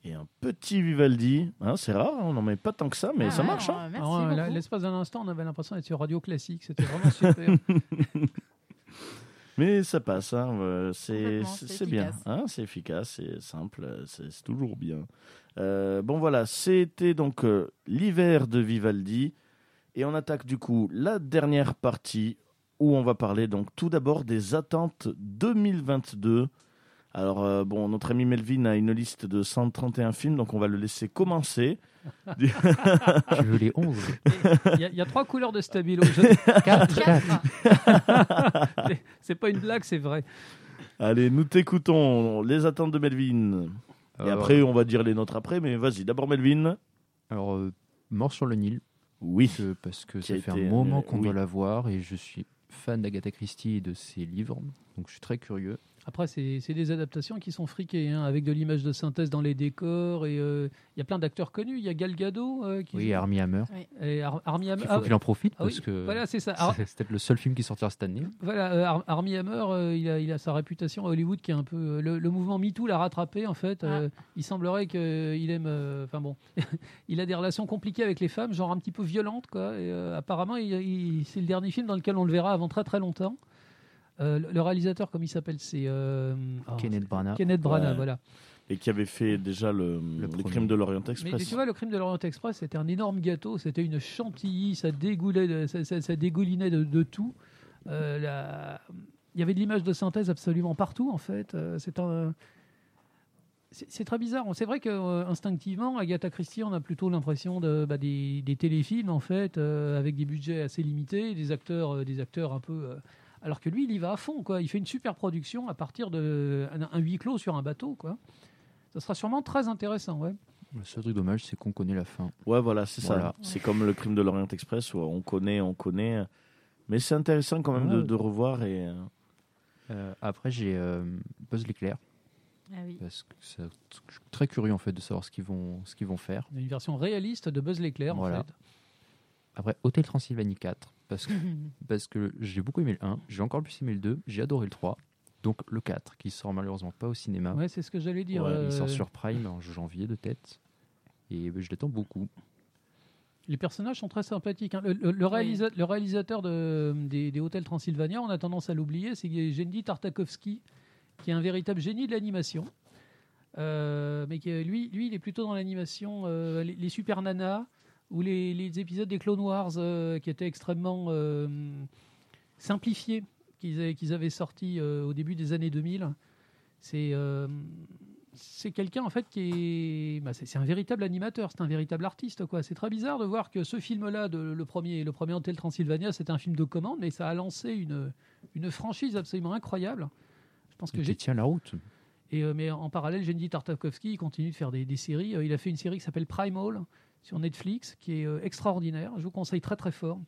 S1: Et un petit Vivaldi, hein, c'est rare, hein, on n'en met pas tant que ça, mais
S3: Ah
S1: ça
S3: ouais,
S1: marche. hein.
S3: alors, merci
S2: Ah ouais,
S3: beaucoup.
S2: là, L'espace d'un instant, on avait l'impression d'être sur Radio Classique. C'était vraiment super.
S1: Mais ça passe, hein, euh, c'est
S3: Complètement,
S1: c'est-
S3: c'est
S1: c'est bien,
S3: efficace.
S1: hein, c'est efficace, c'est simple, euh, c'est c'est toujours bien. Euh, bon voilà, c'était donc euh, l'hiver de Vivaldi et on attaque du coup la dernière partie où on va parler donc tout d'abord des attentes 2022. Alors euh, bon, notre ami Melvin a une liste de 131 films, donc on va le laisser commencer.
S4: Je veux les 11.
S2: Il y, a- il y a trois couleurs de stabilo. Je-
S4: 4,
S3: Quatre.
S2: C'est pas une blague, c'est vrai.
S1: Allez, nous t'écoutons les attentes de Melvin. Et après, on va dire les nôtres après, mais vas-y, d'abord Melvin.
S4: Alors, euh, Mort sur le Nil,
S1: Oui.
S4: que- parce que
S1: Qui
S4: ça
S1: a
S4: fait
S1: été,
S4: un moment
S1: euh,
S4: qu'on
S1: oui.
S4: doit la voir et je suis fan d'Agatha Christie et de ses livres, donc je suis très curieux.
S2: Après, c'est c'est des adaptations qui sont friquées, hein, avec de l'image de synthèse dans les décors. Et euh, il y a plein d'acteurs connus. Il y a Gal Gadot. euh, qui
S4: Oui, Armie Hammer,
S2: et Ar- Armie Hammer.
S4: il
S2: ah,
S4: faut qu'il en profite
S2: ah oui,
S4: parce que
S2: Voilà, c'est ça. Ar-
S4: c'est c'est peut-être le seul film qui sortira cette année.
S2: Voilà, euh, Ar- Armie Hammer, euh, il, a, il a sa réputation à Hollywood qui est un peu. euh, le, le mouvement MeToo l'a rattrapé, en fait. Euh, il semblerait qu'il aime. euh, Enfin bon. il a des relations compliquées avec les femmes, genre un petit peu violentes, quoi. Et, euh, apparemment, il- il- c'est le dernier film dans lequel on le verra avant très très longtemps. Euh, le- le réalisateur, comme il s'appelle, c'est. euh, oh,
S4: Kenneth Branagh.
S2: Kenneth Branagh,
S1: Ouais.
S2: voilà.
S1: et qui avait fait déjà le, le,
S4: premier.
S1: crime de l'Orient Express.
S2: Mais tu vois, le crime de l'Orient Express, c'était un énorme gâteau, c'était une chantilly, ça, dégoulait de- ça, ça- ça dégoulinait de, de tout. Euh, la- Il y avait de l'image de synthèse absolument partout, en fait. Euh, c'est un- c'est- c'est très bizarre. C'est vrai que euh, instinctivement, Agatha Christie, on a plutôt l'impression de bah, des, des téléfilms en fait, euh, avec des budgets assez limités, des acteurs, euh, des acteurs un peu. euh, alors que lui, il y va à fond, quoi. Il fait une super production à partir de un, un huis clos sur un bateau, quoi. Ça sera sûrement très intéressant, ouais.
S4: Le seul truc dommage, c'est qu'on connaît la fin.
S1: Ouais, voilà, c'est ça.
S4: Voilà.
S1: C'est comme le crime de l'Orient Express où on connaît, on connaît. Mais c'est intéressant quand même de,
S4: Ouais.
S1: de revoir et euh,
S4: Euh, après, j'ai euh, Buzz l'éclair
S3: Ah oui.
S4: parce que ça- je suis très curieux en fait de savoir ce qu'ils vont ce qu'ils vont faire.
S2: Une version réaliste de Buzz l'éclair,
S4: Voilà.
S2: en fait.
S4: Après, Hôtel Transylvanie 4, parce que, parce que j'ai beaucoup aimé le 1, j'ai encore plus aimé le 2, j'ai adoré le 3. Donc le 4, qui sort malheureusement pas au cinéma.
S2: Ouais, c'est ce que j'allais dire.
S1: Ouais,
S2: euh,
S4: Il sort sur Prime en janvier de tête. Et euh, je l'attends beaucoup.
S2: Les personnages sont très sympathiques. hein. Le, le- le réalisa- le réalisateur de, des, des Hôtels Transylvania, on a tendance à l'oublier, c'est Genndy Tartakovsky, qui est un véritable génie de l'animation. Euh, mais qui, euh, lui, lui, il est plutôt dans l'animation, euh, les, les Super Nanas ou les, les épisodes des Clone Wars euh, qui étaient extrêmement euh, simplifiés, qu'ils avaient, qu'ils avaient sortis euh, au début des années 2000. C'est euh, c'est quelqu'un en fait qui est, bah, c'est c'est un véritable animateur, c'est un véritable artiste quoi. C'est très bizarre de voir que ce film-là, de le premier, le premier Hôtel Transylvania, c'était un film de commande, mais ça a lancé une une franchise absolument incroyable. Je pense que
S4: Il
S2: j'ai
S4: tient la route.
S2: et, euh, mais en parallèle, Genndy Tartakovsky il continue de faire des, des séries. Euh, il a fait une série qui s'appelle Primal sur Netflix, qui est euh, extraordinaire. Je vous conseille très très fort.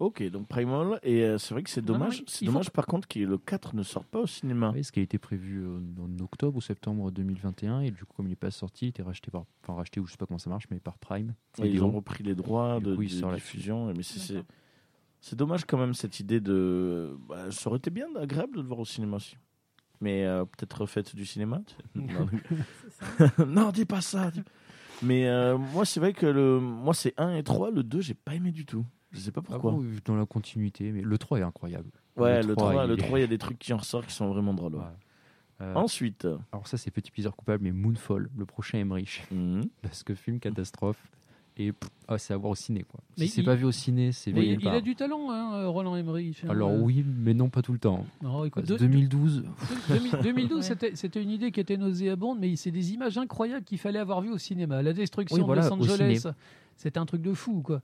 S1: Ok, donc Primal, et euh, c'est vrai que c'est
S2: Non, non,
S1: dommage,
S2: il-
S1: c'est
S2: il faut
S1: dommage par contre que le 4 ne sorte pas au
S2: Hein.
S1: cinéma.
S4: Oui, ce qui a été prévu euh, en octobre ou septembre 2021. Et du coup, comme il n'est pas sorti, il était racheté par. Enfin, racheté, ou je sais pas comment ça marche, mais par Prime.
S1: Et ils
S4: Vidéo.
S1: ont repris les droits
S4: Du
S1: de,
S4: coup, il
S1: de
S4: sort la-
S1: diffusion, mais c'est- c'est
S3: D'accord.
S1: c'est dommage quand même cette idée de. bah, ça aurait été bien agréable de le voir au cinéma aussi. Mais euh, peut-être refaite du cinéma. Non, non, dis pas ça. dis- Mais euh, moi, c'est vrai que le, moi, c'est 1 et 3. Le 2, j'ai pas aimé du tout. Je sais pas
S4: Ah
S1: pourquoi.
S4: bon, dans la continuité, mais le 3 est incroyable.
S1: ouais, le 3,
S4: il
S1: le
S4: est-
S1: 3, il y a des trucs qui en ressortent qui sont vraiment drôles. ouais. Ah,
S4: Ouais. Euh,
S1: Ensuite,
S4: Alors, ça, c'est petit plaisir coupable, mais Moonfall, le prochain Emmerich.
S1: hum,
S4: Parce que film catastrophe. Et pff, ah, c'est à voir au ciné, quoi.
S2: Mais
S4: si c'est
S2: il-
S4: pas vu au ciné, c'est
S2: Mais
S4: veillé
S2: il, il
S4: par.
S2: a du talent, hein, euh, Roland Emmerich. hein.
S4: Alors,
S2: Euh,
S4: oui, mais non, pas tout le temps.
S2: non, écoute, de-
S4: 2012,
S2: de- 2000- 2012,
S3: Ouais.
S2: c'était- c'était une idée qui était nauséabonde, mais c'est des images incroyables qu'il fallait avoir vues au cinéma. La destruction
S4: Oui,
S2: de Los
S4: voilà, au
S2: Angeles, c'était un truc de fou, quoi.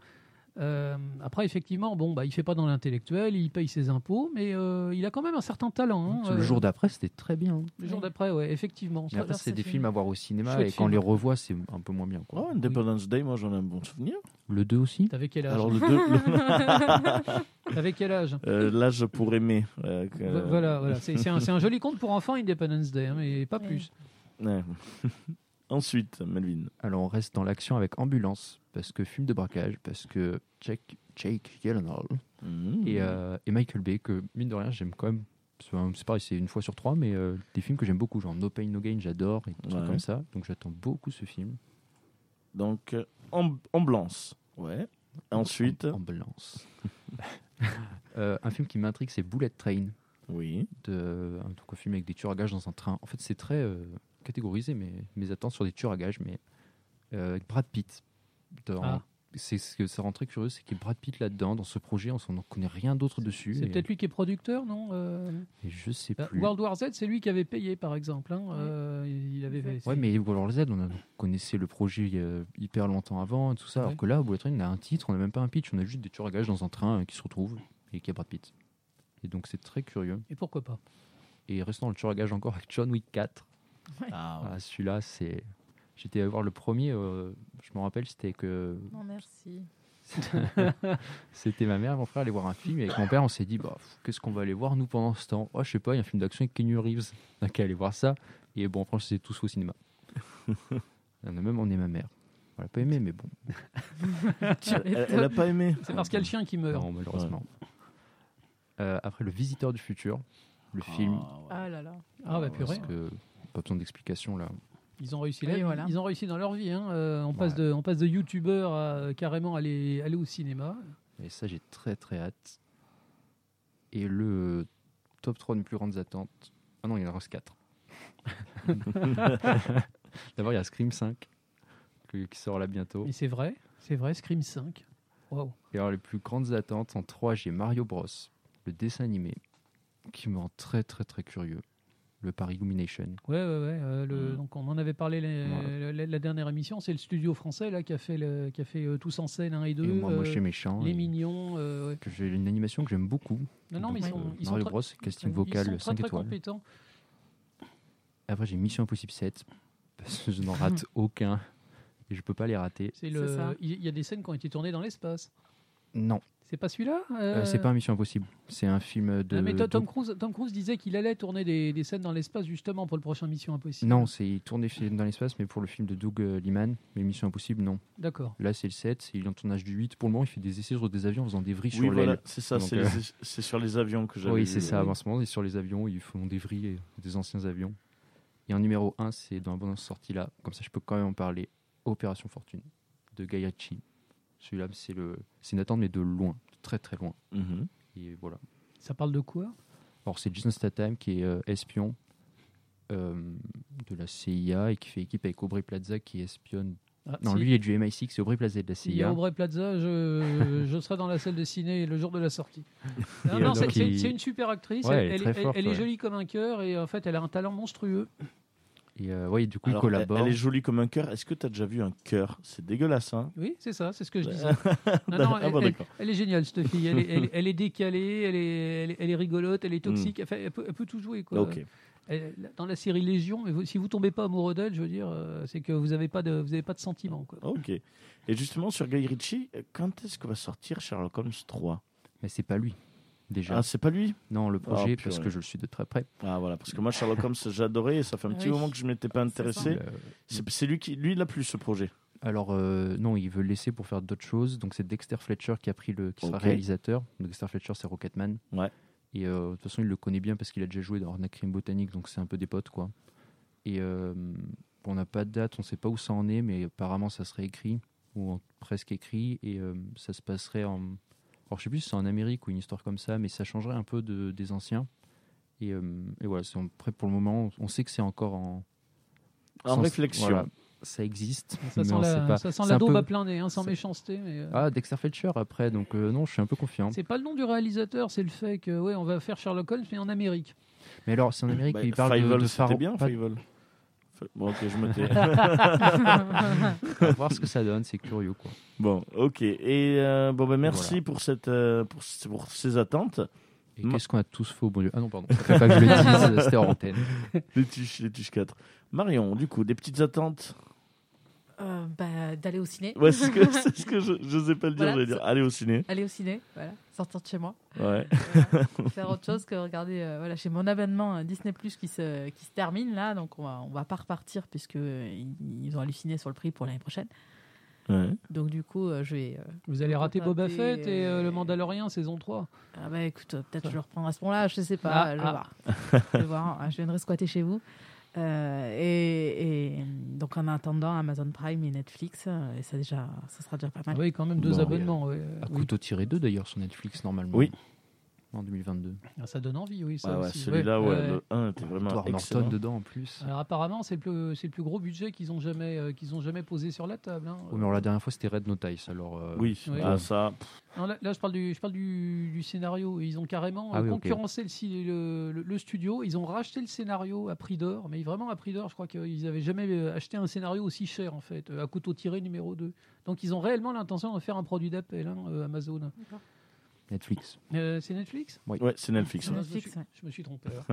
S2: Euh, après, effectivement, bon, bah, il fait pas dans l'intellectuel, il paye ses impôts, mais euh, il a quand même un certain talent. hein.
S4: le
S2: Euh,
S4: jour d'après, c'était très bien.
S2: le jour d'après, ouais, effectivement.
S4: Mais après,
S3: j'adore
S4: c'est
S3: ce
S4: des
S3: film.
S4: films à voir au cinéma
S2: Chouette
S4: et quand on
S2: film.
S4: les revoit, c'est un peu moins bien. Quoi.
S1: oh, Independence Day, moi, j'en ai un bon souvenir.
S4: Le 2 aussi
S2: T'avais quel âge
S1: Alors, le 2,
S2: T'avais quel âge
S1: Euh, là, je pourrais aimer. euh, que-
S2: Vo- Voilà, voilà. C'est c'est un, c'est un joli conte pour enfants, Independence Day, hein, mais pas
S3: Oui.
S2: plus.
S1: Ouais. Ensuite, Melvin.
S4: Alors on reste dans l'action avec Ambulance, parce que film de braquage, parce que Jake, Jake Gyllenhaal
S1: Mhm.
S4: et, euh, et Michael Bay, que mine de rien, j'aime quand même. C'est un- c'est pareil, c'est une fois sur trois, mais euh, des films que j'aime beaucoup, genre No Pain No Gain, j'adore, et des trucs
S1: Ouais.
S4: comme ça. Donc j'attends beaucoup ce film.
S1: Donc, euh, Amb- Ambulance. Ouais. Ensuite,
S4: Am- Ambulance. Euh, un film qui m'intrigue, c'est Bullet Train,
S1: oui.
S4: de, un, donc, un film avec des tueurs à gages dans un train. En fait, c'est très euh, catégorisé, mais mes attentes sur des tueurs à gages, mais euh, avec Brad Pitt. Dans,
S2: Ah.
S4: C'est ce que ça rend très curieux, c'est qu'il y ait Brad Pitt là-dedans, dans ce projet, on ne connaît rien d'autre dessus.
S2: C'est
S4: et-
S2: peut-être lui qui est producteur, non Euh,
S4: et je sais
S2: bah,
S4: plus.
S2: World War Z, c'est lui qui avait payé, par exemple. hein, euh, il avait fait.
S4: Ouais, mais World War Z, on, a- on connaissait le projet euh, hyper longtemps avant, et tout ça.
S2: Ouais.
S4: Alors que là, Bullet Train, on a un titre, on n'a même pas un pitch, on a juste des tueurs à gages dans un train euh, qui se retrouvent et qui a Brad Pitt. Et donc c'est très curieux.
S2: Et pourquoi pas
S4: Et restons dans le tueur à gages encore avec John Wick 4.
S1: Ah,
S4: Ah, celui-là, c'est. J'étais à voir le premier, euh, je me rappelle, c'était que.
S3: Non, merci.
S4: c'était ma mère, et mon frère allait voir un film, et avec mon père, on s'est dit, bah, pff, qu'est-ce qu'on va aller voir, nous, pendant ce temps Oh, je sais pas, il y a un film d'action avec Keanu Reeves. On a qu'à aller voir ça. Et bon, franchement, c'est tous au cinéma. on a même emmené ma mère. On l'a pas aimé, mais bon, Euh,
S1: Elle, elle a pas aimé.
S2: C'est parce qu'il y a le chien qui meurt.
S4: non, malheureusement. Euh, après, Le Visiteur du Futur, le film.
S1: Ah, ouais.
S3: Ah là là.
S2: Ah, bah purée.
S4: Parce que, pas besoin d'explication là.
S2: Ils ont réussi
S3: Oui,
S2: là-
S3: voilà.
S2: Ils ont réussi dans leur vie. hein. Euh, on, passe
S4: Ouais.
S2: de, on passe de youtubeur à carrément aller, aller au cinéma.
S4: Et ça, j'ai très très hâte. Et le top 3 de mes plus grandes attentes. Ah non, il en reste 4. D'abord, il y a Scream 5 que- qui sort là bientôt.
S2: Et c'est vrai, c'est vrai, Scream 5. Waouh.
S4: Et alors, les plus grandes attentes, en 3, j'ai Mario Bros, le dessin animé, qui me rend très très très curieux. Le Paris Illumination.
S2: Ouais, ouais, ouais. euh, le-
S1: Mm.
S2: Donc on en avait parlé la,
S4: Ouais.
S2: la- la dernière émission. C'est le studio français là qui a fait, le- qui a fait euh, Tous en scène 1 et 2.
S4: et moi, moi,
S2: euh,
S4: je suis méchant.
S2: les
S4: et
S2: mignons. euh, ouais.
S4: que j'ai une animation que j'aime beaucoup.
S2: Non, non, mais ils
S4: Donc,
S2: sont,
S4: euh,
S2: ils sont
S4: Mario
S2: très-
S4: Bros, casting
S2: ils
S4: vocal
S2: sont très,
S4: 5
S2: très
S4: étoiles.
S2: compétents.
S4: Après, j'ai Mission Impossible 7, parce que je n'en rate aucun. Et je peux pas les rater.
S2: C'est le-
S3: C'est ça.
S2: Il il y a des scènes qui ont été tournées dans l'espace.
S4: Non,
S2: C'est pas celui-là
S4: euh, c'est pas un Mission Impossible. C'est un film de.
S2: Ah, mais Tom,
S4: de-
S2: Tom Cruise, Tom Cruise disait qu'il allait tourner des, des scènes dans l'espace justement pour le prochain Mission Impossible.
S4: Non, c'est il tourne des films dans l'espace, mais pour le film de Doug euh, Liman, mais Mission Impossible, non.
S2: D'accord.
S4: Là, c'est le 7, c'est- il est en tournage du 8. Pour le moment, il fait des essais sur des avions en faisant des vrilles
S1: Oui,
S4: sur
S1: voilà,
S4: l'aile.
S1: c'est ça,
S4: Donc,
S1: c'est
S4: euh,
S1: c'est- c'est sur les avions que j'avais
S4: Oui,
S1: vu,
S4: c'est ça.
S1: ouais.
S4: En ce moment, il est sur les avions, ils font des vrilles euh, des anciens avions. Et en numéro 1, c'est dans la bande sortie là. Comme ça, je peux quand même en parler. Opération Fortune de Gaiachi. Celui-là, c'est le, c'est une attente, mais de loin, de très très loin.
S1: Mhm.
S4: Et voilà.
S2: Ça parle de quoi
S4: Alors c'est Jason Statham qui est euh, espion euh, de la CIA et qui fait équipe avec Aubrey Plaza qui espionne.
S2: Ah,
S4: Non,
S2: si-
S4: lui est du MI6, c'est Aubrey Plaza est de la
S2: S'il y a
S4: CIA.
S2: Aubrey Plaza, je, je serai dans la salle de ciné le jour de la sortie. Non,
S4: Et
S2: non,
S4: alors
S2: c'est- c'est
S4: qu'il-
S2: c'est une super actrice.
S4: Ouais,
S2: elle,
S4: elle est
S2: elle
S4: très
S2: est- elle-
S4: forte,
S2: elle est
S4: ouais.
S2: jolie comme un cœur et en fait, elle a un talent monstrueux.
S4: Et euh, ouais, du coup,
S1: Alors,
S4: il collabore.
S1: Elle, elle est jolie comme un cœur. Est-ce que tu as déjà vu un cœur C'est dégueulasse, hein
S2: Oui, c'est ça, c'est ce que je
S1: Ouais.
S2: disais. Non, non,
S1: Ah
S2: elle,
S1: bon,
S2: elle-
S1: d'accord.
S2: elle est géniale, cette fille. Elle est, elle- elle est décalée, elle est, elle, est- elle est rigolote, elle est
S4: Hmm.
S2: toxique. Enfin, elle, peut, elle peut tout jouer. Quoi.
S1: Ok.
S2: Elle- dans la série Légion, mais vous- si vous tombez pas amoureux d'elle, je veux dire, euh, c'est que vous n'avez pas de, vous avez pas de sentiments. Quoi.
S1: Ok. Et justement, sur Guy Ritchie, quand est-ce que va sortir Sherlock Holmes 3
S4: Mais c'est pas lui, déjà.
S1: Ah, c'est pas lui
S4: non, le
S1: purée.
S4: projet, parce que je le suis de très près.
S1: Ah, voilà, parce que moi, Sherlock Holmes, j'adorais et ça fait un
S3: Ah
S1: petit
S3: oui.
S1: moment que je ne m'étais pas intéressé.
S4: Il, euh,
S1: C'est c'est lui qui, lui, il a plus ce projet.
S4: alors euh, non, il veut le laisser pour faire d'autres choses. Donc c'est Dexter Fletcher qui a pris le, qui sera
S1: Ok.
S4: réalisateur. Dexter Fletcher, c'est Rocketman.
S1: Ouais.
S4: Et euh, de toute façon, il le connaît bien parce qu'il a déjà joué dans Arnaque Crime Botanique, donc c'est un peu des potes quoi. Et euh, on n'a pas de date, on ne sait pas où ça en est, mais apparemment ça serait écrit ou en- presque écrit et euh, ça se passerait en. Alors je sais plus si c'est en Amérique ou une histoire comme ça, mais ça changerait un peu de- des anciens. Et, euh, et voilà, c'est en- prêt pour le moment. On sait que c'est encore en,
S1: En
S4: sans-
S1: réflexion.
S4: voilà, ça existe,
S2: Ça
S4: mais
S2: sent
S4: on sait
S2: la,
S4: pas.
S2: ça sent
S4: C'est
S2: la
S4: un
S2: daube
S4: peu-
S2: à plein nez, hein, sans
S4: c'est-
S2: méchanceté. Mais, euh,
S4: Ah, Dexter Fletcher après, donc euh, non, je suis un peu confiant.
S2: C'est pas le nom du réalisateur, c'est le fait que ouais, on va faire Sherlock Holmes mais en Amérique.
S4: Mais alors, c'est en Amérique,
S1: Bah,
S4: il parle de,
S1: Fievel,
S4: de
S1: c'était
S4: Pharaon.
S1: bien,
S4: pas-
S1: Fievel Fe- Bon, ok, je me tais.
S4: à voir ce que ça donne, c'est curieux quoi.
S1: bon, ok. Et euh, bon, ben merci
S4: Voilà.
S1: pour, cette, euh, pour, ce- pour ces attentes.
S4: Et
S1: Ma-
S4: qu'est-ce qu'on a tous faux, bon Dieu Ah non, pardon, je préfère pas que je le dise, c'était hors antenne.
S1: Les tuches, les tuches 4. Marion, du coup, des petites attentes
S3: Euh, bah, D'aller au ciné.
S1: Ouais, c'est ce que, c'est ce que je n'osais pas le dire.
S3: Voilà,
S1: J'allais dire, allez au ciné.
S3: Aller au ciné, voilà. sortir de chez moi.
S1: Ouais.
S3: Voilà. faire autre chose que regarder. euh, voilà, j'ai mon abonnement euh, Disney Plus qui se, qui se termine là, donc on va, on va pas repartir puisque euh, ils, ils ont halluciné sur le prix pour l'année prochaine.
S1: ouais.
S3: Donc du coup, euh, je vais. euh,
S2: Vous allez rater
S3: Rater,
S2: Boba Fett et euh,
S3: euh,
S2: le Mandalorian saison 3.
S3: ah bah écoute, euh, peut-être je le reprends à ce moment-là, je sais pas.
S2: Ah,
S3: je vais
S2: ah.
S3: voir. je vais voir, hein, je viendrai squatter chez vous. Euh, et, et, euh, donc en attendant Amazon Prime et Netflix, euh, et ça déjà, ça sera déjà pas mal.
S2: Ah oui, quand même deux
S1: Bon.
S2: abonnements. ouais.
S4: euh,
S2: euh,
S4: À
S2: Oui.
S4: couteau tiré 2 d'ailleurs sur Netflix normalement.
S1: Oui. Bah,
S4: En 2022.
S2: Ah, Ça donne envie, oui. Ça
S1: Ah ouais,
S2: aussi,
S1: celui-là, ouais,
S2: ouais.
S1: le 1 était vraiment
S4: Edward
S1: excellent.
S4: Norton dedans en plus.
S2: Alors apparemment, c'est le, plus- c'est le plus gros budget qu'ils ont jamais euh, qu'ils ont jamais posé sur la table. hein.
S4: Oui, Oh, mais alors, la dernière fois c'était Red Notice, alors. euh,
S1: Oui,
S2: Ouais.
S1: ah, ça. pff,
S2: Non, là, là, je parle du je parle du, du scénario. Ils ont carrément
S4: Ah
S2: euh,
S4: oui, ok.
S2: concurrencé le ci- le, le- le studio. Ils ont racheté le scénario à prix d'or, mais vraiment à prix d'or. Je crois qu'ils n'avaient jamais euh, acheté un scénario aussi cher en fait, euh, à couteau tiré numéro 2. Donc ils ont réellement l'intention de faire un produit d'appel, hein, euh, Amazon.
S4: Netflix.
S2: Euh, c'est Netflix
S1: Ouais, c'est Netflix.
S3: C'est
S2: Ah, je,
S3: Netflix,
S2: me suis,
S3: ouais.
S2: je me suis trompé. alors.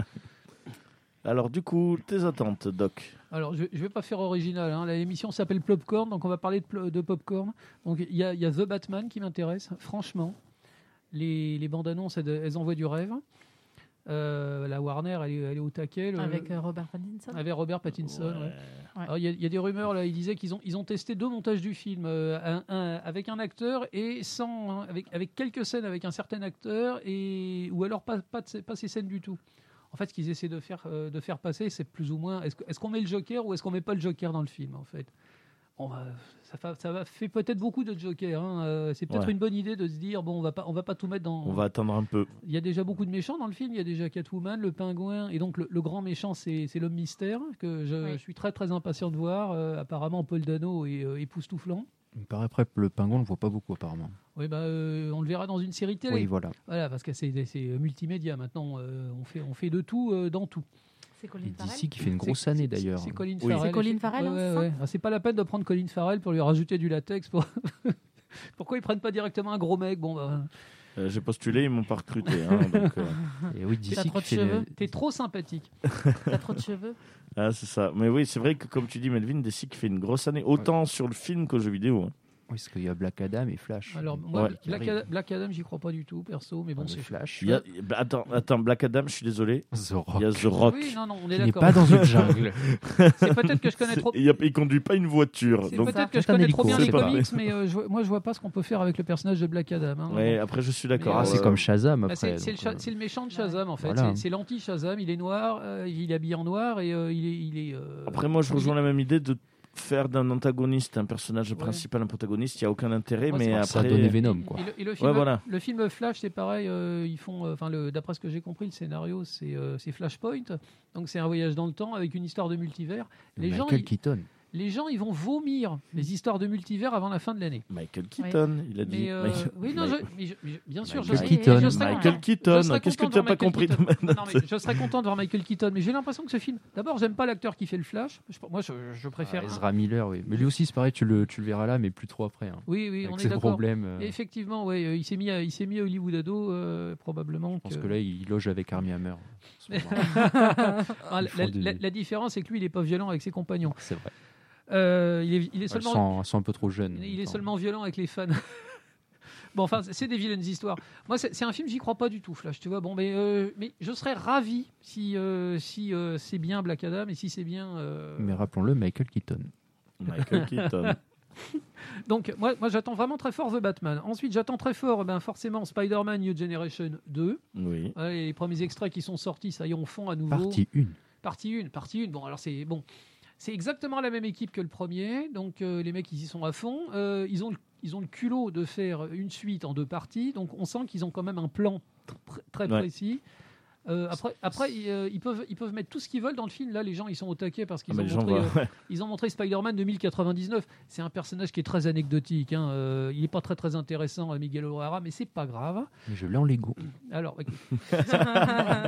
S1: Alors, du coup, tes attentes, Doc
S2: Alors, je ne vais pas faire original. Hein. La- L'émission s'appelle Popcorn, donc on va parler de, pl- de Popcorn. Donc, il y a, il y a The Batman qui m'intéresse, franchement. Les, les bandes annonces, elles, elles envoient du rêve. Euh, la Warner, elle est, elle est au taquet. le-
S3: Avec euh, Robert Pattinson.
S2: avec Robert Pattinson. ouais.
S3: Ouais.
S2: Alors, Il y, a- il y a des rumeurs, là, ils disaient qu'ils ont, ils ont testé deux montages du film, euh, un- un avec un acteur et sans, hein, avec, avec quelques scènes avec un certain acteur, et, ou alors pas, pas, de ces- pas ces scènes du tout. En fait, ce qu'ils essaient de faire, euh, de faire passer, c'est plus ou moins, est-ce que- est-ce qu'on met le Joker ou est-ce qu'on met pas le Joker dans le film, en fait on va, ça, fa- ça va fait peut-être beaucoup de Joker. hein, euh, c'est peut-être
S1: Ouais.
S2: une bonne idée de se dire bon, on va pas, on va pas tout mettre dans.
S1: On va attendre un peu.
S2: Il y a déjà beaucoup de méchants dans le film. Il y a déjà Catwoman, le pingouin, et donc le, le grand méchant, c'est c'est l'homme mystère, que je,
S3: Oui.
S2: je suis très très impatient de voir. Euh, apparemment, Paul Dano est euh, époustouflant.
S4: Il me paraît après le pingouin on le voit pas beaucoup apparemment.
S2: Oui, bah, euh, on le verra dans une série télé.
S4: Oui voilà.
S2: Voilà, parce que c'est c'est multimédia maintenant. euh, on, fait, on fait de tout euh, dans tout.
S3: C'est
S4: Et
S3: Colin Farrell.
S4: d'ici qui fait une grosse année d'ailleurs.
S2: C'est Colin
S1: Oui.
S2: Farrell.
S3: C'est Colin Farrell,
S2: Ouais,
S3: hein,
S2: ouais,
S3: c'est ça
S2: ouais. Alors, C'est pas la peine de prendre Colin Farrell pour lui rajouter du latex. Pour... Pourquoi ils prennent pas directement un gros mec Bon, bah,
S1: Euh, J'ai postulé, ils m'ont pas recruté. hein, donc, euh,
S4: Et oui,
S3: T'as
S4: d'ici
S3: trop
S4: qui
S3: de
S4: fait
S3: cheveux.
S2: t'es trop sympathique.
S3: T'as trop de cheveux.
S1: ah, c'est ça. Mais oui, c'est vrai que, comme tu dis, Melvin, Dessy qui fait une grosse année, autant sur le film qu'au jeu vidéo. hein.
S4: Est-ce qu'il y a Black Adam et Flash
S2: Alors, moi,
S1: Ouais.
S2: Black, Ad- Black Adam, j'y crois pas du tout, perso, mais bon,
S4: c'est
S2: c'est
S4: Flash.
S1: Il y a- bah, attends, attends, Black Adam, je suis désolé. Il y a The Rock.
S2: Oui, non, non, on est
S4: Il n'est
S2: d'accord.
S4: pas dans une jungle.
S2: C'est peut-être que je connais
S1: C'est-
S2: trop.
S1: il y a- il conduit pas une voiture.
S2: C'est
S1: donc-
S2: peut-être que je
S4: C'est un
S2: connais trop bien
S4: hélico,
S2: les
S1: c'est pas
S2: comics, mais euh, je vois- moi je vois pas ce qu'on peut faire avec le personnage de Black Adam. hein.
S1: Ouais, après, je suis d'accord.
S2: Mais,
S4: Ah,
S2: euh,
S4: c'est comme Shazam
S2: Bah,
S4: après.
S2: c'est c'est le,
S4: donc,
S2: cha-
S4: euh,
S2: c'est le méchant de Shazam en fait.
S4: Voilà.
S2: C'est- C'est l'anti-Shazam. Il est noir, euh, il est habillé en noir et euh, il est. Il est euh,
S1: Après, moi, je rejoins la même idée de faire d'un antagoniste un personnage
S2: Ouais.
S1: principal, un protagoniste. Il n'y a aucun intérêt,
S2: Ouais,
S1: mais
S2: c'est
S1: après.
S2: pour
S4: ça a donné Venom quoi.
S2: Et le, et le film,
S1: Ouais, voilà.
S2: le film Flash, c'est pareil. euh, ils font, euh, enfin, le- d'après ce que j'ai compris, le scénario, c'est euh, c'est Flashpoint. Donc c'est un voyage dans le temps avec une histoire de multivers. Les gens,
S4: Michael
S2: ils-
S4: Keaton.
S2: les gens, ils vont vomir les histoires de multivers avant la fin de l'année.
S1: Michael Keaton, il a dit.
S2: Mais euh, oui, non, je, mais je- mais je- bien sûr, je
S4: Michael
S2: serais-
S4: Keaton.
S2: je serais content.
S3: Michael
S1: Michael
S2: Je
S1: Keaton,
S2: serais
S1: qu'est-ce que
S2: content
S1: tu n'as
S2: de
S1: pas
S2: voir
S1: compris
S2: Michael
S1: de-
S2: Non, mais je serais content de voir Michael Keaton, mais j'ai l'impression que ce film. D'abord, j'aime pas l'acteur qui fait le Flash. Je- moi, je, je préfère.
S4: Ah, Ezra Miller, oui. Mais lui aussi, c'est pareil, tu le, tu le verras là, mais plus trop après. hein.
S2: Oui, oui, on
S4: Avec
S2: est
S4: ses
S2: d'accord.
S4: problèmes. euh,
S2: Et
S4: je
S2: Effectivement, ouais, euh, il s'est mis, à- il s'est mis à Hollywood ado, euh, probablement.
S4: pense
S2: que-
S4: que là, il loge avec Armie Hammer. en ce moment.
S2: Ah, la,
S4: ils font des-
S2: la- la différence, c'est que lui, il est pas violent avec ses compagnons.
S4: c'est vrai.
S2: Euh, il est, il est
S4: Elles
S2: seulement,
S4: sont, elles sont un peu trop jeunes. en
S2: Il
S4: même
S2: est
S4: temps.
S2: seulement violent avec les fans. bon, enfin, c'est- c'est des vilaines histoires. Moi, c'est c'est un film, j'y crois pas du tout, Flash, tu vois. Bon, mais, euh, mais je serais ravi si, euh, si euh, c'est bien Black Adam et si c'est bien. euh,
S4: Mais rappelons-le, Michael Keaton.
S1: Michael Keaton.
S2: Donc, moi, moi j'attends vraiment très fort The Batman. Ensuite, j'attends très fort, eh ben, forcément, Spider-Man New Generation 2.
S1: Oui.
S2: Voilà, les premiers extraits qui sont sortis, ça y est, on fond à nouveau.
S4: Partie 1.
S2: Partie 1, partie 1. Bon, alors c'est bon. C'est exactement la même équipe que le premier, donc euh, les mecs ils y sont à fond. Euh, ils, ont le, ils ont le culot de faire une suite en deux parties, donc on sent qu'ils ont quand même un plan tr- très
S1: Ouais.
S2: précis. Euh, après, après ils, euh, ils peuvent, ils peuvent mettre tout ce qu'ils veulent dans le film. Là, les gens ils sont au taquet parce
S1: Ah,
S2: qu'ils
S1: mais
S2: ont,
S1: les gens
S2: montré,
S1: voient.
S2: euh, ils ont montré Spider-Man 2099. C'est un personnage qui est très anecdotique. hein. Euh, il n'est pas très très intéressant, euh, Miguel O'Hara, mais c'est pas grave.
S4: Mais je l'ai en Lego.
S2: Alors, ok.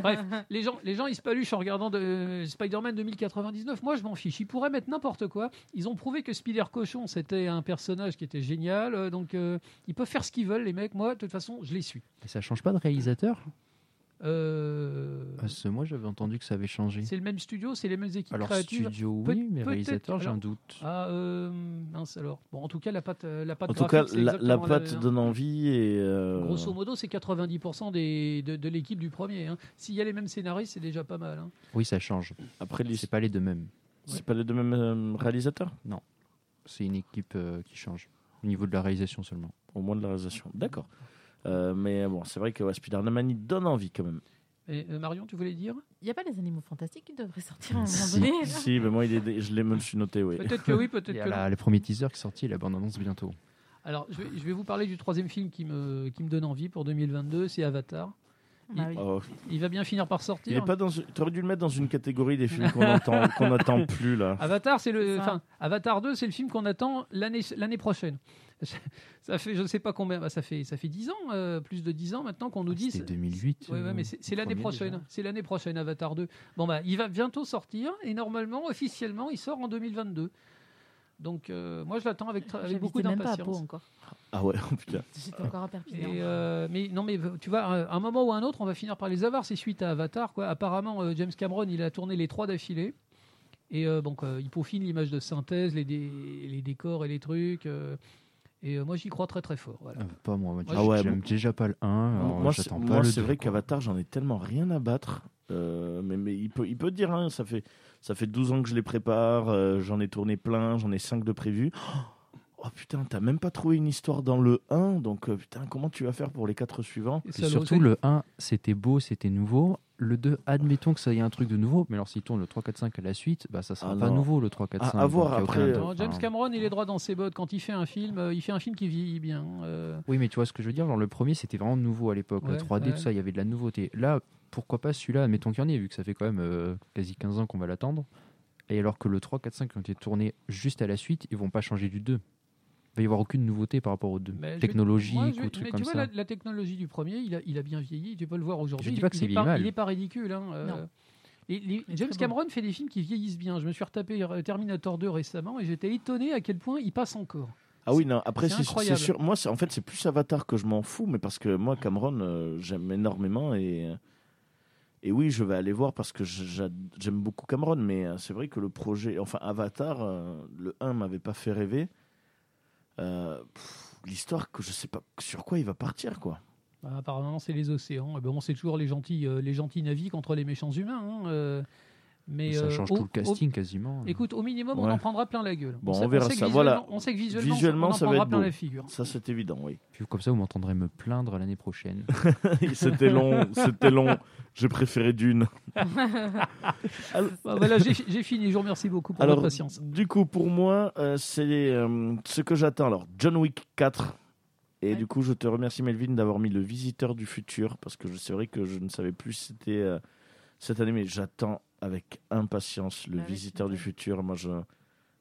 S2: Bref, les gens, les gens, ils se paluchent en regardant de- Spider-Man 2099. Moi, je m'en fiche. Ils pourraient mettre n'importe quoi. Ils ont prouvé que Spider Cochon, c'était un personnage qui était génial. euh, donc, euh, ils peuvent faire ce qu'ils veulent, les mecs. Moi, de toute façon, je les suis.
S4: Et ça change pas de réalisateur
S2: Euh,
S1: Ah,
S4: Parce que moi, j'avais entendu que ça avait changé.
S2: c'est le même studio, c'est les mêmes équipes
S4: Alors,
S2: créatives.
S4: studio,
S2: Peut-
S4: oui, mais
S2: peut-être-
S4: réalisateur, j'ai un
S2: alors-
S4: doute.
S2: Ah, euh, mince alors. Bon, en tout cas, la patte, euh, la patte
S1: En tout cas,
S2: graphique, c'est
S1: la, la
S2: exactement
S1: patte
S2: même, hein.
S1: donne envie et. euh,
S2: Grosso modo, c'est 90% des, de, de l'équipe du premier. hein. S'il y a les mêmes scénaristes, c'est déjà pas mal. hein.
S4: Oui, ça change.
S1: Après, les-
S4: C'est pas les deux mêmes.
S1: c'est pas les deux mêmes euh, réalisateurs
S4: C'est une équipe euh, qui change. Au niveau de la réalisation seulement.
S1: Au moins de la réalisation. D'accord. Euh, mais bon, c'est vrai que ouais, Spider-Man, il donne envie quand même.
S2: Et, euh, Marion, tu voulais dire
S3: Il n'y a pas les animaux fantastiques qui devraient sortir à un moment
S4: Si.
S3: donné
S1: si, mais moi, il est, je l'ai même suis noté, oui.
S2: Peut-être que oui,
S4: Il
S2: peut-être
S4: y a
S2: que non.
S4: la- le premier teaser qui est sorti et la bande-annonce bientôt.
S2: Alors, je vais, je vais vous parler du troisième film qui me, qui me donne envie pour 2022, c'est Avatar.
S3: Bah oui.
S1: Oh,
S2: Il va bien finir par
S1: il est
S2: sortir.
S1: pas dans. une- T'aurais dû le mettre dans une catégorie des films qu'on entend, qu'on n'attend plus là.
S2: Avatar, c'est le,
S3: C'est ça.
S2: enfin, Avatar 2, c'est le film qu'on attend l'année l'année prochaine. Ça fait, je ne sais pas combien, bah, ça fait ça fait 10 ans, euh, plus de 10 ans maintenant qu'on nous
S1: Ah,
S2: dit.
S4: C'était 2008.
S2: Ouais, ouais,
S4: euh,
S2: mais c'est c'est l'année
S4: premier déjà.
S2: prochaine. C'est l'année prochaine, Avatar 2. Bon, bah, il va bientôt sortir et normalement, officiellement, il sort en 2022. Donc, euh, moi, je l'attends avec, tra- avec beaucoup
S3: J'habitais Ah, même pas à Pau
S2: d'impatience.
S3: encore.
S1: Ah ouais, oh, putain.
S3: J'étais encore à Perpignan.
S2: Et, euh, mais non, mais tu vois, à un moment ou à un autre, on va finir par les avoir. C'est suite à Avatar, quoi. Apparemment, euh, James Cameron, il a tourné les trois d'affilée. Et euh, donc, euh, il peaufine l'image de synthèse, les, dé- les décors et les trucs. euh, et euh, moi, j'y crois très très fort. voilà.
S4: Ah, pas moi. moi,
S1: Ah ouais,
S4: j'aime
S1: bon.
S4: déjà pas le 1. alors
S1: moi, c'est
S4: j'attends pas
S1: moi,
S4: le
S1: c'est
S4: 2,
S1: vrai
S4: quoi.
S1: qu'Avatar, j'en ai tellement rien à battre. Euh, mais, mais il peut, il peut dire, hein, ça, fait, ça fait 12 ans que je les prépare, euh, j'en ai tourné plein, j'en ai 5 de prévus. Oh putain, t'as même pas trouvé une histoire dans le 1, donc euh, putain, comment tu vas faire pour les 4 suivants
S2: Et
S4: Puis
S2: ça,
S4: surtout, le 1, c'était beau, c'était nouveau. Le 2, admettons que ça y ait un truc de nouveau, mais alors s'il tourne le 3, 4, 5 à la suite, bah, ça sera
S1: Ah
S4: pas
S1: non.
S4: nouveau le 3, 4,
S1: Ah,
S4: 5.
S1: à voir
S4: donc il y a
S1: après,
S4: aucun-
S1: euh,
S2: Non, James
S4: enfin,
S2: Cameron, il est droit dans ses bottes. Quand il fait un film, euh, il fait un film qui vieillit bien. euh.
S4: Oui, mais tu vois ce que je veux dire genre, Le premier, c'était vraiment nouveau à l'époque.
S2: Ouais,
S4: le 3D,
S2: ouais.
S4: tout ça, il y avait de la nouveauté. Là, pourquoi pas celui-là Admettons qu'il y en ait, vu que ça fait quand même euh, quasi 15 ans qu'on va l'attendre. Et alors que le 3, 4, 5 qui ont été tournés juste à la suite, ils vont pas changer du 2. Il va y avoir aucune nouveauté par rapport au 2.
S2: Mais je-
S4: Technologique
S2: Moi, je-
S4: ou
S2: mais
S4: trucs
S2: tu
S4: comme
S2: vois,
S4: ça.
S2: la, la technologie du premier, il a, il a bien vieilli. Tu peux le voir aujourd'hui.
S4: Je dis
S2: Il-
S4: pas que
S2: il
S4: c'est
S2: est pas-
S4: mal.
S2: Il n'est pas ridicule. hein, euh.
S3: Non.
S2: Les- les-
S3: Il est
S2: James
S3: très
S2: Cameron fait des films qui vieillissent bien. Je me suis retapé euh, Terminator 2 récemment et j'étais étonné à quel point il passe encore.
S1: Ah oui, non, après,
S2: c'est
S1: c'est c'est
S2: incroyable.
S1: sûr. Moi, c'est- en fait, c'est plus Avatar que je m'en fous, mais parce que moi, Cameron, euh, j'aime énormément et. euh, Et oui, je vais aller voir parce que je- j'a- j'aime beaucoup Cameron, mais euh, c'est vrai que le projet, enfin Avatar, euh, le 1 m'avait pas fait rêver. euh, pff, l'histoire que je sais pas sur quoi il va partir, quoi.
S2: Bah, apparemment, c'est les océans. Eh ben, on sait toujours les gentils, euh, les gentils naviguent contre les méchants humains. hein, euh, mais
S4: ça
S2: euh,
S4: change
S2: au-
S4: tout le
S2: au-
S4: casting quasiment.
S2: écoute, au minimum, on
S1: Ouais.
S2: en prendra plein la gueule.
S1: Bon,
S2: sait-
S1: on verra
S2: sait que
S1: ça.
S2: visuellement-
S1: Voilà.
S2: On sait que visuellement,
S1: Visuellement,
S2: on en
S1: ça va
S2: prendra
S1: être
S2: plein
S1: beau.
S2: la figure.
S1: Ça, c'est évident, oui.
S4: Puis comme ça, vous m'entendrez me plaindre l'année prochaine.
S1: c'était long, c'était long. J'ai préféré Dune.
S2: Bah, voilà, j'ai j'ai fini. Je vous remercie beaucoup pour
S1: Alors,
S2: votre patience.
S1: du coup, pour moi, euh, c'est euh, ce que j'attends. Alors, John Wick 4. Et
S3: Ouais.
S1: du coup, je te remercie, Melvin, d'avoir mis le visiteur du futur. Parce que je- c'est vrai que je ne savais plus si c'était euh, cette année, mais j'attends avec impatience
S2: Ah
S1: le
S3: Avec
S1: visiteur du
S3: plaisir.
S1: futur. Moi, je,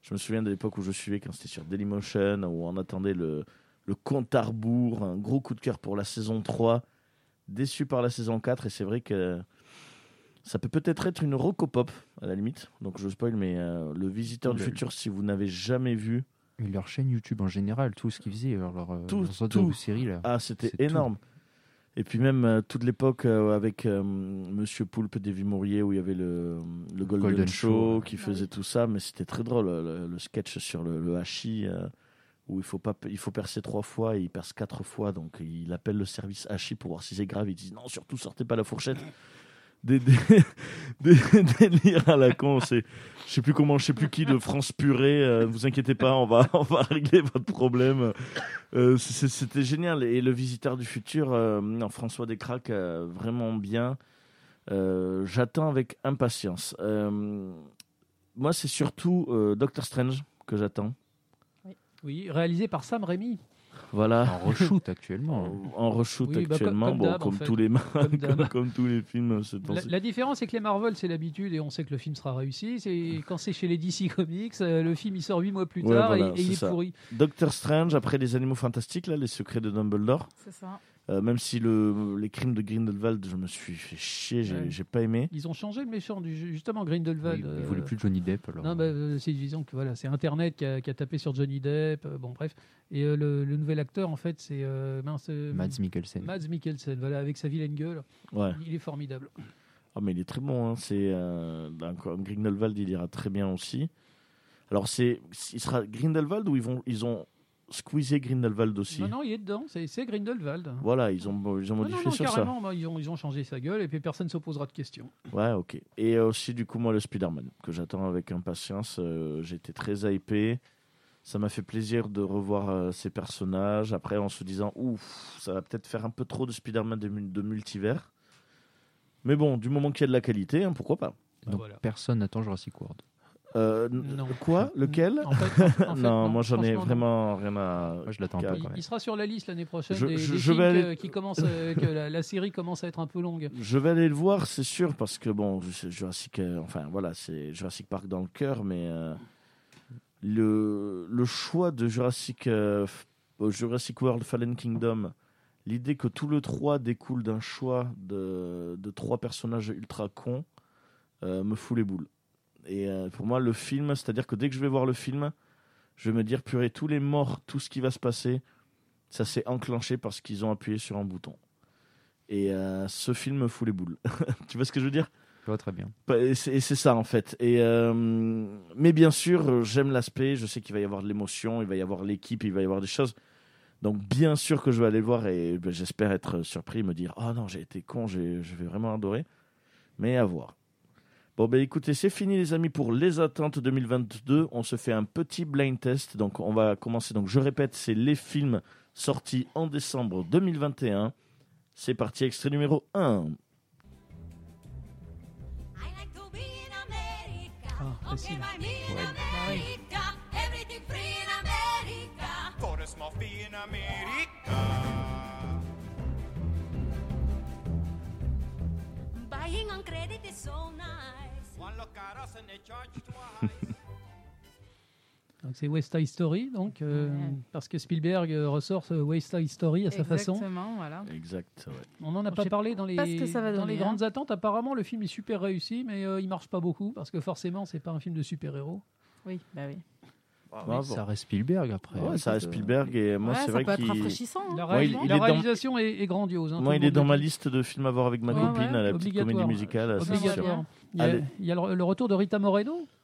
S1: je me souviens de l'époque où je suivais quand c'était sur Dailymotion, où on attendait le, le compte à rebours. Un gros coup de cœur pour la saison 3. Déçu par la saison 4. Et c'est vrai que. Ça peut peut-être être une Rocopop, à la limite. Donc je spoil, mais euh, le Visiteur du
S4: Lol.
S1: Futur, si vous n'avez jamais vu,
S4: Mais leur chaîne YouTube en général, tout ce qu'ils faisaient, leur, leur, euh,
S1: Tout,
S4: leurs
S1: tout.
S4: autres séries là.
S1: ah, c'était
S4: C'est tout.
S1: énorme. Et puis même euh, toute l'époque euh, avec euh, Monsieur Poulpe, Davy Mourier, où il y avait le, le Golden,
S4: Golden
S1: Show
S4: Show,
S1: qui faisait tout ça, mais c'était très drôle, le, le sketch sur le, le hachis, euh, où il faut, pas, il faut percer trois fois et il perce quatre fois, donc il appelle le service hachis pour voir si c'est grave, il dit non, surtout sortez pas la fourchette. Des, des, des- des délires à la con, c'est, je sais plus comment, je sais plus qui de France Purée, euh, vous inquiétez pas, on va, on va régler votre problème. Euh, c- c- C'était génial. Et le visiteur du futur, euh, non, François Descraques, euh, vraiment bien. Euh, j'attends avec impatience. Euh, moi, c'est surtout euh, Doctor Strange que j'attends.
S2: Oui, réalisé par Sam Raimi.
S1: Voilà.
S4: En reshoot actuellement.
S1: En en reshoot
S2: Oui, bah,
S1: actuellement,
S2: comme- comme
S1: bon,
S2: d'hab, en
S1: comme,
S2: fait.
S1: tous les ma-
S2: Comme
S1: comme,
S2: d'hab.
S1: comme tous les films. euh, ce temps-
S2: La, la différence, c'est que les Marvel, c'est l'habitude et on sait que le film sera réussi. C'est quand c'est chez les DC Comics, euh, le film il sort huit mois plus
S1: Ouais,
S2: tard
S1: voilà,
S2: et, et il
S1: c'est
S2: est
S1: ça.
S2: pourri.
S1: Doctor Strange, après les animaux fantastiques, là, les secrets de Dumbledore.
S3: C'est ça.
S1: Euh, même si le, les crimes de Grindelwald, je me suis fait chier, j'ai
S2: Ouais.
S1: j'ai pas aimé.
S2: Ils ont changé le méchant du justement
S4: Ils
S2: Grindelwald.
S4: ne
S2: euh,
S4: voulaient plus de Johnny Depp alors.
S2: Non, bah, euh, c'est disons que voilà, c'est Internet qui a, qui a tapé sur Johnny Depp. euh, bon, bref. Et euh, le, le nouvel acteur, en fait, c'est euh, mince, euh,
S4: Mads Mikkelsen.
S2: Mads Mikkelsen. Voilà, avec sa vilaine gueule,
S1: Ouais.
S2: il est formidable.
S1: Ah, mais il est très bon. hein. C'est euh, ben, quoi, Grindelwald, il ira très bien aussi. Alors c'est, il sera Grindelwald ou ils vont, ils ont squeezé Grindelwald aussi.
S2: Non, non, il est dedans. C'est c'est Grindelwald.
S1: Voilà, ils ont, ils ont
S2: Non,
S1: modifié
S2: non, non,
S1: sur ça.
S2: carrément, bah, ils, ont, ils ont changé sa gueule et puis personne ne se posera de questions.
S1: Ouais, ok. Et aussi du coup moi le Spider-Man que j'attends avec impatience. Euh, J'étais très hypé. Ça m'a fait plaisir de revoir euh, ces personnages. Après en se disant ouf, ça va peut-être faire un peu trop de Spider-Man de, mul- de multivers. Mais bon, du moment qu'il y a de la qualité, hein, pourquoi pas.
S2: Bah,
S4: Donc
S2: voilà.
S4: personne n'attend Jurassic World.
S1: Euh, n-
S2: Non.
S1: Quoi Lequel
S2: En fait- en fait,
S1: non, moi j'en ai
S2: franchement, non.
S1: vraiment rien à.
S4: Moi je l'attends
S1: Car-
S4: pas
S2: Il,
S4: quand même.
S2: il sera sur la liste l'année prochaine
S1: Je-
S2: des,
S1: je-
S2: des
S1: je
S2: films
S1: vais
S2: que-
S1: aller- Ah,
S2: qui commencent, euh, que la, la série commence à être un peu longue.
S1: Je vais aller le voir, c'est sûr, parce que bon, c'est Jurassic, euh, enfin voilà, c'est Jurassic Park dans le cœur, mais euh, le, le choix de Jurassic, euh, f- euh, Jurassic World Fallen Kingdom, l'idée que tout le 3 découle d'un choix de, de trois personnages ultra cons, euh, me fout les boules. Et euh, pour moi, le film, c'est-à-dire que dès que je vais voir le film, je vais me dire, purée, tous les morts, tout ce qui va se passer, ça s'est enclenché parce qu'ils ont appuyé sur un bouton. Et euh, ce film me fout les boules. tu vois ce que je veux dire
S4: Je vois très bien.
S1: Pas- Bah, Et c'est et c'est ça en fait. Et euh, mais bien sûr, euh, j'aime l'aspect. Je sais qu'il va y avoir de l'émotion, il va y avoir l'équipe, il va y avoir des choses. Donc bien sûr que je vais aller le voir et ben, j'espère être surpris, me dire oh non j'ai été con, j'ai- je vais vraiment adorer. Mais à voir. Bon ben écoutez, c'est fini les amis pour les attentes 2022. On se fait un petit blind test. Donc on va commencer. Donc je répète, c'est les films sortis en décembre 2021. C'est parti, extrait numéro 1.
S6: I like to be in America.
S2: Ah,
S6: Oh,
S2: facile.
S6: can I be in
S1: bah
S6: America? Everything free in America.
S5: For a small fee in America.
S6: Buying on credit is so nice.
S5: One look at us and they charge twice.
S2: Donc, C'est West Side Story, donc euh,
S3: Ouais.
S2: parce que Spielberg euh, ressort ce West Side Story à sa façon.
S3: Exactement, voilà.
S1: Exact. ouais.
S2: On n'en a
S3: Je
S2: pas
S3: sais
S2: parlé dans les,
S3: pas ce que ça va
S2: dans
S3: donner,
S2: les
S3: hein.
S2: grandes attentes. Apparemment, le film est super réussi, mais euh, il marche pas beaucoup parce que forcément, c'est pas un film de super-héros.
S3: Oui, bah oui.
S1: Ah, Bravo.
S4: Ça reste Spielberg après.
S1: Ouais, ça
S4: Euh,
S1: reste Spielberg et moi
S3: Ouais,
S1: c'est
S3: ça
S1: vrai
S3: peut être
S1: qu'il
S3: rafraîchissant. hein.
S2: La,
S1: Ouais, il-
S2: réalis-
S1: il
S2: la
S1: est dans-
S2: réalisation est, est grandiose. hein, tout
S1: moi
S2: le
S1: il
S2: monde
S1: est dans
S2: le
S1: ma
S2: dit.
S1: liste de films à voir avec ma
S3: Ouais,
S1: copine
S3: ouais,
S1: à la petite
S2: obligatoire.
S1: comédie musicale, ça, c'est sûr.
S3: Obligatoire.
S2: Obligatoire. Il y a-
S1: Allez.
S2: il y a le, le retour de Rita Moreno. C'est-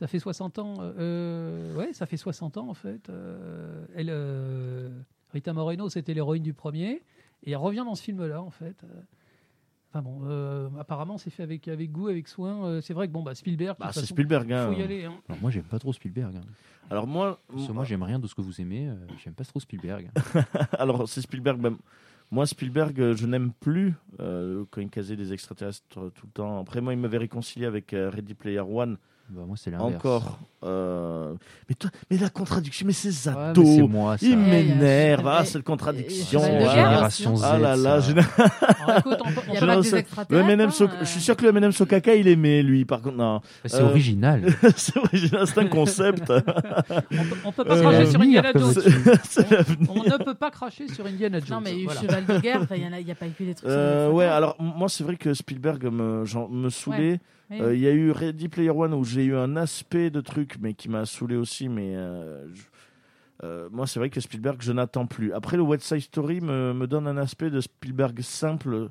S2: Ça fait 60 ans. euh, euh, ouais, ça fait 60 ans en fait. Euh, elle, euh, Rita Moreno, c'était l'héroïne du premier, et elle revient dans ce film-là en fait. Euh, Enfin bon, euh, apparemment c'est fait avec, avec goût, avec soin. Euh, c'est vrai que bon, bah, Spielberg, de
S1: Bah,
S2: toute
S1: c'est
S2: façon,
S1: Spielberg. hein.
S2: faut y aller. hein.
S4: Alors moi, j'aime pas trop Spielberg. hein.
S1: Alors moi,
S4: Parce que moi, j'aime rien de ce que vous aimez. euh, j'aime pas trop Spielberg.
S1: Alors, c'est Spielberg. ben, moi, Spielberg, euh, je n'aime plus euh, quand il casait des extraterrestres euh, tout le temps. Après, moi, il m'avait réconcilié avec euh, Ready Player One.
S4: Bah, moi, c'est l'inverse.
S1: Encore. euh, Mais, toi, mais la contradiction, mais ces
S4: Ouais, mais
S1: ados,
S4: c'est moi, ça.
S1: ils
S3: Eh,
S1: m'énervent.
S3: mais-
S1: Ah, cette
S3: Et-
S1: contradiction.
S3: et-
S4: C'est
S3: de
S4: la
S1: Ah,
S3: guerre,
S4: génération Z.
S1: ah là là,
S4: ça.
S1: je-
S3: Alors, écoute, on peut- on
S1: Je
S3: peut-
S1: le
S3: pas que
S1: sais.
S3: des
S1: le
S3: extraterrestres,
S1: M&M
S3: hein,
S1: so-
S3: euh.
S1: je suis sûr que le M&M Sokaka il aimait lui par contre non
S4: C'est
S1: Euh,
S4: original.
S1: c'est original, c'est un concept
S2: On, peut- on peut pas
S1: Euh,
S2: cracher sur
S4: venir,
S2: Indiana
S4: comme
S2: Jones.
S1: C'est- c'est l'avenir.
S2: On ne peut pas cracher sur Indiana Jones.
S3: Non, mais
S2: Voilà.
S3: Cheval de guerre, enfin, il n'y a, pas eu des trucs. sur hein.
S1: Euh,
S3: les
S1: ouais
S3: photos.
S1: alors m- moi c'est vrai que Spielberg me, genre, me saoulait
S3: Oui.
S1: Euh, Il y a eu Ready Player One où j'ai eu un aspect de truc, mais qui m'a saoulé aussi. Mais euh, je- euh, moi, c'est vrai que Spielberg, je n'attends plus. Après, le West Side Story me, me donne un aspect de Spielberg simple.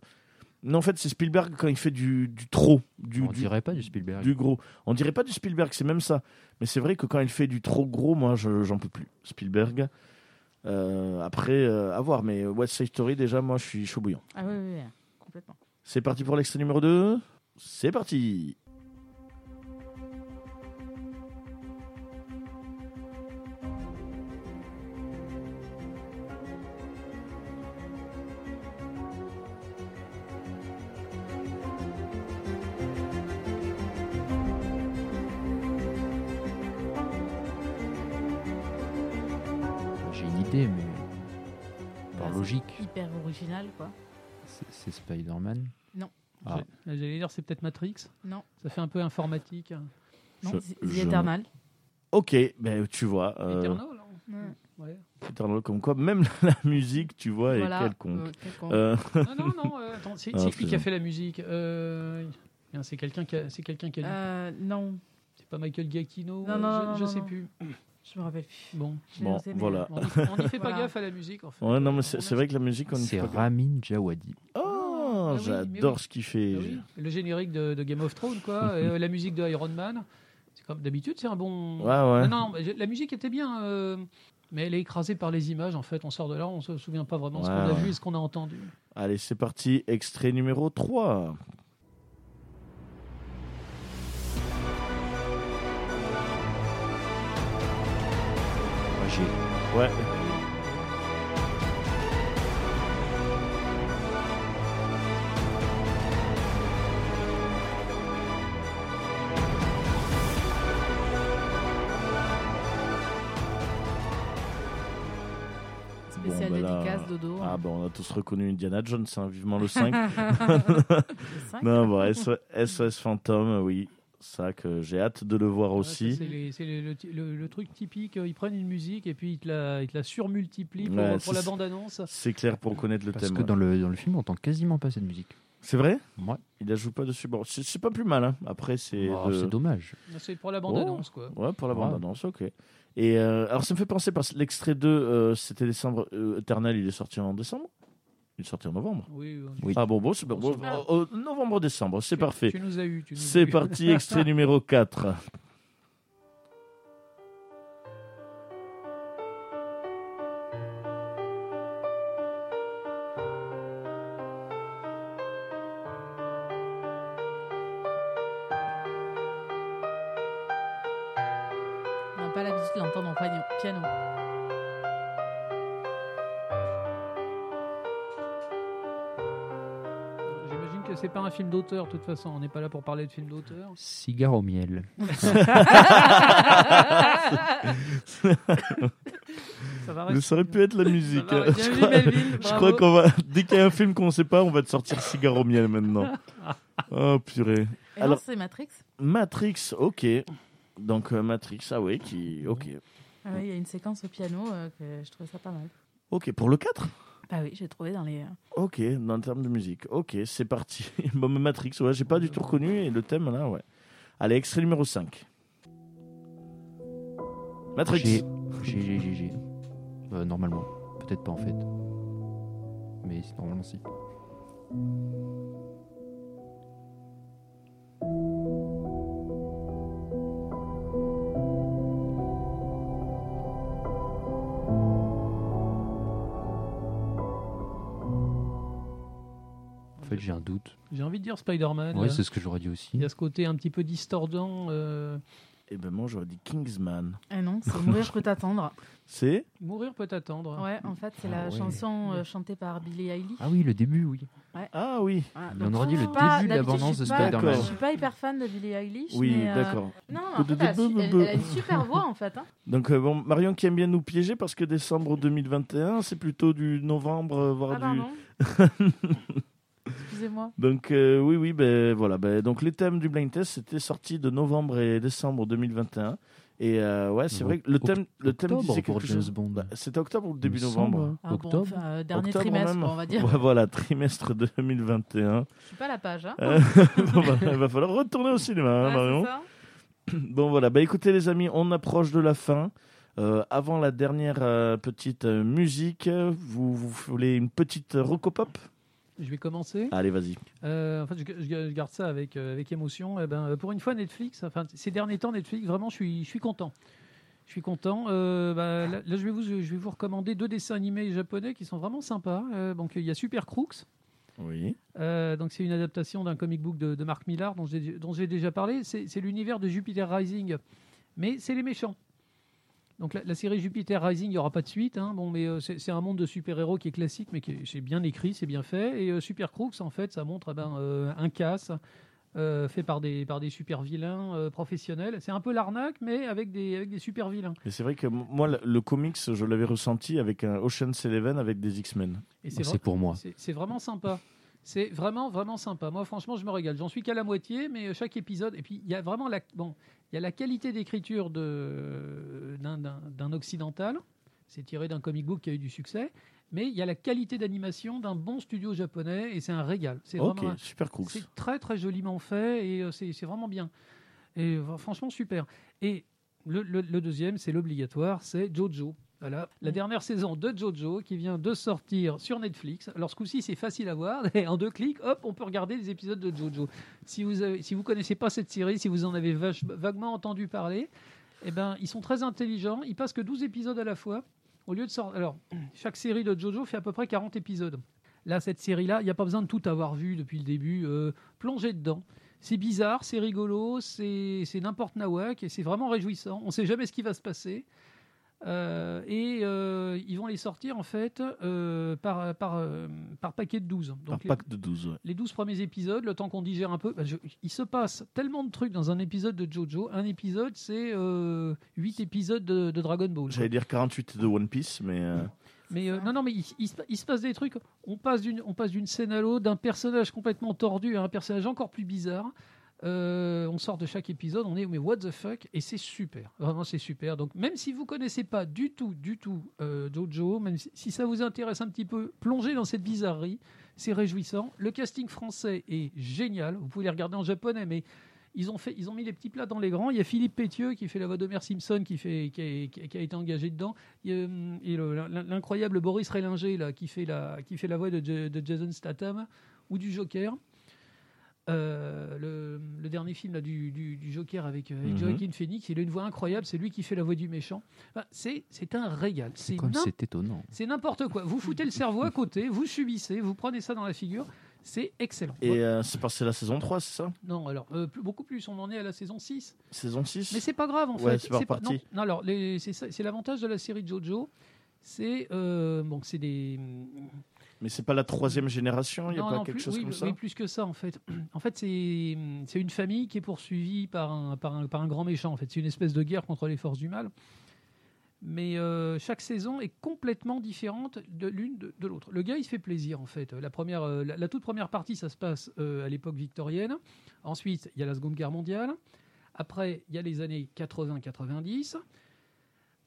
S1: Non, en fait, c'est Spielberg quand il fait du, du trop, du,
S4: On
S1: du,
S4: dirait pas du Spielberg.
S1: du gros. On dirait pas du Spielberg, c'est même ça. Mais c'est vrai que quand il fait du trop gros, moi, je- j'en peux plus. Spielberg. Euh, après, euh, à voir. Mais West Side Story, déjà, moi, je suis chaud bouillant.
S3: Ah oui, oui, oui, complètement.
S1: C'est parti pour l'extrait numéro 2. C'est parti.
S4: J'ai une idée, mais par
S3: Ouais, c'est
S4: logique,
S3: Hyper original, quoi.
S4: c'est- c'est Spider-Man. Ah.
S2: J'ai- J'allais dire, c'est peut-être Matrix.
S3: Non.
S2: Ça fait un peu informatique.
S3: Non,
S1: Je-
S3: c'est
S1: je-
S3: The Eternal.
S1: Ok, ben tu vois. euh,
S2: Eternal, non
S3: Mm.
S2: Ouais.
S1: Eternal, comme quoi, même la musique, tu vois,
S3: Voilà.
S1: est quelconque.
S3: Euh, quelconque.
S1: Euh,
S2: Non, non, non. euh, attends, c'est
S1: Ah,
S2: c'est qui qui a
S1: faisons.
S2: fait la musique Euh, bien, C'est quelqu'un qui a. C'est quelqu'un qui a.
S3: Euh, non,
S2: C'est pas Michael Giacchino je,
S3: Non, non, non,
S2: je
S3: non,
S2: sais
S3: non.
S2: plus.
S3: je me rappelle plus.
S2: Bon.
S3: Je
S1: Bon,
S3: ne sais, mais-
S1: voilà.
S2: On n'y fait pas
S3: Voilà.
S2: gaffe à la musique, en fait.
S1: ouais, non, mais
S2: On
S1: c'est
S2: a-
S1: c'est vrai que la musique, on y
S4: C'est
S1: fait pas-
S4: Ramin Djawadi.
S1: Oh,
S2: Ah oui,
S1: j'adore
S2: mais oui.
S1: ce qu'il fait.
S2: Ah oui, Le générique de, de Game of Thrones, quoi. et, euh, la musique de Iron Man. C'est comme d'habitude, c'est un bon.
S1: Ouais, ouais.
S2: Non, non, mais je- la musique était bien. euh, mais elle est écrasée par les images, en fait. On sort de là, on se souvient pas vraiment ce
S1: Ouais,
S2: qu'on a
S1: ouais.
S2: vu et ce qu'on a entendu.
S1: Allez, c'est parti. Extrait numéro 3.
S4: Moi, j'ai-
S1: Ouais.
S3: Spécial
S1: Bon, bah là-
S3: dédicace, dodo. hein.
S1: Ah, ben on a tous reconnu Indiana Jones, hein, vivement le 5.
S3: Le cinq.
S1: non, bon, SOS, Phantom, euh, oui. Ça que j'ai hâte de le voir
S2: Ouais, ça,
S1: aussi.
S2: c'est les- c'est le, le ti- le- le truc typique. euh, Ils prennent une musique et puis ils te la, ils te la surmultiplient pour,
S1: Ouais,
S2: pour
S1: c'est-
S2: la bande-annonce.
S1: C'est clair pour connaître le
S4: Parce
S1: thème.
S4: que dans le, dans le film, on entend quasiment pas cette musique.
S1: C'est vrai
S4: Ouais.
S1: Il la joue pas dessus. Bon, c'est c'est pas plus mal. hein. Après, c'est.
S4: Oh,
S1: de-
S4: C'est dommage.
S2: Bah, C'est pour la bande-annonce,
S4: Oh.
S2: quoi.
S1: Ouais, pour la
S4: Ouais.
S1: bande-annonce, ok. Et euh, alors, ça me fait penser parce que l'extrait 2, euh, c'était décembre. euh, Eternal, il est sorti en décembre Il est sorti en novembre.
S2: Oui, on-
S4: Oui.
S1: Ah bon, bon, c'est bon.
S2: On
S1: bon,
S2: s'en va.
S1: euh, euh, Novembre-décembre, c'est
S2: tu-
S1: parfait.
S2: Tu nous as eu. tu nous as
S1: C'est
S2: eu.
S1: parti, extrait numéro 4.
S3: On n'a pas l'habitude de l'entendre en piano. piano.
S2: J'imagine que c'est pas un film d'auteur, de toute façon. On n'est pas là pour parler de film d'auteur.
S4: Cigare au miel.
S2: Ça va
S1: Ça aurait pu être la musique.
S2: va,
S1: hein. Je
S2: ouais.
S3: Bien vu,
S1: crois-
S3: Melvin.
S1: Je
S3: bravo.
S1: crois qu'on va. Dès qu'il y a un film qu'on sait pas, on va te sortir cigare au miel maintenant. Oh purée.
S3: Et non,
S1: Alors-
S3: c'est Matrix.
S1: Matrix, ok. Donc euh, Matrix, ah oui, qui. Ok.
S3: Ah oui, il y a une séquence au piano euh, que je trouvais ça pas mal.
S1: Ok, pour le 4
S3: Bah oui, j'ai trouvé dans les.
S1: Ok, dans le terme de musique. Ok, c'est parti. bon, mais Matrix, ouais, j'ai pas du tout reconnu et le thème là, ouais. Allez, extrait numéro 5. Matrix.
S4: J'ai, j'ai, j'ai, j'ai, j'ai. Euh, normalement. Peut-être pas en fait. Mais c'est- normalement si. fait, j'ai un doute.
S2: J'ai envie de dire Spider-Man.
S4: Oui,
S2: Ah, là.
S4: c'est ce que j'aurais dit aussi.
S2: Il y a ce côté un petit peu distordant. euh,
S1: Et ben moi j'aurais dit Kingsman.
S3: Eh non, c'est Mourir peut attendre.
S1: C'est
S2: Mourir peut attendre.
S3: Ouais, en fait, c'est la
S4: Ah ouais.
S3: chanson euh, chantée par Billie Eilish.
S4: Ah oui, le début, oui.
S1: ah oui
S3: Ah,
S4: On
S3: donc,
S4: aurait dit le
S3: je suis pas-
S4: début de
S3: d'habitude,
S4: l'abondance
S3: je suis
S4: de
S3: pas-
S1: Spider-Man.
S3: Je suis pas hyper fan de Billie Eilish.
S1: oui
S3: mais, euh,
S1: d'accord.
S3: Non, en fait, elle, a su- elle- elle a une super voix en fait. hein.
S1: Donc euh, bon Marion qui aime bien nous piéger parce que décembre 2021 c'est plutôt du novembre euh, voire
S3: Ah,
S1: du
S3: pardon. Excusez-moi.
S1: Donc euh, oui, oui, ben voilà. Ben, donc les thèmes du blind test c'était sorti de novembre et décembre 2021. Et euh, ouais, c'est
S4: Oc-
S1: vrai que le thème, le thème
S4: octobre
S1: disait
S4: pour
S1: quelque
S4: James
S1: chose.
S4: Bond.
S1: Bah, C'était octobre ou début
S4: Mm. Il me semble, hein.
S1: novembre.
S3: Ah, bon,
S4: Octobre
S3: enfin, euh, dernier
S1: Octobre
S3: trimestre,
S1: même.
S3: quoi, on va dire.
S1: Ouais, voilà, trimestre 2021.
S3: Je suis pas à la page. Hein.
S1: Euh, bon, bah, il va falloir retourner au cinéma, hein,
S3: Ouais,
S1: Marion.
S3: c'est ça.
S1: Bon voilà, bah écoutez les amis, on approche de la fin. Euh, avant la dernière euh, petite euh, musique, vous, vous voulez une petite euh, recopop
S2: Je vais commencer.
S1: Allez, vas-y.
S2: Euh, en fait, je, je- je garde ça avec, euh, avec émotion. Eh ben, euh, pour une fois, Netflix, enfin, ces derniers temps, Netflix, vraiment, je suis, je suis content. Je suis content. Euh, bah, là, là, je, vais vous, je vais vous recommander deux dessins animés japonais qui sont vraiment sympas. Euh, donc, il y a Super Crooks.
S1: Oui.
S2: Euh, donc, c'est une adaptation d'un comic book de, de Mark Millar dont j'ai dont j'ai déjà parlé. C'est c'est l'univers de Jupiter Rising, mais c'est les méchants. Donc, la, la série Jupiter Rising, il n'y aura pas de suite. hein. Bon, mais euh, c'est c'est un monde de super-héros qui est classique, mais qui est- c'est bien écrit, c'est bien fait. Et euh, Super Crooks, en fait, ça montre eh ben, euh, un casse euh, fait par des, par des super-vilains euh, professionnels. C'est un peu l'arnaque, mais avec des, avec des super-vilains.
S1: Mais c'est vrai que m- moi, le, le comics, je l'avais ressenti avec un Ocean's Eleven avec des X-Men.
S2: Et
S4: C'est
S2: vrai-
S4: pour moi.
S2: C'est c'est vraiment sympa. C'est vraiment, vraiment sympa. Moi, franchement, je me régale. J'en suis qu'à la moitié, mais euh, chaque épisode. Et puis, il y a vraiment la, bon, il y a la qualité d'écriture de- d'un- d'un d'un occidental. C'est tiré d'un comic book qui a eu du succès. Mais il y a la qualité d'animation d'un bon studio japonais et c'est un régal. C'est
S1: Ok,
S2: vraiment un-
S1: super Crooks.
S2: c'est très très joliment fait et euh, c'est c'est vraiment bien. Et euh, franchement super. Et le, le- le deuxième, c'est l'obligatoire, c'est Jojo. Voilà, la dernière saison de Jojo qui vient de sortir sur Netflix. Alors ce coup-ci, c'est facile à voir. en deux clics, hop, on peut regarder les épisodes de Jojo. Si vous avez, si vous connaissez pas cette série, si vous en avez vache- vaguement entendu parler, eh ben ils sont très intelligents. Ils passent que 12 épisodes à la fois. Au lieu de sortir, alors chaque série de Jojo fait à peu près 40 épisodes. Là, cette série-là, il n'y a pas besoin de tout avoir vu depuis le début. euh, plongez dedans. C'est bizarre, c'est rigolo, c'est c'est n'importe nawak et c'est vraiment réjouissant. On ne sait jamais ce qui va se passer. Euh, et euh, ils vont les sortir en fait euh, par, par, euh, par paquet de 12.
S1: Par
S2: Donc, les-
S1: pack de 12. ouais.
S2: les 12 premiers épisodes, le temps qu'on digère un peu, bah, je- il se passe tellement de trucs dans un épisode de Jojo. Un épisode, c'est 8 épisodes de, de Dragon Ball.
S1: J'allais dire 48 de One Piece, mais euh,
S2: Mais euh, non, non, mais il, il se- il se passe des trucs. On passe d'une, on passe d'une scène à l'autre, d'un personnage complètement tordu à un personnage encore plus bizarre. Euh, on sort de chaque épisode, on est mais what the fuck et c'est super, vraiment c'est super. Donc même si vous connaissez pas du tout, du tout euh, Jojo, même si, si ça vous intéresse un petit peu, plongez dans cette bizarrerie, c'est réjouissant. Le casting français est génial. Vous pouvez les regarder en japonais, mais ils ont fait, ils ont mis les petits plats dans les grands. Il y a Philippe Pétieux qui fait la voix d'Homer Simpson, qui fait, qui a- qui a- qui a été engagé dedans. Il y a, hum, et le- l'in- l'incroyable Boris Rélinger là, qui, fait la, qui fait la voix de, Ja- de Jason Statham ou du Joker. Euh, le, le dernier film là, du, du- du Joker avec, euh, avec
S1: Mhm.
S2: Joaquin Phoenix, il a une voix incroyable, c'est lui qui fait la voix du méchant. Enfin, c'est c'est un régal. C'est
S4: Comme
S2: n'importe-
S4: c'est étonnant.
S2: c'est n'importe quoi. Vous foutez le cerveau à côté, vous subissez, vous prenez ça dans la figure. C'est excellent.
S1: et euh, c'est parce que c'est la saison 3, c'est ça
S2: Non, alors, euh, plus- beaucoup plus, on en est à la saison 6.
S1: Saison 6
S2: Mais c'est pas grave en
S1: Ouais,
S2: fait.
S1: c'est pas
S2: non,
S1: reparti.
S2: non, alors les- c'est ça- c'est l'avantage de la série Jojo, c'est euh, bon, c'est des.
S1: Mais c'est pas la troisième génération, il n'y a
S2: non,
S1: pas
S2: non,
S1: quelque
S2: plus,
S1: chose
S2: oui,
S1: comme ça
S2: oui, plus que ça en fait. En fait, c'est c'est une famille qui est poursuivie par un par un, par un grand méchant. En fait, c'est une espèce de guerre contre les forces du mal. Mais euh, chaque saison est complètement différente de l'une de, de l'autre. Le gars, il se fait plaisir en fait. La première, euh, la, la toute première partie, ça se passe euh, à l'époque victorienne. Ensuite, il y a la Seconde Guerre mondiale. Après, il y a les années 80-90.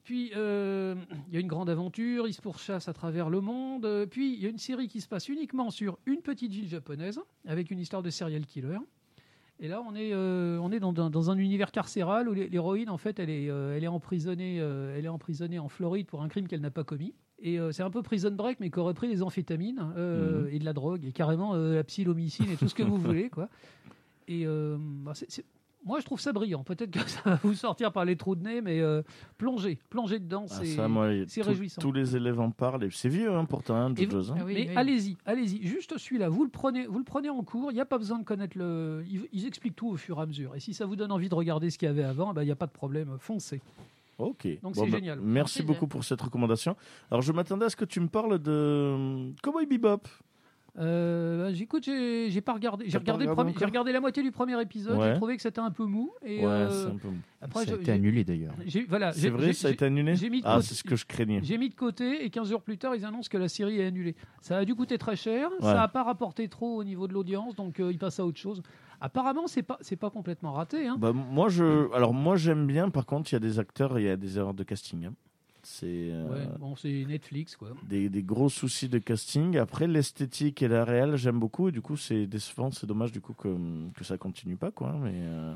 S2: Puis, euh, il y a une grande aventure, ils se pourchassent à travers le monde. Euh, Puis, il y a une série qui se passe uniquement sur une petite ville japonaise, avec une histoire de serial killer. Et là, on est, euh, on est dans, dans- dans un univers carcéral où l'hé- l'héroïne, en fait, elle est, euh, elle, est emprisonnée, euh, elle est emprisonnée en Floride pour un crime qu'elle n'a pas commis. Et euh, c'est un peu prison break, mais qu'aurait pris les amphétamines euh, et de la drogue, et carrément euh, la psilomycine et tout ce que vous voulez, quoi. Et euh, bah, c'est- c'est- Moi, je trouve ça brillant. Peut-être que ça va vous sortir par les trous de nez, mais euh, plongez, plongez dedans.
S1: Ah,
S2: c'est-
S1: ça, moi, et
S2: c'est
S1: tout-
S2: réjouissant.
S1: Tous les élèves en parlent. et C'est vieux, hein, pourtant, hein,
S2: Et
S1: Joe Jones, hein.
S3: Ah oui,
S2: mais
S3: oui.
S2: allez-y, allez-y. Juste celui-là, vous le prenez, vous le prenez en cours. Il n'y a pas besoin de connaître le. Ils, ils expliquent tout au fur et à mesure. Et si ça vous donne envie de regarder ce qu'il y avait avant, eh ben, il n'y a pas de problème. Foncez.
S1: Ok. bah,
S2: Donc, c'est génial.
S1: Merci
S3: Plaisir.
S1: beaucoup pour cette recommandation. Alors je m'attendais à ce que tu me parles de hum, Cowboy Bebop.
S2: Euh, bah, J'écoute, j'ai j'ai pas regardé. J'ai
S1: T'as pas
S2: regardé, le
S1: regardé
S2: premier-
S1: encore
S2: j'ai regardé la moitié du premier épisode.
S1: Ouais.
S2: J'ai trouvé que c'était un peu mou. Et
S1: ouais,
S2: euh,
S1: c'est un peu.
S2: après,
S4: ça a
S2: je-
S4: été
S2: j'ai-
S4: annulé d'ailleurs.
S2: j'ai- voilà,
S1: C'est
S2: j'ai-
S1: vrai,
S2: j'ai-
S1: ça a été annulé.
S2: j'ai mis de
S1: Ah,
S2: côté-
S1: c'est ce que je craignais.
S2: J'ai mis de côté et 15 jours plus tard, ils annoncent que la série est annulée. Ça a dû coûter très cher,
S1: Ouais.
S2: ça n'a pas rapporté trop au niveau de l'audience, donc euh, ils passent à autre chose. Apparemment, c'est pas c'est pas complètement raté. hein.
S1: Bah, moi je, alors moi j'aime bien. Par contre, il y a des acteurs, il y a des erreurs de casting. hein. C'est euh,
S2: Ouais, bon, c'est Netflix quoi.
S1: des, des gros soucis de casting. Après, l'esthétique et la réelle, j'aime beaucoup. Et du coup, c'est décevant, c'est dommage du coup que, que ça continue pas quoi. Mais euh,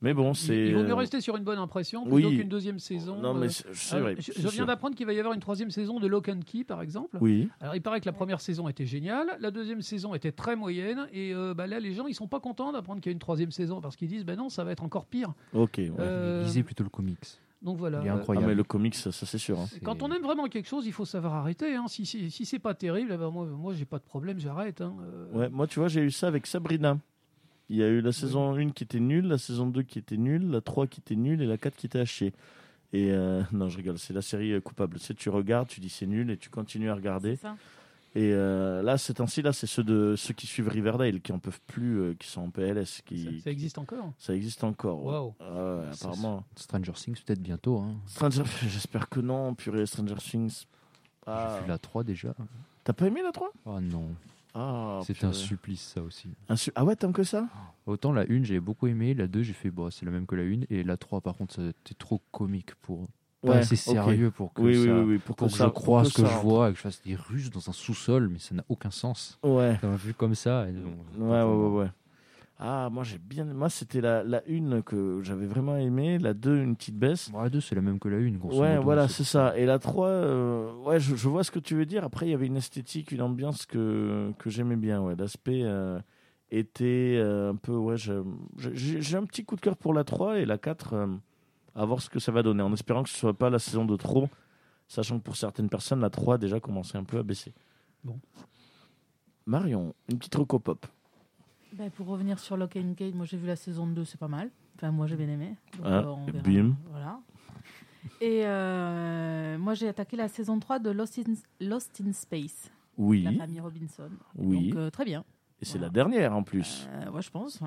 S1: mais bon,
S2: Il,
S1: c'est. euh,
S2: il vaut mieux rester sur une bonne impression
S1: oui.
S2: plutôt qu'une deuxième saison.
S1: Non mais
S2: euh,
S1: c'est c'est
S2: euh,
S1: vrai.
S2: je,
S1: c'est
S2: je
S1: sûr.
S2: viens d'apprendre qu'il va y avoir une troisième saison de Lock and Key, par exemple.
S1: Oui.
S2: Alors, il paraît que la première saison était géniale, la deuxième saison était très moyenne, et euh, bah, là, les gens, ils sont pas contents d'apprendre qu'il y a une troisième saison parce qu'ils disent, ben non, ça va être encore pire.
S1: Ok. ouais.
S2: Euh,
S4: Lisez plutôt le comics.
S2: Donc voilà.
S4: Il est
S2: Euh,
S1: Ah,
S4: incroyable.
S1: mais le comics, ça, ça, c'est sûr. hein.
S4: C'est-
S2: Quand on aime vraiment quelque chose, il faut savoir arrêter. hein. Si, si, si c'est pas terrible, eh ben moi, moi j'ai pas de problème, j'arrête. hein. Euh,
S1: Ouais, moi, tu vois, j'ai eu ça avec Sabrina. Il y a eu la saison 1 qui était nulle, la saison 2 qui était nulle, la 3 qui était nulle et la 4 qui était hachée. Et euh, non, je rigole, c'est la série euh, coupable. Tu sais, tu regardes, tu dis c'est nul et tu continues à regarder.
S3: C'est ça.
S1: Et euh, là, ces temps-ci, là, c'est ceux, de, ceux qui suivent Riverdale qui en peuvent plus, euh, qui sont en PLS. Qui,
S2: ça, ça existe encore.
S1: Ça existe encore. ouais.
S2: Waouh.
S1: Ah ouais,
S4: C'est-
S1: apparemment.
S4: Stranger Things peut-être bientôt. Hein.
S1: Stranger... J'espère que non, purée, Stranger Things. Ah.
S4: J'ai vu la 3 déjà.
S1: T'as pas aimé la 3
S4: Oh non,
S1: ah,
S4: c'est
S1: purée.
S4: un supplice ça aussi.
S1: Un su- Ah ouais, t'aimes que ça
S4: Autant la 1 j'ai beaucoup aimé, la 2 j'ai fait bah c'est la même que la 1 et la 3 par contre c'était trop comique pour pas assez
S1: ok.
S4: sérieux pour que
S1: Oui,
S4: ça
S1: oui, oui, oui, pour,
S4: pour
S1: que,
S4: que
S1: ça-
S4: je croie
S1: pour
S4: ce que
S1: ça-
S4: je vois et que je fasse des ruses dans un sous-sol mais ça n'a aucun sens.
S1: Ouais.
S4: T'as vu comme ça et
S1: Ouais,
S4: donc-
S1: ouais, ouais, ouais. Ah, moi j'ai bien. Moi c'était la, la une que j'avais vraiment aimé, la deux une petite baisse.
S4: Bon, la 2 c'est la même que la 1 grosso
S1: Ouais,
S4: modo,
S1: voilà, c'est ça. Et la 3, euh, ouais, je, je vois ce que tu veux dire. Après, il y avait une esthétique, une ambiance que, que j'aimais bien. Ouais. L'aspect euh, était euh, un peu. Ouais, je- je- j'ai j'ai un petit coup de cœur pour la 3 et la 4, euh, à voir ce que ça va donner. En espérant que ce soit pas la saison de trop, sachant que pour certaines personnes, la 3 a déjà commencé un peu à baisser.
S2: Bon.
S1: Marion, une petite recopop.
S3: Ben, pour revenir sur Lock and Key, moi j'ai vu la saison 2, c'est pas mal. Enfin, moi j'ai bien aimé. Donc,
S1: Ah,
S3: euh, on
S1: et
S3: verra.
S1: bim.
S3: Voilà. Et euh, moi j'ai attaqué la saison 3 de Lost in, Lost in Space,
S1: Oui,
S3: la famille Robinson.
S1: oui.
S3: Donc euh, très bien.
S1: et c'est
S3: voilà.
S1: la dernière en plus.
S3: Euh, ouais, je pense. ouais.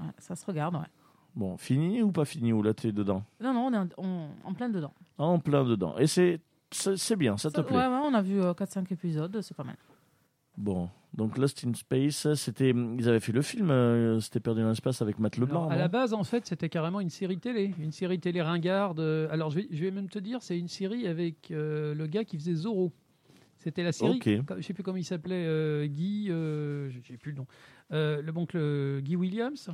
S3: Ouais, ça se regarde, ouais.
S1: Bon, fini ou pas fini Ou là, tu es dedans
S3: Non, non, on est en, on- en plein dedans.
S1: En plein dedans. Et c'est. C'est c'est bien, ça te plaît.
S3: Ouais, ouais, on a vu euh, 4-5 épisodes, c'est pas mal.
S1: Bon, donc Lost in Space, c'était, ils avaient fait le film, euh, c'était perdu dans l'espace avec Matt
S2: Alors,
S1: Leblanc.
S2: à
S1: non
S2: la base, en fait, c'était carrément une série télé, une série télé ringarde. Euh, Alors, je vais, je vais même te dire, c'est une série avec euh, le gars qui faisait Zorro. C'était la série.
S1: Ok.
S2: comme- Je sais plus comment il s'appelait, euh, Guy. euh, je sais plus le nom. Euh, le bon, le Guy Williams.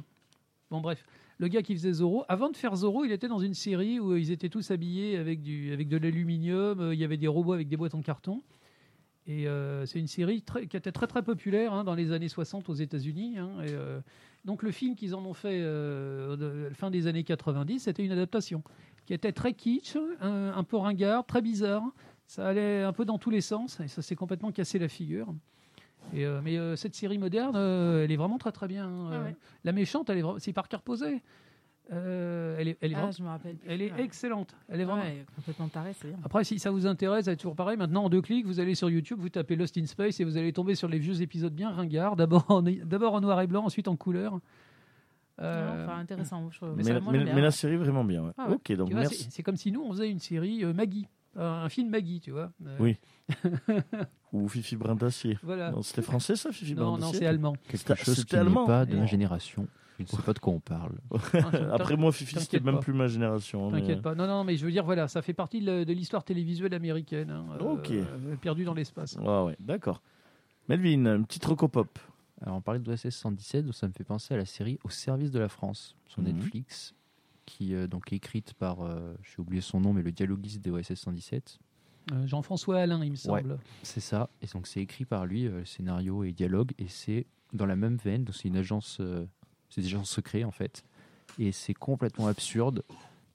S2: Bon, bref, le gars qui faisait Zorro. Avant de faire Zorro, il était dans une série où euh, ils étaient tous habillés avec du, avec de l'aluminium. euh, Il y avait des robots avec des boîtes en carton. Et euh, c'est une série très- qui était très très populaire hein, dans les années 60 aux États-Unis. hein, et, euh, donc le film qu'ils en ont fait euh, de- à la fin des années 90, c'était une adaptation qui était très kitsch, un, un peu ringard, très bizarre. Ça allait un peu dans tous les sens et ça s'est complètement cassé la figure. Et, euh, mais euh, cette série moderne, euh, elle est vraiment très très bien. hein.
S3: Ah
S2: Euh,
S3: ouais.
S2: La méchante, elle est vra- c'est Parker Posey. Euh, elle est, elle est,
S3: Ah,
S2: vraiment-
S3: je me rappelle. plus.
S2: elle est
S3: Ouais.
S2: excellente. Elle est vraiment.
S3: Ouais, complètement taré, c'est bien.
S2: Après, si ça vous intéresse, c'est toujours pareil. Maintenant, en deux clics, vous allez sur YouTube, vous tapez Lost in Space et vous allez tomber sur les vieux épisodes bien ringards. D'abord en, d'abord en noir et blanc, ensuite en couleur. Euh,
S3: Non, enfin, intéressant. je-
S1: mais,
S3: ça,
S1: la-
S3: moi,
S1: mais-
S3: j'aime bien.
S1: mais la série vraiment bien. ouais.
S3: Ah ouais.
S1: Ok, donc
S2: tu vois,
S1: merci.
S2: c'est, c'est comme si nous, on faisait une série euh, Maggie, Euh, un film Maggie, tu vois. Euh,
S1: Oui. Ou Fifi Brindacier.
S2: Voilà.
S1: Non, c'était français ça, Fifi
S2: Euh. Non, non,
S1: Brindacier
S2: c'est allemand.
S4: quelque
S1: C'était-
S4: chose
S1: c'était
S4: qui n'est
S1: allemand.
S4: pas de ma
S2: Non.
S4: génération. Je ne sais pas de quoi on parle.
S1: Après moi, Fifi, c'était
S2: t'inquiète
S1: même
S2: pas.
S1: plus ma génération. mais- euh,
S2: T'inquiète pas. Non, non, mais je veux dire, voilà, ça fait partie de la- de l'histoire télévisuelle américaine. hein, euh,
S1: Ok.
S2: euh, perdu dans l'espace.
S1: Ah ouais, d'accord. Melvin, une petite recopop.
S4: Alors, on parlait de OSS 117, donc ça me fait penser à la série Au service de la France sur
S1: Mhm.
S4: Netflix, qui euh, donc est écrite par, euh, j'ai oublié son nom, mais le dialoguiste des OSS 117.
S2: Euh, Jean-François Alain, il me semble.
S4: C'est ça, et donc c'est écrit par lui, euh, scénario et dialogue, et c'est dans la même veine, donc c'est une agence, euh, c'est des agents secrets en fait, et c'est complètement absurde.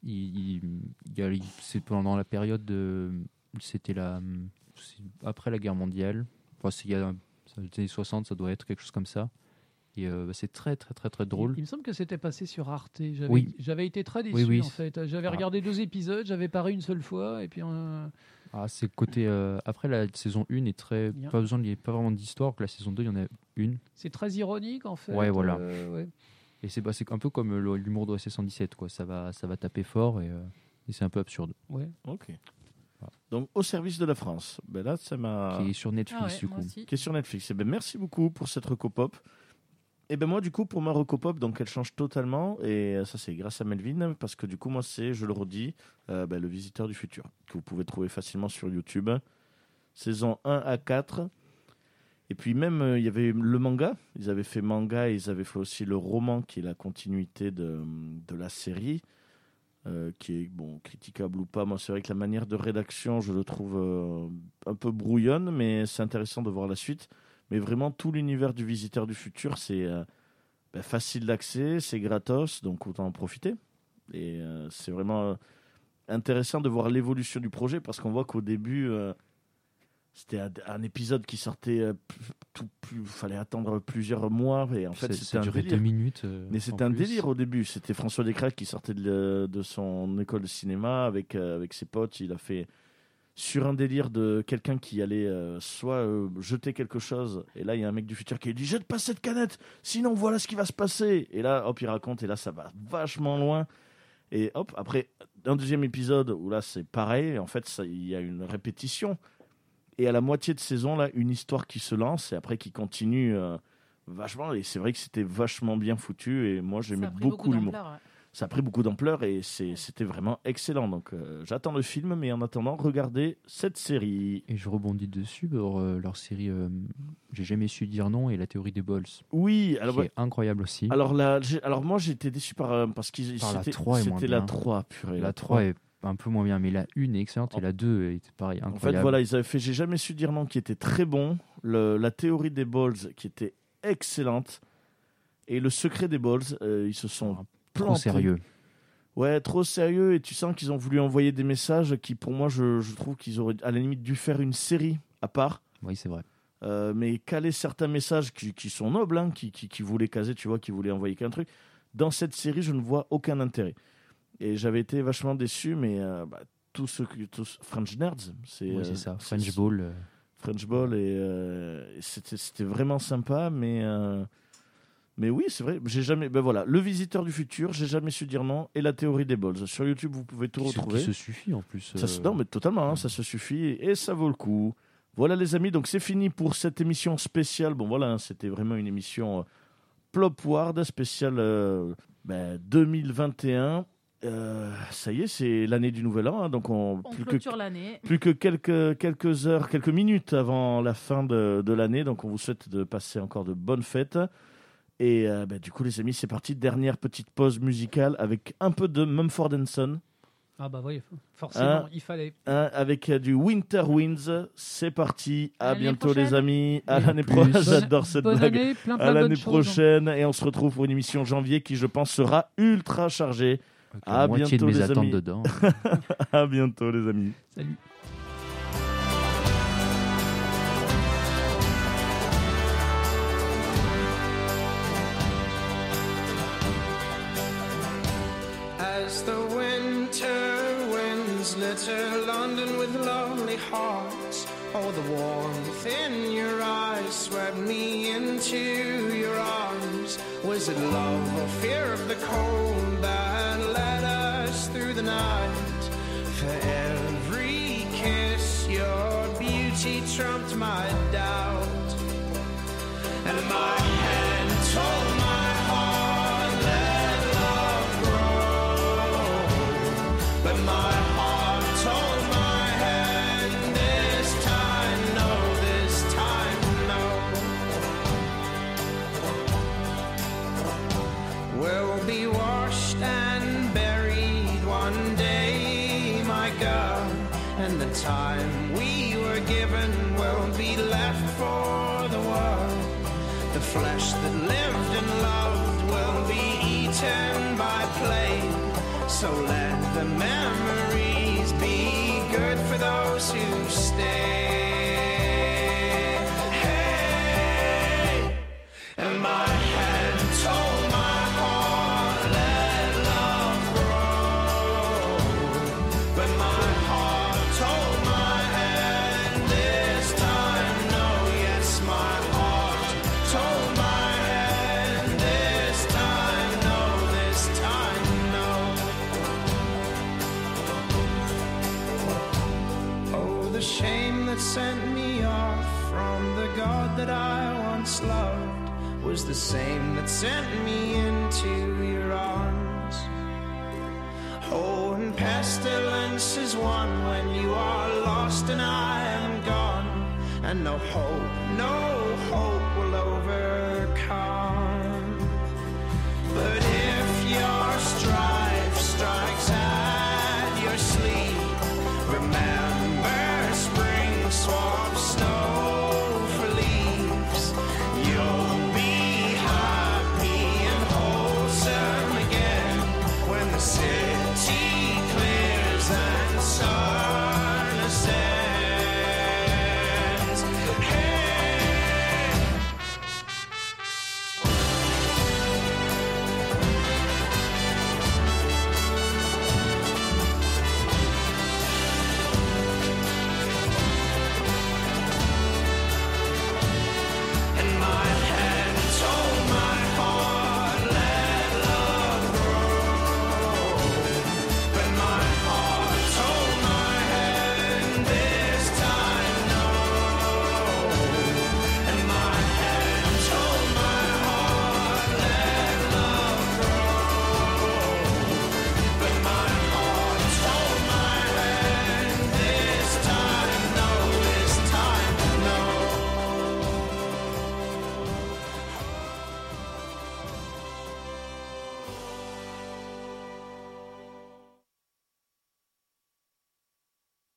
S4: Il, il- il y a- il- c'est pendant la période de. C'était la. c'est Après la guerre mondiale. Enfin, c'est il y a c'est les années 60, ça doit être quelque chose comme ça. Et euh, c'est très, très, très, très drôle.
S2: Il, il me semble que c'était passé sur Arte. J'avais,
S4: Oui.
S2: j'avais été très déçu
S4: Oui, oui.
S2: en fait. J'avais
S4: Ah.
S2: regardé deux épisodes, j'avais paré une seule fois et puis euh,
S4: Ah, c'est le côté. euh, après, la saison 1 est très.
S2: Bien.
S4: Pas besoin, il n'y a pas vraiment d'histoire. que La saison 2, il y en a une.
S2: c'est très ironique en fait.
S4: Ouais, voilà.
S2: Euh, ouais.
S4: Et c'est bah, c'est un peu comme le- l'humour de 117, quoi. Ça va, ça va taper fort et, euh, et c'est un peu absurde.
S2: Ouais.
S1: Ok.
S4: Ah.
S1: Donc, au service de la France. Ben là, ça m'a.
S4: Qui est sur Netflix,
S3: Ah ouais,
S4: du
S3: moi
S4: coup.
S3: aussi.
S1: qui est sur Netflix. Eh ben, merci beaucoup pour cette recopop. Et ben moi, du coup, pour ma recopop, donc elle change totalement. Et euh, ça, c'est grâce à Melvin, parce que du coup, moi, c'est, je le redis, euh, ben, Le Visiteur du Futur, que vous pouvez trouver facilement sur YouTube. Saison 1 à 4. Et puis même, euh, il y avait le manga. Ils avaient fait manga et ils avaient fait aussi le roman, qui est la continuité de, de la série, euh, qui est, bon, critiquable ou pas. Moi, c'est vrai que la manière de rédaction, je le trouve euh, un peu brouillonne, mais c'est intéressant de voir la suite. Mais vraiment, tout l'univers du visiteur du futur, c'est euh, bah, facile d'accès, c'est gratos, donc autant en profiter. Et euh, c'est vraiment euh, intéressant de voir l'évolution du projet parce qu'on voit qu'au début, euh, c'était un, un épisode qui sortait, euh, p- tout plus, fallait attendre plusieurs mois, et en fait,
S4: ça,
S1: c'était
S4: ça
S1: un
S4: durait
S1: délire.
S4: deux minutes. euh,
S1: Mais
S4: en
S1: c'était un
S4: plus.
S1: délire au début. C'était François Descraques qui sortait de, le- de son école de cinéma avec, euh, avec ses potes. Il a fait sur un délire de quelqu'un qui allait euh, soit euh, jeter quelque chose. Et là, il y a un mec du futur qui lui dit Jette pas cette canette, sinon voilà ce qui va se passer. Et là, hop, il raconte. Et là, ça va vachement loin. Et hop, après un deuxième épisode où là, c'est pareil. En fait, ça- il y a une répétition. Et à la moitié de saison, là, une histoire qui se lance et après qui continue. euh, vachement et c'est vrai que c'était vachement bien foutu et moi j'aimais
S3: Ça a pris
S1: beaucoup l'humour
S3: d'ampleur, ouais.
S1: ça a pris beaucoup d'ampleur et c'est- c'était vraiment excellent donc euh, j'attends le film mais en attendant regardez cette série
S4: Et je rebondis dessus pour euh, leur série euh, J'ai jamais su dire non et la théorie des balls.
S1: oui alors
S4: qui est incroyable aussi.
S1: alors là j'ai- alors moi j'étais déçu par euh, parce qu'ils
S4: Par la
S1: c'était
S4: 3 est moins
S1: c'était la
S4: bien.
S1: 3 purée
S4: la 3 est un peu moins bien, mais la 1 est excellente
S1: En-
S4: et la 2 est pareil,
S1: en fait
S4: incroyable.
S1: voilà ils avaient fait j'ai jamais su dire non qui était très bon le- la théorie des balls qui était excellente et le secret des balls euh, ils se sont
S4: Trop Ah, Trop
S1: plantés.
S4: sérieux.
S1: Ouais, trop sérieux et tu sens qu'ils ont voulu envoyer des messages qui, pour moi, je, je trouve qu'ils auraient à la limite dû faire une série à part,
S4: Oui, c'est vrai.
S1: euh, mais caler certains messages qui, qui sont nobles, hein, qui, qui, qui voulaient caser, tu vois, qui voulaient envoyer qu'un truc. Dans cette série, je ne vois aucun intérêt. Et j'avais été vachement déçu, mais euh, bah, tous ceux qui. Tous, French Nerds, c'est.
S4: Oui,
S1: euh,
S4: c'est ça. French Ball. euh,
S1: French Ball et euh, c'était c'était vraiment sympa mais euh, mais oui c'est vrai j'ai jamais ben voilà le visiteur du futur j'ai jamais su dire non et la théorie des balls sur YouTube vous pouvez tout
S4: qui se-
S1: retrouver
S4: qui se suffit en plus.
S1: ça se,
S4: euh,
S1: non, mais totalement, hein, ça se suffit et ça vaut le coup. Voilà les amis, donc c'est fini pour cette émission spéciale. Bon voilà, hein, c'était vraiment une émission euh, Plopward spéciale euh, ben, 2021. Euh, ça y est, c'est l'année du Nouvel An, hein, donc on,
S3: On
S1: plus que-
S3: clôture l'année.
S1: plus que quelques, quelques heures, quelques minutes avant la fin de, de l'année. Donc, on vous souhaite de passer encore de bonnes fêtes. Et euh, bah, du coup, les amis, c'est parti. Dernière petite pause musicale avec un peu de Mumford Son,
S2: Ah bah oui, forcément,
S1: Ah.
S2: il fallait.
S1: hein, avec euh, du Winter Winds. C'est parti.
S3: À
S1: À
S3: l'année
S1: bientôt, les
S3: prochaine.
S1: amis. À
S4: Et
S1: l'année
S4: plus.
S1: prochaine. J'adore cette
S2: bonne
S1: blague.
S2: année, plein plein
S1: À
S2: de bonnes
S1: l'année
S2: choses. hein.
S1: prochaine. Et on se retrouve pour une émission janvier qui, je pense, sera ultra chargée.
S4: avec
S1: À
S4: la moitié
S1: ah, bientôt,
S4: de mes
S1: les
S4: attentes
S1: amis.
S4: dedans.
S1: À bientôt, les amis.
S2: Salut.
S7: As the winter winds litter London with lonely hearts, all the warmth in your eyes swept me into your arms. Was it love or fear of the cold that led us through the night? For every kiss, your beauty trumped my doubt, and my hand told my heart let love but my heart told my hand this time no, this time no. We'll be washed and buried one day, my God, and the time we were given will be left for the world. The flesh that lived and loved will be eaten by So let the memories be good for those who stay. Hey, and my hand told my heart, let love grow. But my heart told my hand this time, no, yes, my heart told my hand this time, no, this time, no. Oh, the shame that sent me off from the God that I once loved was the same that sent me into your arms. Oh, and pestilence is one when you are lost and I am gone, and no hope, no hope will overcome.